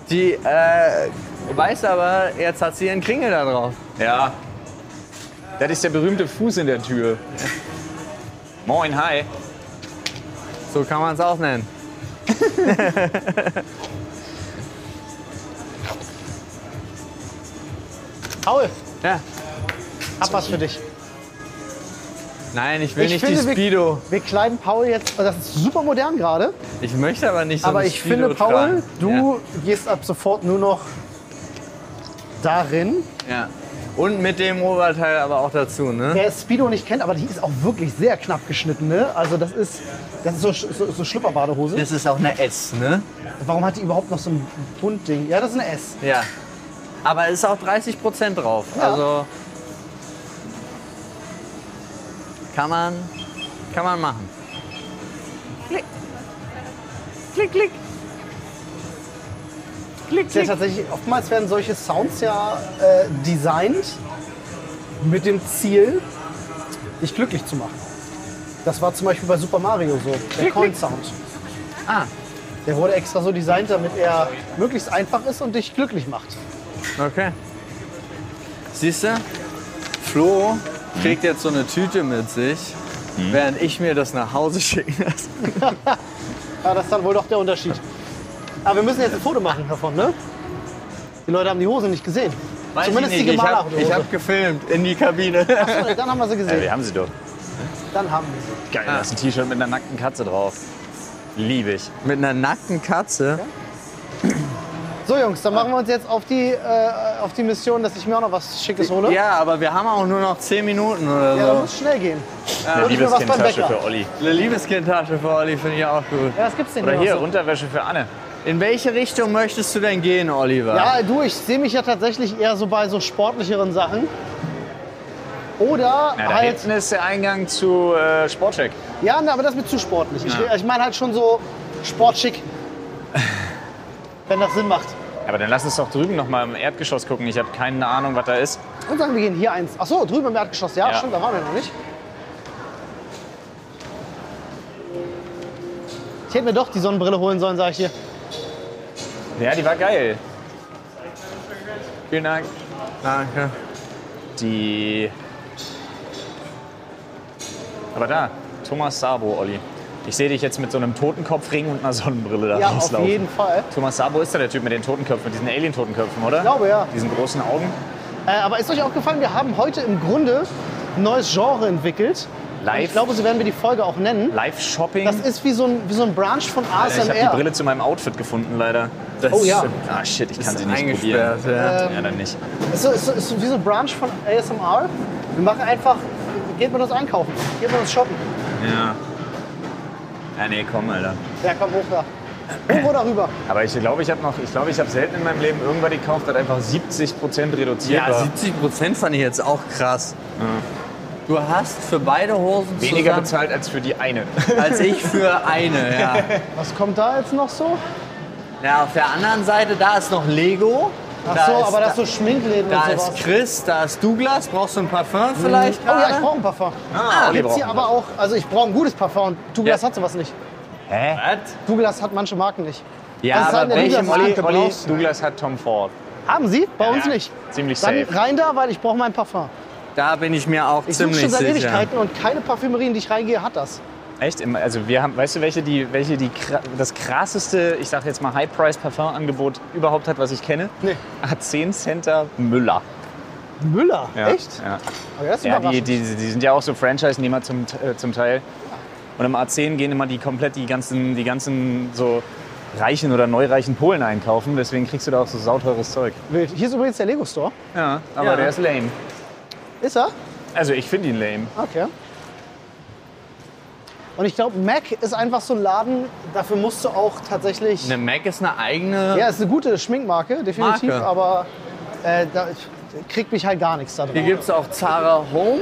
Speaker 2: Die äh, weiß aber, jetzt hat sie ihren Kringel da drauf.
Speaker 3: Ja. Das ist der berühmte Fuß in der Tür. Moin, hi.
Speaker 2: So kann man es auch nennen.
Speaker 1: Paul,
Speaker 2: Ja.
Speaker 1: hab was für dich.
Speaker 2: Nein, ich will
Speaker 1: Ich
Speaker 2: nicht
Speaker 1: finde,
Speaker 2: die
Speaker 1: wir-
Speaker 2: Speedo.
Speaker 1: Wir kleiden Paul jetzt, das ist super modern gerade,
Speaker 2: Ich möchte aber nicht so
Speaker 1: aber
Speaker 2: eine
Speaker 1: ich
Speaker 2: Speedo
Speaker 1: finde, Paul,
Speaker 2: tragen.
Speaker 1: du gehst ab sofort nur noch darin.
Speaker 2: Ja. ja. Und mit dem Oberteil aber auch dazu, ne?
Speaker 1: Wer Speedo nicht kennt, aber die ist auch wirklich sehr knapp geschnitten, ne? Also das ist, das ist so, Sch- so, so Schlüpperbadehose.
Speaker 2: Das ist auch eine S, ne?
Speaker 1: Warum hat die überhaupt noch so ein Buntding? Ja, das ist eine S.
Speaker 2: Ja. Aber es ist auch 30 Prozent drauf.
Speaker 1: Ja.
Speaker 2: Also kann man, kann man machen. Klick. Klick, klick. Klick,
Speaker 1: Ist ja
Speaker 2: klick.
Speaker 1: tatsächlich, oftmals werden solche Sounds ja äh, designt mit dem Ziel, dich glücklich zu machen. Das war zum Beispiel bei Super Mario so, der Coin-Sound.
Speaker 2: Ah,
Speaker 1: Der wurde extra so designt, damit er möglichst einfach ist und dich glücklich macht.
Speaker 2: okay. Siehst du? Flo kriegt jetzt so eine Tüte mit sich, während ich mir das nach Hause schicken lasse.
Speaker 1: Ja, das ist dann wohl doch der Unterschied. Aber wir müssen jetzt ein Foto machen davon, ne? Die Leute haben die Hose nicht gesehen.
Speaker 2: Weiß
Speaker 1: Zumindest
Speaker 2: ich
Speaker 1: die
Speaker 2: nicht. Ich
Speaker 1: gemahlhafte
Speaker 2: habe
Speaker 1: Hose.
Speaker 2: hab gefilmt in die Kabine.
Speaker 1: Achso, dann haben wir sie
Speaker 3: Ja,
Speaker 1: gesehen.
Speaker 3: wir haben sie doch.
Speaker 1: Dann haben wir sie.
Speaker 3: Geil, da ist ein T-Shirt mit einer nackten Katze drauf. Liebe ich.
Speaker 2: Mit einer nackten Katze.
Speaker 1: So Jungs, dann machen wir uns jetzt auf die, äh, auf die Mission, dass ich mir auch noch was Schickes hole.
Speaker 2: Ja, aber wir haben auch nur noch 10 Minuten oder
Speaker 1: Ja, da
Speaker 2: so.
Speaker 1: muss schnell gehen.
Speaker 3: Eine
Speaker 1: ich mir was beim
Speaker 3: Liebeskindtasche
Speaker 1: Bäcker.
Speaker 3: für Olli.
Speaker 2: Eine Liebeskindtasche für Olli finde ich auch gut.
Speaker 1: Ja, was gibt's denn
Speaker 3: Oder
Speaker 1: noch
Speaker 3: hier,
Speaker 1: so?
Speaker 3: Unterwäsche für Anne.
Speaker 2: In welche Richtung möchtest du denn gehen, Oliver?
Speaker 1: Ja, du, ich sehe mich ja tatsächlich eher so bei so sportlicheren Sachen. Oder
Speaker 3: Na, da
Speaker 1: halt.
Speaker 3: hinten ist der Eingang zu äh, Sportcheck.
Speaker 1: Ja, ne, aber das ist mir zu sportlich. Ich, ich meine halt schon so sportschick. Wenn das Sinn macht.
Speaker 3: Aber dann lass uns doch drüben noch mal im Erdgeschoss gucken. Ich habe keine Ahnung, was da ist.
Speaker 1: Und sagen, wir gehen hier eins. Achso, drüben im Erdgeschoss. Ja,
Speaker 3: Ja.
Speaker 1: stimmt, da waren wir noch nicht. Ich hätte mir doch die Sonnenbrille holen sollen, sage ich dir.
Speaker 3: Ja, die war geil. Vielen Dank.
Speaker 2: Danke.
Speaker 3: Die. Aber da, Thomas Sabo, Olli. Ich sehe dich jetzt mit so einem Totenkopfring und einer Sonnenbrille da
Speaker 1: Ja, auf
Speaker 3: rauslaufen.
Speaker 1: jeden Fall.
Speaker 3: Thomas Sabo ist da der Typ mit den Totenköpfen, mit diesen Alien-Totenköpfen, oder? Ich
Speaker 1: glaube, ja.
Speaker 3: Diesen großen Augen.
Speaker 1: Äh, aber ist euch aufgefallen, wir haben heute im Grunde ein neues Genre entwickelt.
Speaker 3: Live.
Speaker 1: Ich glaube, so werden wir die Folge auch nennen.
Speaker 3: Live-Shopping.
Speaker 1: Das ist wie so ein, wie so ein Branch von
Speaker 3: Alter, ich habe die
Speaker 1: ASMR.
Speaker 3: Brille zu meinem Outfit gefunden, leider. Das
Speaker 1: Oh ja.
Speaker 3: Ah, shit, ich kann
Speaker 2: Ist
Speaker 3: sie nicht probieren.
Speaker 2: eingesperrt, ja.
Speaker 3: Ja, dann nicht.
Speaker 1: Ist so, ist, so, ist so wie so ein Branch von ASMR. Wir machen einfach, geht mit uns einkaufen, geht mit uns shoppen.
Speaker 3: Ja. Ja, nee, komm, Alter.
Speaker 1: Ja, komm hoch da. Hoch oder rüber?
Speaker 3: Aber ich glaube, ich habe noch, ich glaube, ich habe selten in meinem Leben irgendwas gekauft, das einfach 70 reduziert
Speaker 2: Ja,
Speaker 3: war.
Speaker 2: 70 Prozent fand ich jetzt auch krass. Du hast für beide Hosen zusammen,
Speaker 3: Weniger bezahlt als für die eine.
Speaker 2: als ich für eine. Ja.
Speaker 1: Was kommt da jetzt noch so?
Speaker 2: ja, auf der anderen Seite, da ist noch Lego.
Speaker 1: Ach so,
Speaker 2: ist,
Speaker 1: aber das ist so Schminkläden
Speaker 2: Da
Speaker 1: und
Speaker 2: ist
Speaker 1: sowas.
Speaker 2: Chris, da ist Douglas. Brauchst du ein Parfum vielleicht?
Speaker 1: Oh ja, ich
Speaker 2: gerade?
Speaker 1: brauche ein Parfum.
Speaker 3: Ah, Olli
Speaker 1: Gibt's
Speaker 3: braucht
Speaker 1: hier
Speaker 3: einen
Speaker 1: aber auch, also ich brauche ein gutes Parfum. und Douglas
Speaker 2: Ja.
Speaker 1: hat sowas nicht.
Speaker 3: Hä?
Speaker 2: Was?
Speaker 1: Douglas hat manche Marken nicht.
Speaker 2: Ja,
Speaker 1: Das ist halt
Speaker 2: aber
Speaker 1: der
Speaker 2: welche
Speaker 1: Douglas
Speaker 2: Olli,
Speaker 1: Marke
Speaker 2: Olli,
Speaker 1: brauchst.
Speaker 3: Douglas hat Tom Ford.
Speaker 1: Haben Sie? Bei
Speaker 3: Ja,
Speaker 1: uns
Speaker 3: ja.
Speaker 1: nicht.
Speaker 3: Ziemlich
Speaker 1: Dann
Speaker 3: safe.
Speaker 1: rein da, weil ich brauche mein Parfum.
Speaker 2: Da bin ich mir auch
Speaker 1: Ich suche
Speaker 2: ziemlich
Speaker 1: schon seit
Speaker 2: sicher.
Speaker 1: Ewigkeiten und keine Parfümerie, in die ich reingehe, hat das.
Speaker 3: Echt? Im- Also wir haben, weißt du, welche die, welche die kra- das krasseste, ich sag jetzt mal High-Price-Parfum-Angebot überhaupt hat, was ich kenne?
Speaker 1: Nee.
Speaker 3: Hat 10 Center Müller.
Speaker 1: Müller?
Speaker 3: Ja.
Speaker 1: Echt?
Speaker 3: Ja.
Speaker 1: Okay, das ist
Speaker 3: Ja, die,
Speaker 1: überraschend.
Speaker 3: die, die sind ja auch so Franchise-Nehmer zum, äh, zum Teil. Und im A10 gehen immer die komplett die ganzen, die ganzen so reichen oder neureichen Polen einkaufen. Deswegen kriegst du da auch so sauteures Zeug.
Speaker 1: Wild. Hier ist übrigens der Lego-Store.
Speaker 3: Ja, aber der ist lame.
Speaker 1: Ist er?
Speaker 3: Also ich finde ihn lame.
Speaker 1: Okay. Und Und ich glaube, Mac ist einfach so ein Laden, dafür musst du auch tatsächlich.
Speaker 2: Eine Mac ist eine eigene.
Speaker 1: Ja, ist eine gute Schminkmarke, definitiv,
Speaker 2: Marke.
Speaker 1: aber äh, da kriegt mich halt gar nichts da
Speaker 2: Hier
Speaker 1: drin.
Speaker 2: gibt es auch Zara Home.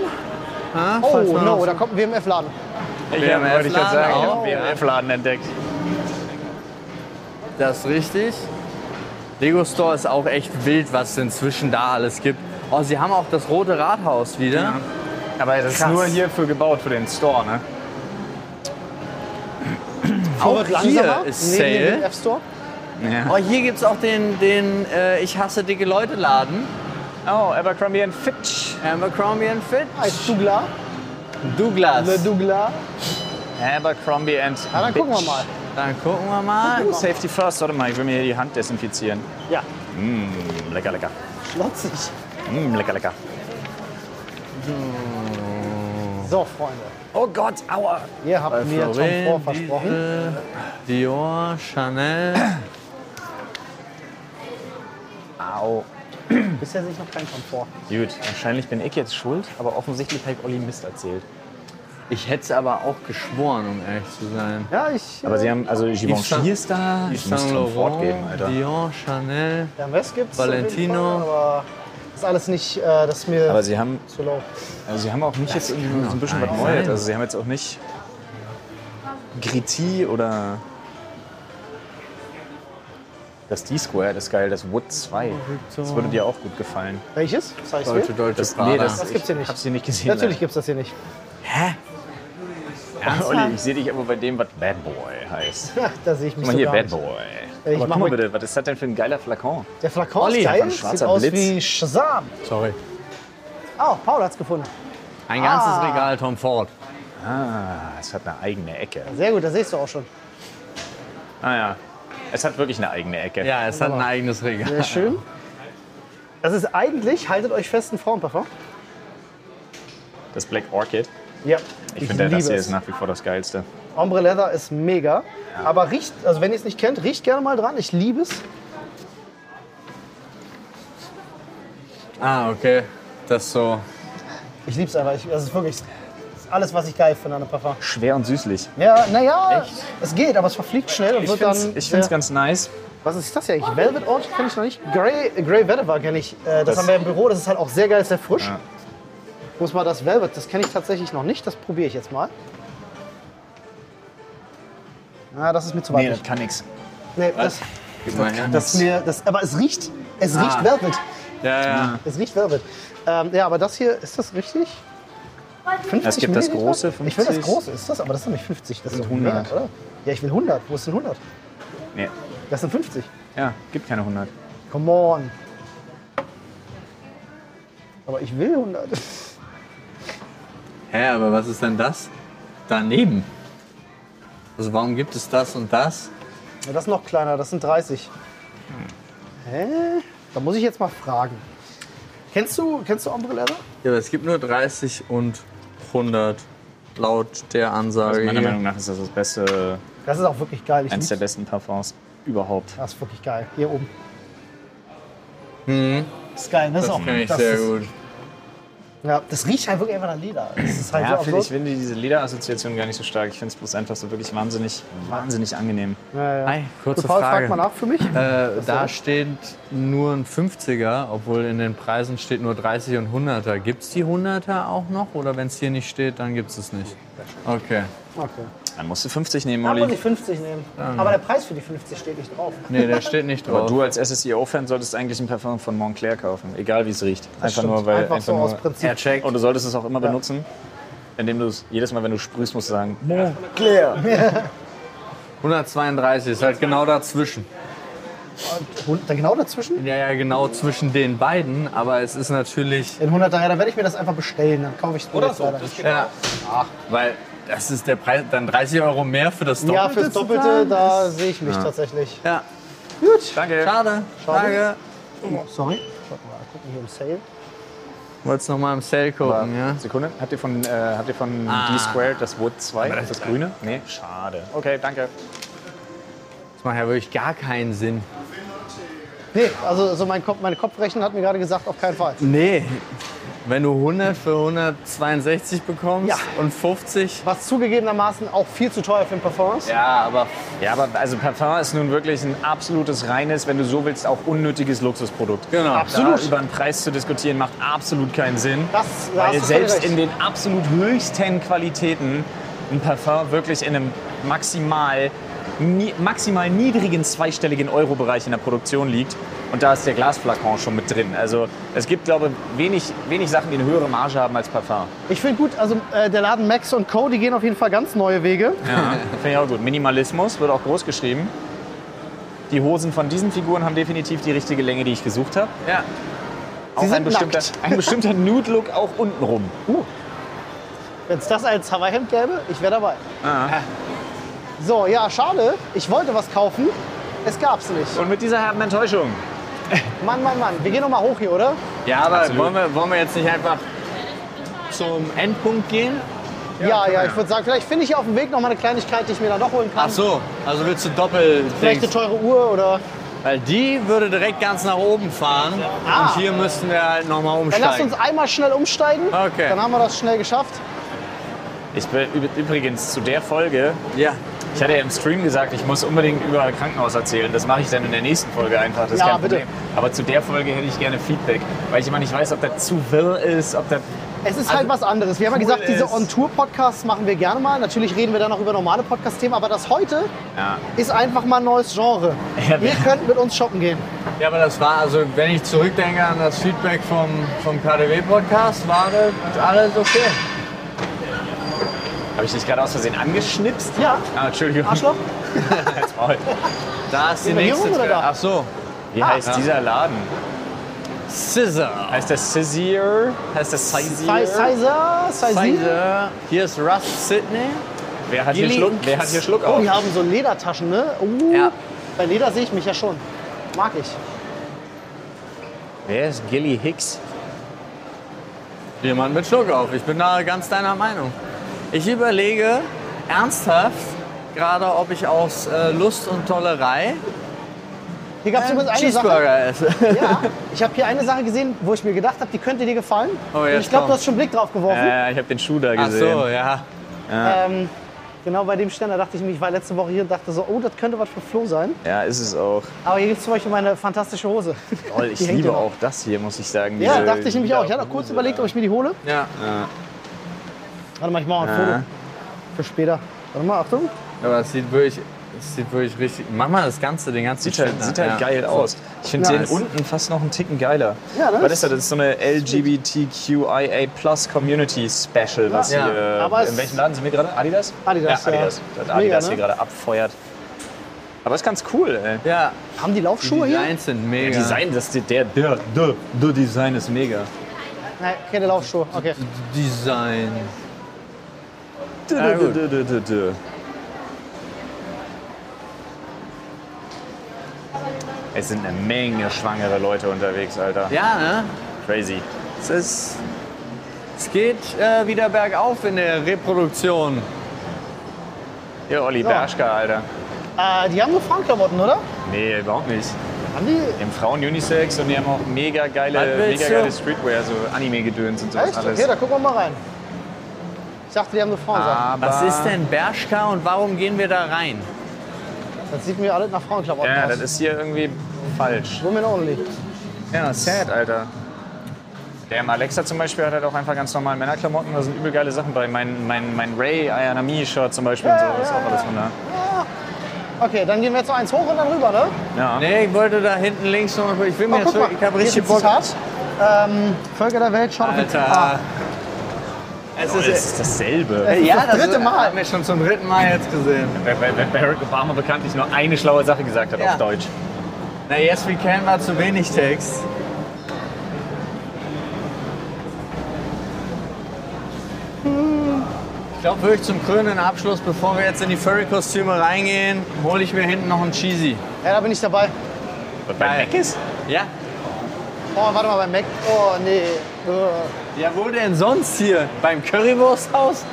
Speaker 2: Ja,
Speaker 1: Oh,
Speaker 2: falls man
Speaker 1: no,
Speaker 2: auf-
Speaker 1: da kommt ein WMF-Laden.
Speaker 3: Ja, wollte ich gerade sagen. Ich
Speaker 2: auch.
Speaker 3: habe einen BMF-Laden entdeckt.
Speaker 2: Das ist richtig. Lego Store ist auch echt wild, was es inzwischen da alles gibt. Oh, sie haben auch das Rote Rathaus wieder.
Speaker 1: Genau.
Speaker 3: Aber das
Speaker 2: Krass.
Speaker 3: ist nur hierfür gebaut, für den Store, ne?
Speaker 2: Auch
Speaker 1: Vorwärts langsamer,
Speaker 2: hier ist
Speaker 1: neben dem
Speaker 2: Sale.
Speaker 1: WMF-Store.
Speaker 2: Oh, hier gibt es auch den, den äh, Ich hasse dicke Leute Laden.
Speaker 3: Oh, Abercrombie and Fitch.
Speaker 2: Abercrombie and Fitch.
Speaker 1: Heißt Douglas,
Speaker 2: Douglas.
Speaker 1: Le Douglas.
Speaker 3: Abercrombie and
Speaker 1: Ja, dann gucken wir
Speaker 3: Fitch.
Speaker 1: mal.
Speaker 2: Dann gucken wir mal.
Speaker 3: Safety first, warte mal, ich will mir hier die Hand desinfizieren.
Speaker 1: Ja,
Speaker 3: Mm, Lecker, lecker.
Speaker 1: schlotzig.
Speaker 3: Mm, lecker, lecker.
Speaker 1: So, Freunde,
Speaker 3: Oh Gott, aua.
Speaker 1: ihr habt mir Tom
Speaker 2: Florin,
Speaker 1: Ford versprochen.
Speaker 2: Diesel, Dior, Chanel.
Speaker 3: Au.
Speaker 1: Bisher sehe ich noch keinen Komfort.
Speaker 3: Gut, wahrscheinlich bin ich jetzt schuld, aber offensichtlich hat Olli Mist erzählt.
Speaker 2: Ich hätte es aber auch geschworen, um ehrlich zu sein.
Speaker 1: Ja, ich.
Speaker 3: Aber sie haben, also Givenchy ist da.
Speaker 2: Yves
Speaker 3: Ich
Speaker 2: Saint
Speaker 3: muss Tom Ford
Speaker 2: Laurent,
Speaker 3: geben, Alter.
Speaker 2: Dior, Chanel.
Speaker 1: Ja, am Rest gibt's.
Speaker 2: Valentino.
Speaker 1: auf jeden Fall, aber ist alles nicht, äh, das ist mir
Speaker 3: Aber sie haben,
Speaker 1: zu low.
Speaker 3: also sie haben auch nicht jetzt irgendwie so ein bisschen was
Speaker 2: sein.
Speaker 3: Neues. Also sie haben jetzt auch nicht Gritti oder das D-Square, das ist geil, das Wood 2. Das würde dir auch gut gefallen.
Speaker 1: Welches? Das heißt
Speaker 2: Deutsche,
Speaker 1: Deutsche,
Speaker 2: deutsche
Speaker 3: Das,
Speaker 2: Prada.
Speaker 3: nee, das,
Speaker 1: Das gibt's hier nicht.
Speaker 3: Ich hab's hier nicht gesehen. ne?
Speaker 1: Natürlich gibt's das hier nicht.
Speaker 3: leider. Olli, ich sehe dich aber bei dem, was Bad Boy heißt.
Speaker 1: Ja, da sehe ich mich
Speaker 3: Guck mal
Speaker 1: so
Speaker 3: hier,
Speaker 1: gar
Speaker 3: Bad
Speaker 1: nicht.
Speaker 3: Boy.
Speaker 1: ich
Speaker 3: aber
Speaker 1: mach
Speaker 3: guck mal
Speaker 1: mal-
Speaker 3: bitte, was ist das denn für ein geiler Flakon?
Speaker 1: Der Flakon
Speaker 2: Olli,
Speaker 1: ist geil,
Speaker 3: ein schwarzer
Speaker 1: sieht aus
Speaker 3: Blitz.
Speaker 1: wie Shazam.
Speaker 2: Sorry.
Speaker 1: Oh, Paul hat's gefunden.
Speaker 2: Ein ganzes Regal Tom Ford.
Speaker 3: Ah, es hat eine eigene Ecke.
Speaker 1: Sehr gut, da siehst du auch schon.
Speaker 3: Ah ja. Es hat wirklich eine eigene Ecke.
Speaker 2: Ja, es hat ein eigenes Regal.
Speaker 1: Sehr schön. Das ist eigentlich, haltet euch fest, ein Frauenparfum.
Speaker 3: Das Black Orchid.
Speaker 1: Ja,
Speaker 3: Ich, finde, das hier
Speaker 1: es.
Speaker 3: ist ne? nach wie vor das Geilste.
Speaker 1: Ombre Leather ist mega. Aber riecht, also wenn ihr es nicht kennt, riecht gerne mal dran. Ich liebe es.
Speaker 2: Ah, okay. Das ist so.
Speaker 1: Ich liebe es einfach. Ich, das ist wirklich alles, was ich geil finde an einem Parfum.
Speaker 3: Schwer und süßlich.
Speaker 1: Ja, naja, es geht, aber es verfliegt schnell und
Speaker 3: Ich
Speaker 1: wird
Speaker 3: finde es
Speaker 1: dann. sehr-
Speaker 3: ganz nice.
Speaker 1: Was ist das hier eigentlich? Velvet Orange kenne ich noch nicht. Grey, Grey Vetiver kenne ich. Äh, das, haben wir im Büro. Das ist halt auch sehr geil, sehr frisch.
Speaker 3: Ja.
Speaker 1: Muss mal das Velvet, das kenne ich tatsächlich noch nicht. Das probiere ich jetzt mal. Ah, das ist mir zu weit. weg.
Speaker 3: kann nix.
Speaker 1: Nee, das,
Speaker 2: Gib mal her.
Speaker 1: das ist mir, das, aber es riecht, es riecht
Speaker 2: Ah.
Speaker 1: Velvet.
Speaker 2: Ja, ja.
Speaker 1: Es riecht Velvet. Ähm, ja, aber das hier, ist das richtig? 50
Speaker 3: Es gibt das
Speaker 1: Milliliter?
Speaker 3: große,
Speaker 1: Ich will das
Speaker 3: 50.
Speaker 1: große, ist das? Aber das sind nicht 50, das sind 100,
Speaker 3: 100.
Speaker 1: oder? Ja, ich will 100. Wo ist denn 100?
Speaker 3: Nee.
Speaker 1: Das sind 50.
Speaker 3: Ja, gibt keine 100.
Speaker 1: Come on. Aber ich will 100.
Speaker 2: Hä, aber was ist denn das? Daneben. Also warum gibt es das und das?
Speaker 1: Ja, Das ist noch kleiner, das sind 30. Hä? Da muss ich jetzt mal fragen. Kennst du, kennst du Ombre Leather?
Speaker 2: Ja, aber es gibt nur 30 und 100 laut der
Speaker 3: Also
Speaker 2: Ansage.
Speaker 3: meiner
Speaker 2: hier.
Speaker 3: Meinung nach ist das das beste,
Speaker 1: Das ist auch wirklich geil. Ich
Speaker 3: eines der
Speaker 1: lieb's.
Speaker 3: besten Parfums überhaupt.
Speaker 1: das ist wirklich geil. Hier oben. Das ist geil, ne?
Speaker 2: Hm. das
Speaker 1: ist auch
Speaker 2: kenne ich
Speaker 1: das
Speaker 2: sehr
Speaker 1: ist,
Speaker 2: gut.
Speaker 1: Ja, das riecht halt wirklich einfach nach Leder. Das ist halt
Speaker 3: Ja,
Speaker 1: so
Speaker 3: finde ich
Speaker 1: absurd.
Speaker 3: finde diese Lederassoziation gar nicht so stark. Ich finde es bloß einfach so wirklich wahnsinnig, wahnsinnig angenehm.
Speaker 1: ja, ja.
Speaker 2: Hi, kurze
Speaker 1: Du, äh, Paul,
Speaker 2: Frage.
Speaker 1: frag mal nach für mich.
Speaker 2: Äh,
Speaker 1: war
Speaker 2: da
Speaker 1: das?
Speaker 2: steht nur ein 50er, obwohl in den Preisen steht nur 30 und 100er. Gibt es die 100er auch noch? Oder wenn es hier nicht steht, dann gibt es es nicht? Okay.
Speaker 1: Okay.
Speaker 3: Dann musst du 50 nehmen,
Speaker 1: Kann man die
Speaker 3: Molly.
Speaker 1: 50 nehmen.
Speaker 2: Ah.
Speaker 1: Aber der Preis für die 50 steht nicht drauf.
Speaker 2: Nee, der steht nicht
Speaker 3: Aber
Speaker 2: drauf.
Speaker 3: du als SSEO-Fan solltest eigentlich ein Parfum von Montclair kaufen, egal wie es riecht.
Speaker 1: Das
Speaker 3: Einfach
Speaker 1: stimmt.
Speaker 3: nur, weil
Speaker 1: einfach, so
Speaker 3: nur
Speaker 1: aus Prinzip.
Speaker 2: er checkt.
Speaker 3: Und du solltest es auch immer benutzen, indem du es jedes Mal, wenn du sprühst, musst du sagen, Montclair.
Speaker 2: 132 ist halt genau dazwischen.
Speaker 1: Und da genau dazwischen?
Speaker 2: Ja, ja, genau zwischen den beiden, aber es ist natürlich.
Speaker 1: In 100 Tagen, dann werde ich mir das einfach bestellen. Dann kaufe ich es Oder so.
Speaker 2: Ja, weil das ist der Preis, dann 30 Euro mehr für das Doppelte.
Speaker 1: Ja, fürs
Speaker 2: zu zahlen.
Speaker 1: Doppelte, da sehe ich mich tatsächlich.
Speaker 2: Ja,
Speaker 1: Gut.
Speaker 3: Danke.
Speaker 2: schade. Schade.
Speaker 1: Oh, sorry. Warte mal, gucken hier im Sale.
Speaker 2: Wolltest noch mal im Sale gucken, ja?
Speaker 3: Sekunde, habt ihr von, äh, habt ihr von
Speaker 2: Ah.
Speaker 3: D-Squared das Wood 2, das, grüne? Nee, schade. Okay, danke.
Speaker 2: Das macht ja wirklich gar keinen Sinn.
Speaker 1: Nee, also so mein Kopf, meine Kopfrechnen hat mir gerade gesagt, auf keinen Fall.
Speaker 2: Nee. Wenn du 100 für 162 bekommst
Speaker 1: Ja.
Speaker 2: und 50.
Speaker 1: Was zugegebenermaßen auch viel zu teuer für ein Performance.
Speaker 3: Ja, aber, ja, aber also Parfum ist nun wirklich ein absolutes reines, wenn du so willst, auch unnötiges Luxusprodukt.
Speaker 2: Genau.
Speaker 3: Absolut. Da über einen Preis zu diskutieren macht absolut keinen Sinn.
Speaker 1: Das- da hast
Speaker 3: weil
Speaker 1: du
Speaker 3: selbst
Speaker 1: völlig recht.
Speaker 3: in den absolut höchsten Qualitäten ein Parfum wirklich in einem maximal, ni maximal niedrigen zweistelligen Euro-Bereich in der Produktion liegt. Und da ist der Glasflakon schon mit drin. Also es gibt, glaube ich, wenig, wenig Sachen, die eine höhere Marge haben als Parfum.
Speaker 1: Ich finde gut, also äh, der Laden Max und Co., die gehen auf jeden Fall ganz neue Wege.
Speaker 3: Finde ich auch gut. Minimalismus wird auch groß geschrieben. Die Hosen von diesen Figuren haben definitiv die richtige Länge, die ich gesucht habe.
Speaker 2: Ja.
Speaker 3: Auch
Speaker 1: sind
Speaker 3: ein bestimmter,
Speaker 1: nackt. Uh.
Speaker 3: ein bestimmter Nude-Look auch unten rum.
Speaker 1: Wenn es das als Hawaii-Hemd gäbe, ich wäre dabei.
Speaker 3: Ah.
Speaker 1: So, ja, schade. Ich wollte was kaufen. Es gab's nicht.
Speaker 3: Und mit dieser herben Enttäuschung.
Speaker 1: Mann, Mann, Mann. Wir gehen noch mal hoch hier, oder?
Speaker 2: Ja, aber
Speaker 3: Absolut.
Speaker 2: wollen wir, wollen wir jetzt nicht einfach zum Endpunkt gehen?
Speaker 1: Ja, ja, ich würde sagen, vielleicht finde ich hier auf dem Weg noch mal eine Kleinigkeit, die ich mir dann noch holen kann.
Speaker 2: Ach so, also willst du doppel
Speaker 1: Vielleicht eine teure Uhr oder.
Speaker 2: Weil die würde direkt ganz nach oben fahren.
Speaker 1: Ah.
Speaker 2: Und hier müssten wir halt nochmal
Speaker 1: Dann lass uns
Speaker 2: umsteigen.
Speaker 1: einmal schnell umsteigen.
Speaker 2: Okay.
Speaker 1: Dann haben wir das schnell geschafft.
Speaker 3: Ich bin üb- übrigens zu der Folge,
Speaker 2: Ja.
Speaker 3: ich hatte ja im Stream gesagt, ich muss unbedingt über Krankenhaus erzählen. Das mache ich dann in der nächsten Folge einfach. Das ist
Speaker 1: Ja,
Speaker 3: kein
Speaker 1: bitte.
Speaker 3: Problem. Aber zu der Folge hätte ich gerne Feedback. Weil ich immer nicht weiß, ob das zu will ist, ob das.
Speaker 1: Es ist halt was anderes. Wir haben ja
Speaker 3: cool
Speaker 1: gesagt, diese
Speaker 3: ist-
Speaker 1: On-Tour-Podcasts machen wir gerne mal. Natürlich reden wir dann auch über normale Podcast-Themen, aber das heute ist einfach mal ein neues Genre.
Speaker 3: Ja,
Speaker 1: Ihr
Speaker 3: wir-
Speaker 1: könnt mit uns shoppen gehen.
Speaker 2: Ja, aber das war, also wenn ich zurückdenke an das Feedback vom, vom KDW-Podcast, war das alles okay.
Speaker 3: Habe ich dich gerade aus Versehen angeschnipst?
Speaker 1: Ja.
Speaker 3: Ah, Entschuldigung.
Speaker 1: Arschloch?
Speaker 3: Halt's Maul.
Speaker 2: Da ist die
Speaker 1: wir hier
Speaker 2: nächste
Speaker 1: rum oder
Speaker 2: Tür.
Speaker 1: da?
Speaker 2: Ach so.
Speaker 1: Ah.
Speaker 3: Wie heißt dieser Laden?
Speaker 2: Scissor.
Speaker 3: Heißt das Sizier? Heißt das Sizier?
Speaker 1: Sizer, Sizer.
Speaker 2: Scissor. Hier ist Russ Sydney.
Speaker 3: Wer hat, hier
Speaker 2: Die
Speaker 3: Schluck,
Speaker 2: Links.
Speaker 3: wer hat hier Schluck
Speaker 1: Oh,
Speaker 3: auf?
Speaker 1: die haben so Ledertaschen, ne? Uh,
Speaker 2: Ja.
Speaker 1: Bei Leder sehe ich mich ja schon. Mag ich.
Speaker 3: Wer ist Gilly Hicks?
Speaker 2: Jemand mit Schluck auf. Ich bin da ganz deiner Meinung. Ich überlege ernsthaft gerade, ob ich aus äh, Lust und Tollerei
Speaker 1: Hier gab es übrigens eine Sache.
Speaker 2: Cheeseburger esse.
Speaker 1: Ja, ich habe hier eine Sache gesehen, wo ich mir gedacht habe, die könnte dir gefallen.
Speaker 2: Oh,
Speaker 1: Und
Speaker 2: jetzt
Speaker 1: ich glaube, du
Speaker 2: kommt's.
Speaker 1: hast schon einen Blick drauf geworfen.
Speaker 3: Äh, ich habe den Schuh da
Speaker 2: Ach
Speaker 3: gesehen.
Speaker 2: so, ja.
Speaker 1: Ähm, genau bei dem Ständer dachte ich mir, ich war letzte Woche hier und dachte so, oh, das könnte was für Flo sein.
Speaker 3: Ja, ist es auch.
Speaker 1: Aber hier gibt es zum Beispiel meine fantastische Hose.
Speaker 3: Toll, ich
Speaker 1: Die hängt
Speaker 3: liebe
Speaker 1: ja noch.
Speaker 3: auch das hier, muss ich sagen.
Speaker 1: Ja,
Speaker 3: Diese-
Speaker 1: dachte ich nämlich auch. Ich
Speaker 3: Ja,
Speaker 1: hatte auch kurz überlegt, ob ich mir die hole.
Speaker 2: ja.
Speaker 1: Warte mal, ich mache mal ein
Speaker 3: Ja.
Speaker 1: Foto. Für später. Warte mal, Achtung.
Speaker 2: Aber es sieht wirklich, es sieht wirklich richtig. Mach mal das Ganze, den ganzen
Speaker 3: Sieht halt,
Speaker 2: Schnitt
Speaker 3: sieht
Speaker 2: nach,
Speaker 3: halt
Speaker 2: ja.
Speaker 3: geil aus. Ich finde
Speaker 1: Nice.
Speaker 3: den unten fast noch einen Ticken geiler.
Speaker 1: Ja, ne?
Speaker 3: Was ist das? Das ist so eine LGBTQIA Community Special, was
Speaker 2: Ja.
Speaker 3: hier.
Speaker 1: Aber es-
Speaker 3: in welchem Laden sind wir gerade? Adidas?
Speaker 1: Adidas,
Speaker 3: Ja,
Speaker 1: ja.
Speaker 3: Adidas. Das
Speaker 1: Mega,
Speaker 3: Adidas
Speaker 1: ne?
Speaker 3: hier gerade abfeuert. Aber ist ganz cool, ey.
Speaker 2: Ja,
Speaker 1: Haben die
Speaker 2: die
Speaker 1: Laufschuhe hier?
Speaker 2: Designs sind mega.
Speaker 3: Design, das, der, der, der, der, der Design ist mega.
Speaker 1: Nein, keine Laufschuhe. Okay.
Speaker 2: Design.
Speaker 3: Ja,
Speaker 2: gut.
Speaker 3: dö, dö, dö, dö. Es sind eine Menge schwangere Leute unterwegs, Alter.
Speaker 2: Ja, ne?
Speaker 3: Crazy.
Speaker 2: Es ist. Es geht äh, wieder bergauf in der Reproduktion.
Speaker 3: Ja, Olli Berschka, Alter.
Speaker 1: Äh, die haben nur Frauenklamotten, oder?
Speaker 3: Nee, überhaupt nicht.
Speaker 1: Haben die?
Speaker 3: Die haben Frauen Unisex und die haben auch mega
Speaker 2: Was
Speaker 3: geile,
Speaker 2: willst
Speaker 3: mega
Speaker 2: du?
Speaker 3: geile Streetwear, so Anime-Gedöns und sowas
Speaker 1: Echt?
Speaker 3: alles.
Speaker 1: Okay, da gucken wir mal rein. Ich dachte, die haben nur Frauensachen.
Speaker 3: Aber
Speaker 2: Was ist denn Bershka und warum gehen wir da rein?
Speaker 1: Das sieht mir alles nach Frauenklamotten
Speaker 3: Ah. Ja,
Speaker 1: aus.
Speaker 3: das ist hier irgendwie falsch.
Speaker 1: Women only.
Speaker 3: Ja, sad, Alter. Der im Alexa zum Beispiel hat halt auch einfach ganz normale Männerklamotten, da sind übel geile Sachen bei. Mein, mein, mein Ray Ayanami-Shirt zum Beispiel und so, ist auch alles von da.
Speaker 1: Okay, dann gehen wir jetzt noch eins hoch und dann rüber, ne?
Speaker 3: Ja.
Speaker 2: Nee, ich wollte da hinten links noch. Ich will mir
Speaker 1: Oh,
Speaker 2: jetzt
Speaker 1: guck mal.
Speaker 2: wirklich, ich habe
Speaker 1: Hier ist
Speaker 2: richtig
Speaker 1: ein
Speaker 2: Bock.
Speaker 1: Zitat. Ähm, Völker der Welt, Ah, schaut auf den
Speaker 2: Alter. Es ist.
Speaker 3: Das ist dasselbe.
Speaker 1: ist das dritte Mal.
Speaker 2: Haben wir schon zum dritten Mal jetzt gesehen.
Speaker 3: Weil, weil, weil Barack Obama bekanntlich nur eine schlaue Sache gesagt hat
Speaker 2: Ja.
Speaker 3: auf Deutsch.
Speaker 2: Na, yes we can war zu wenig Text. Ich glaube wirklich zum krönenden Abschluss, bevor wir jetzt in die Furry-Kostüme reingehen, hole ich mir hinten noch einen Cheesy.
Speaker 1: Ja, da bin ich dabei.
Speaker 3: Und bei
Speaker 2: Geil.
Speaker 3: Mac ist?
Speaker 2: Ja?
Speaker 1: Oh, warte mal, beim Mac. Oh, nee. Äh,
Speaker 2: Ja, wo denn sonst hier? Beim Currywursthaus?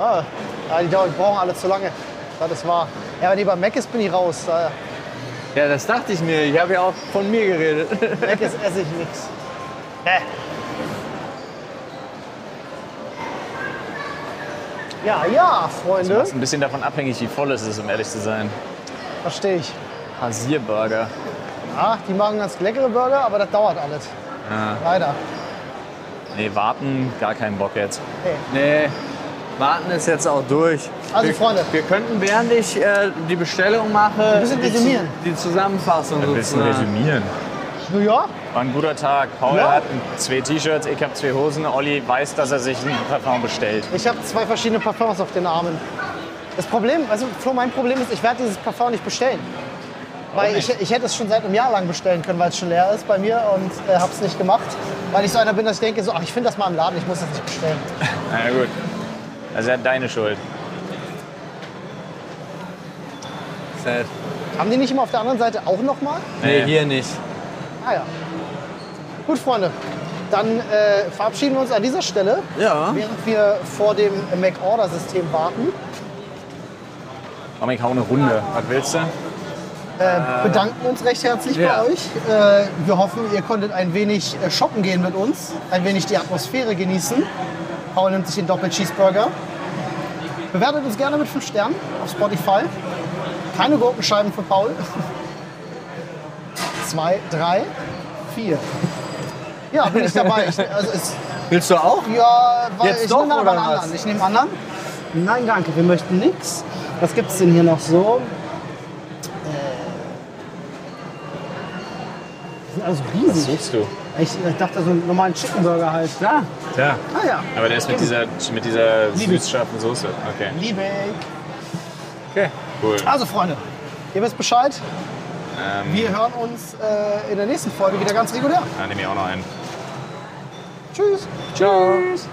Speaker 1: Ah, Äh, ja, die dauern, brauchen alle zu lange. Das ist wahr. Ja, wenn die beim Mac ist, bin ich raus. Da
Speaker 2: Ja, das dachte ich mir. Ich habe ja auch von mir geredet.
Speaker 1: Leckes esse ich nix. Hä? Ja, ja, Freunde.
Speaker 3: Das ist ein bisschen davon abhängig, wie voll es ist, um ehrlich zu sein.
Speaker 1: Verstehe ich.
Speaker 3: Hasierburger.
Speaker 1: Ah, die machen ganz leckere Burger, aber das dauert alles. Leider.
Speaker 3: Nee, warten, gar keinen Bock jetzt.
Speaker 2: Nee, warten ist jetzt auch durch.
Speaker 1: Also,
Speaker 2: wir,
Speaker 1: Freunde.
Speaker 2: Wir könnten, während ich äh, die Bestellung mache,
Speaker 1: bisschen
Speaker 2: die,
Speaker 1: resümieren.
Speaker 2: die Zusammenfassung
Speaker 3: Ein bisschen
Speaker 2: sozusagen.
Speaker 3: resümieren.
Speaker 1: New York?
Speaker 3: War ein guter Tag. Paul
Speaker 1: Ja.
Speaker 3: hat zwei T-Shirts, ich habe zwei Hosen. Olli weiß, dass er sich ein Parfum bestellt.
Speaker 1: Ich habe zwei verschiedene Parfums auf den Armen. Das Problem, also Flo, mein Problem ist, ich werde dieses Parfum nicht bestellen. Weil ich, ich hätte es schon seit einem Jahr lang bestellen können, weil es schon leer ist bei mir und äh, habe es nicht gemacht. Weil ich so einer bin, dass ich denke, so, ach, ich finde das mal im Laden, ich muss das nicht bestellen.
Speaker 3: Na gut. Also er hat deine Schuld.
Speaker 2: Sad.
Speaker 1: Haben die nicht immer auf der anderen Seite auch nochmal?
Speaker 2: Nee, hier nicht.
Speaker 1: Ah ja. Gut, Freunde, dann äh, verabschieden wir uns an dieser Stelle,
Speaker 2: Ja.
Speaker 1: während wir vor dem Make-Order-System warten.
Speaker 3: Komm, ich hau eine Runde. Was willst du?
Speaker 1: äh, bedanken uns recht herzlich
Speaker 2: ja.
Speaker 1: bei euch. Äh, wir hoffen, ihr konntet ein wenig äh, shoppen gehen mit uns, ein wenig die Atmosphäre genießen. Paul nimmt sich den Doppel-Cheeseburger. Bewertet uns gerne mit 5 Sternen auf Spotify. Keine Gurkenscheiben für Paul. Zwei, drei, vier. Ja, bin ich dabei. Ich, also es,
Speaker 2: Willst du auch?
Speaker 1: ja, weil
Speaker 2: Jetzt
Speaker 1: ich
Speaker 2: doch,
Speaker 1: nehme aber einen
Speaker 2: oder was?
Speaker 1: anderen. Ich nehme einen anderen. Nein, danke, wir möchten nichts. Was gibt's denn hier noch so? Äh, die sind also riesig.
Speaker 3: Suchst du?
Speaker 1: Ich, ich dachte, so einen normalen Chicken Burger halt.
Speaker 2: Ja.
Speaker 3: Ja.
Speaker 1: Ah ja.
Speaker 3: Aber der ist mit dieser, mit dieser
Speaker 1: Liebe.
Speaker 3: süß-scharfen Soße. Okay,
Speaker 1: Liebe.
Speaker 3: cool.
Speaker 1: Also, Freunde, ihr wisst Bescheid. Wir hören uns äh, in der nächsten Folge wieder ganz regulär.
Speaker 3: Dann nehme ich auch noch einen.
Speaker 1: Tschüss.
Speaker 2: Ciao.
Speaker 1: Tschüss.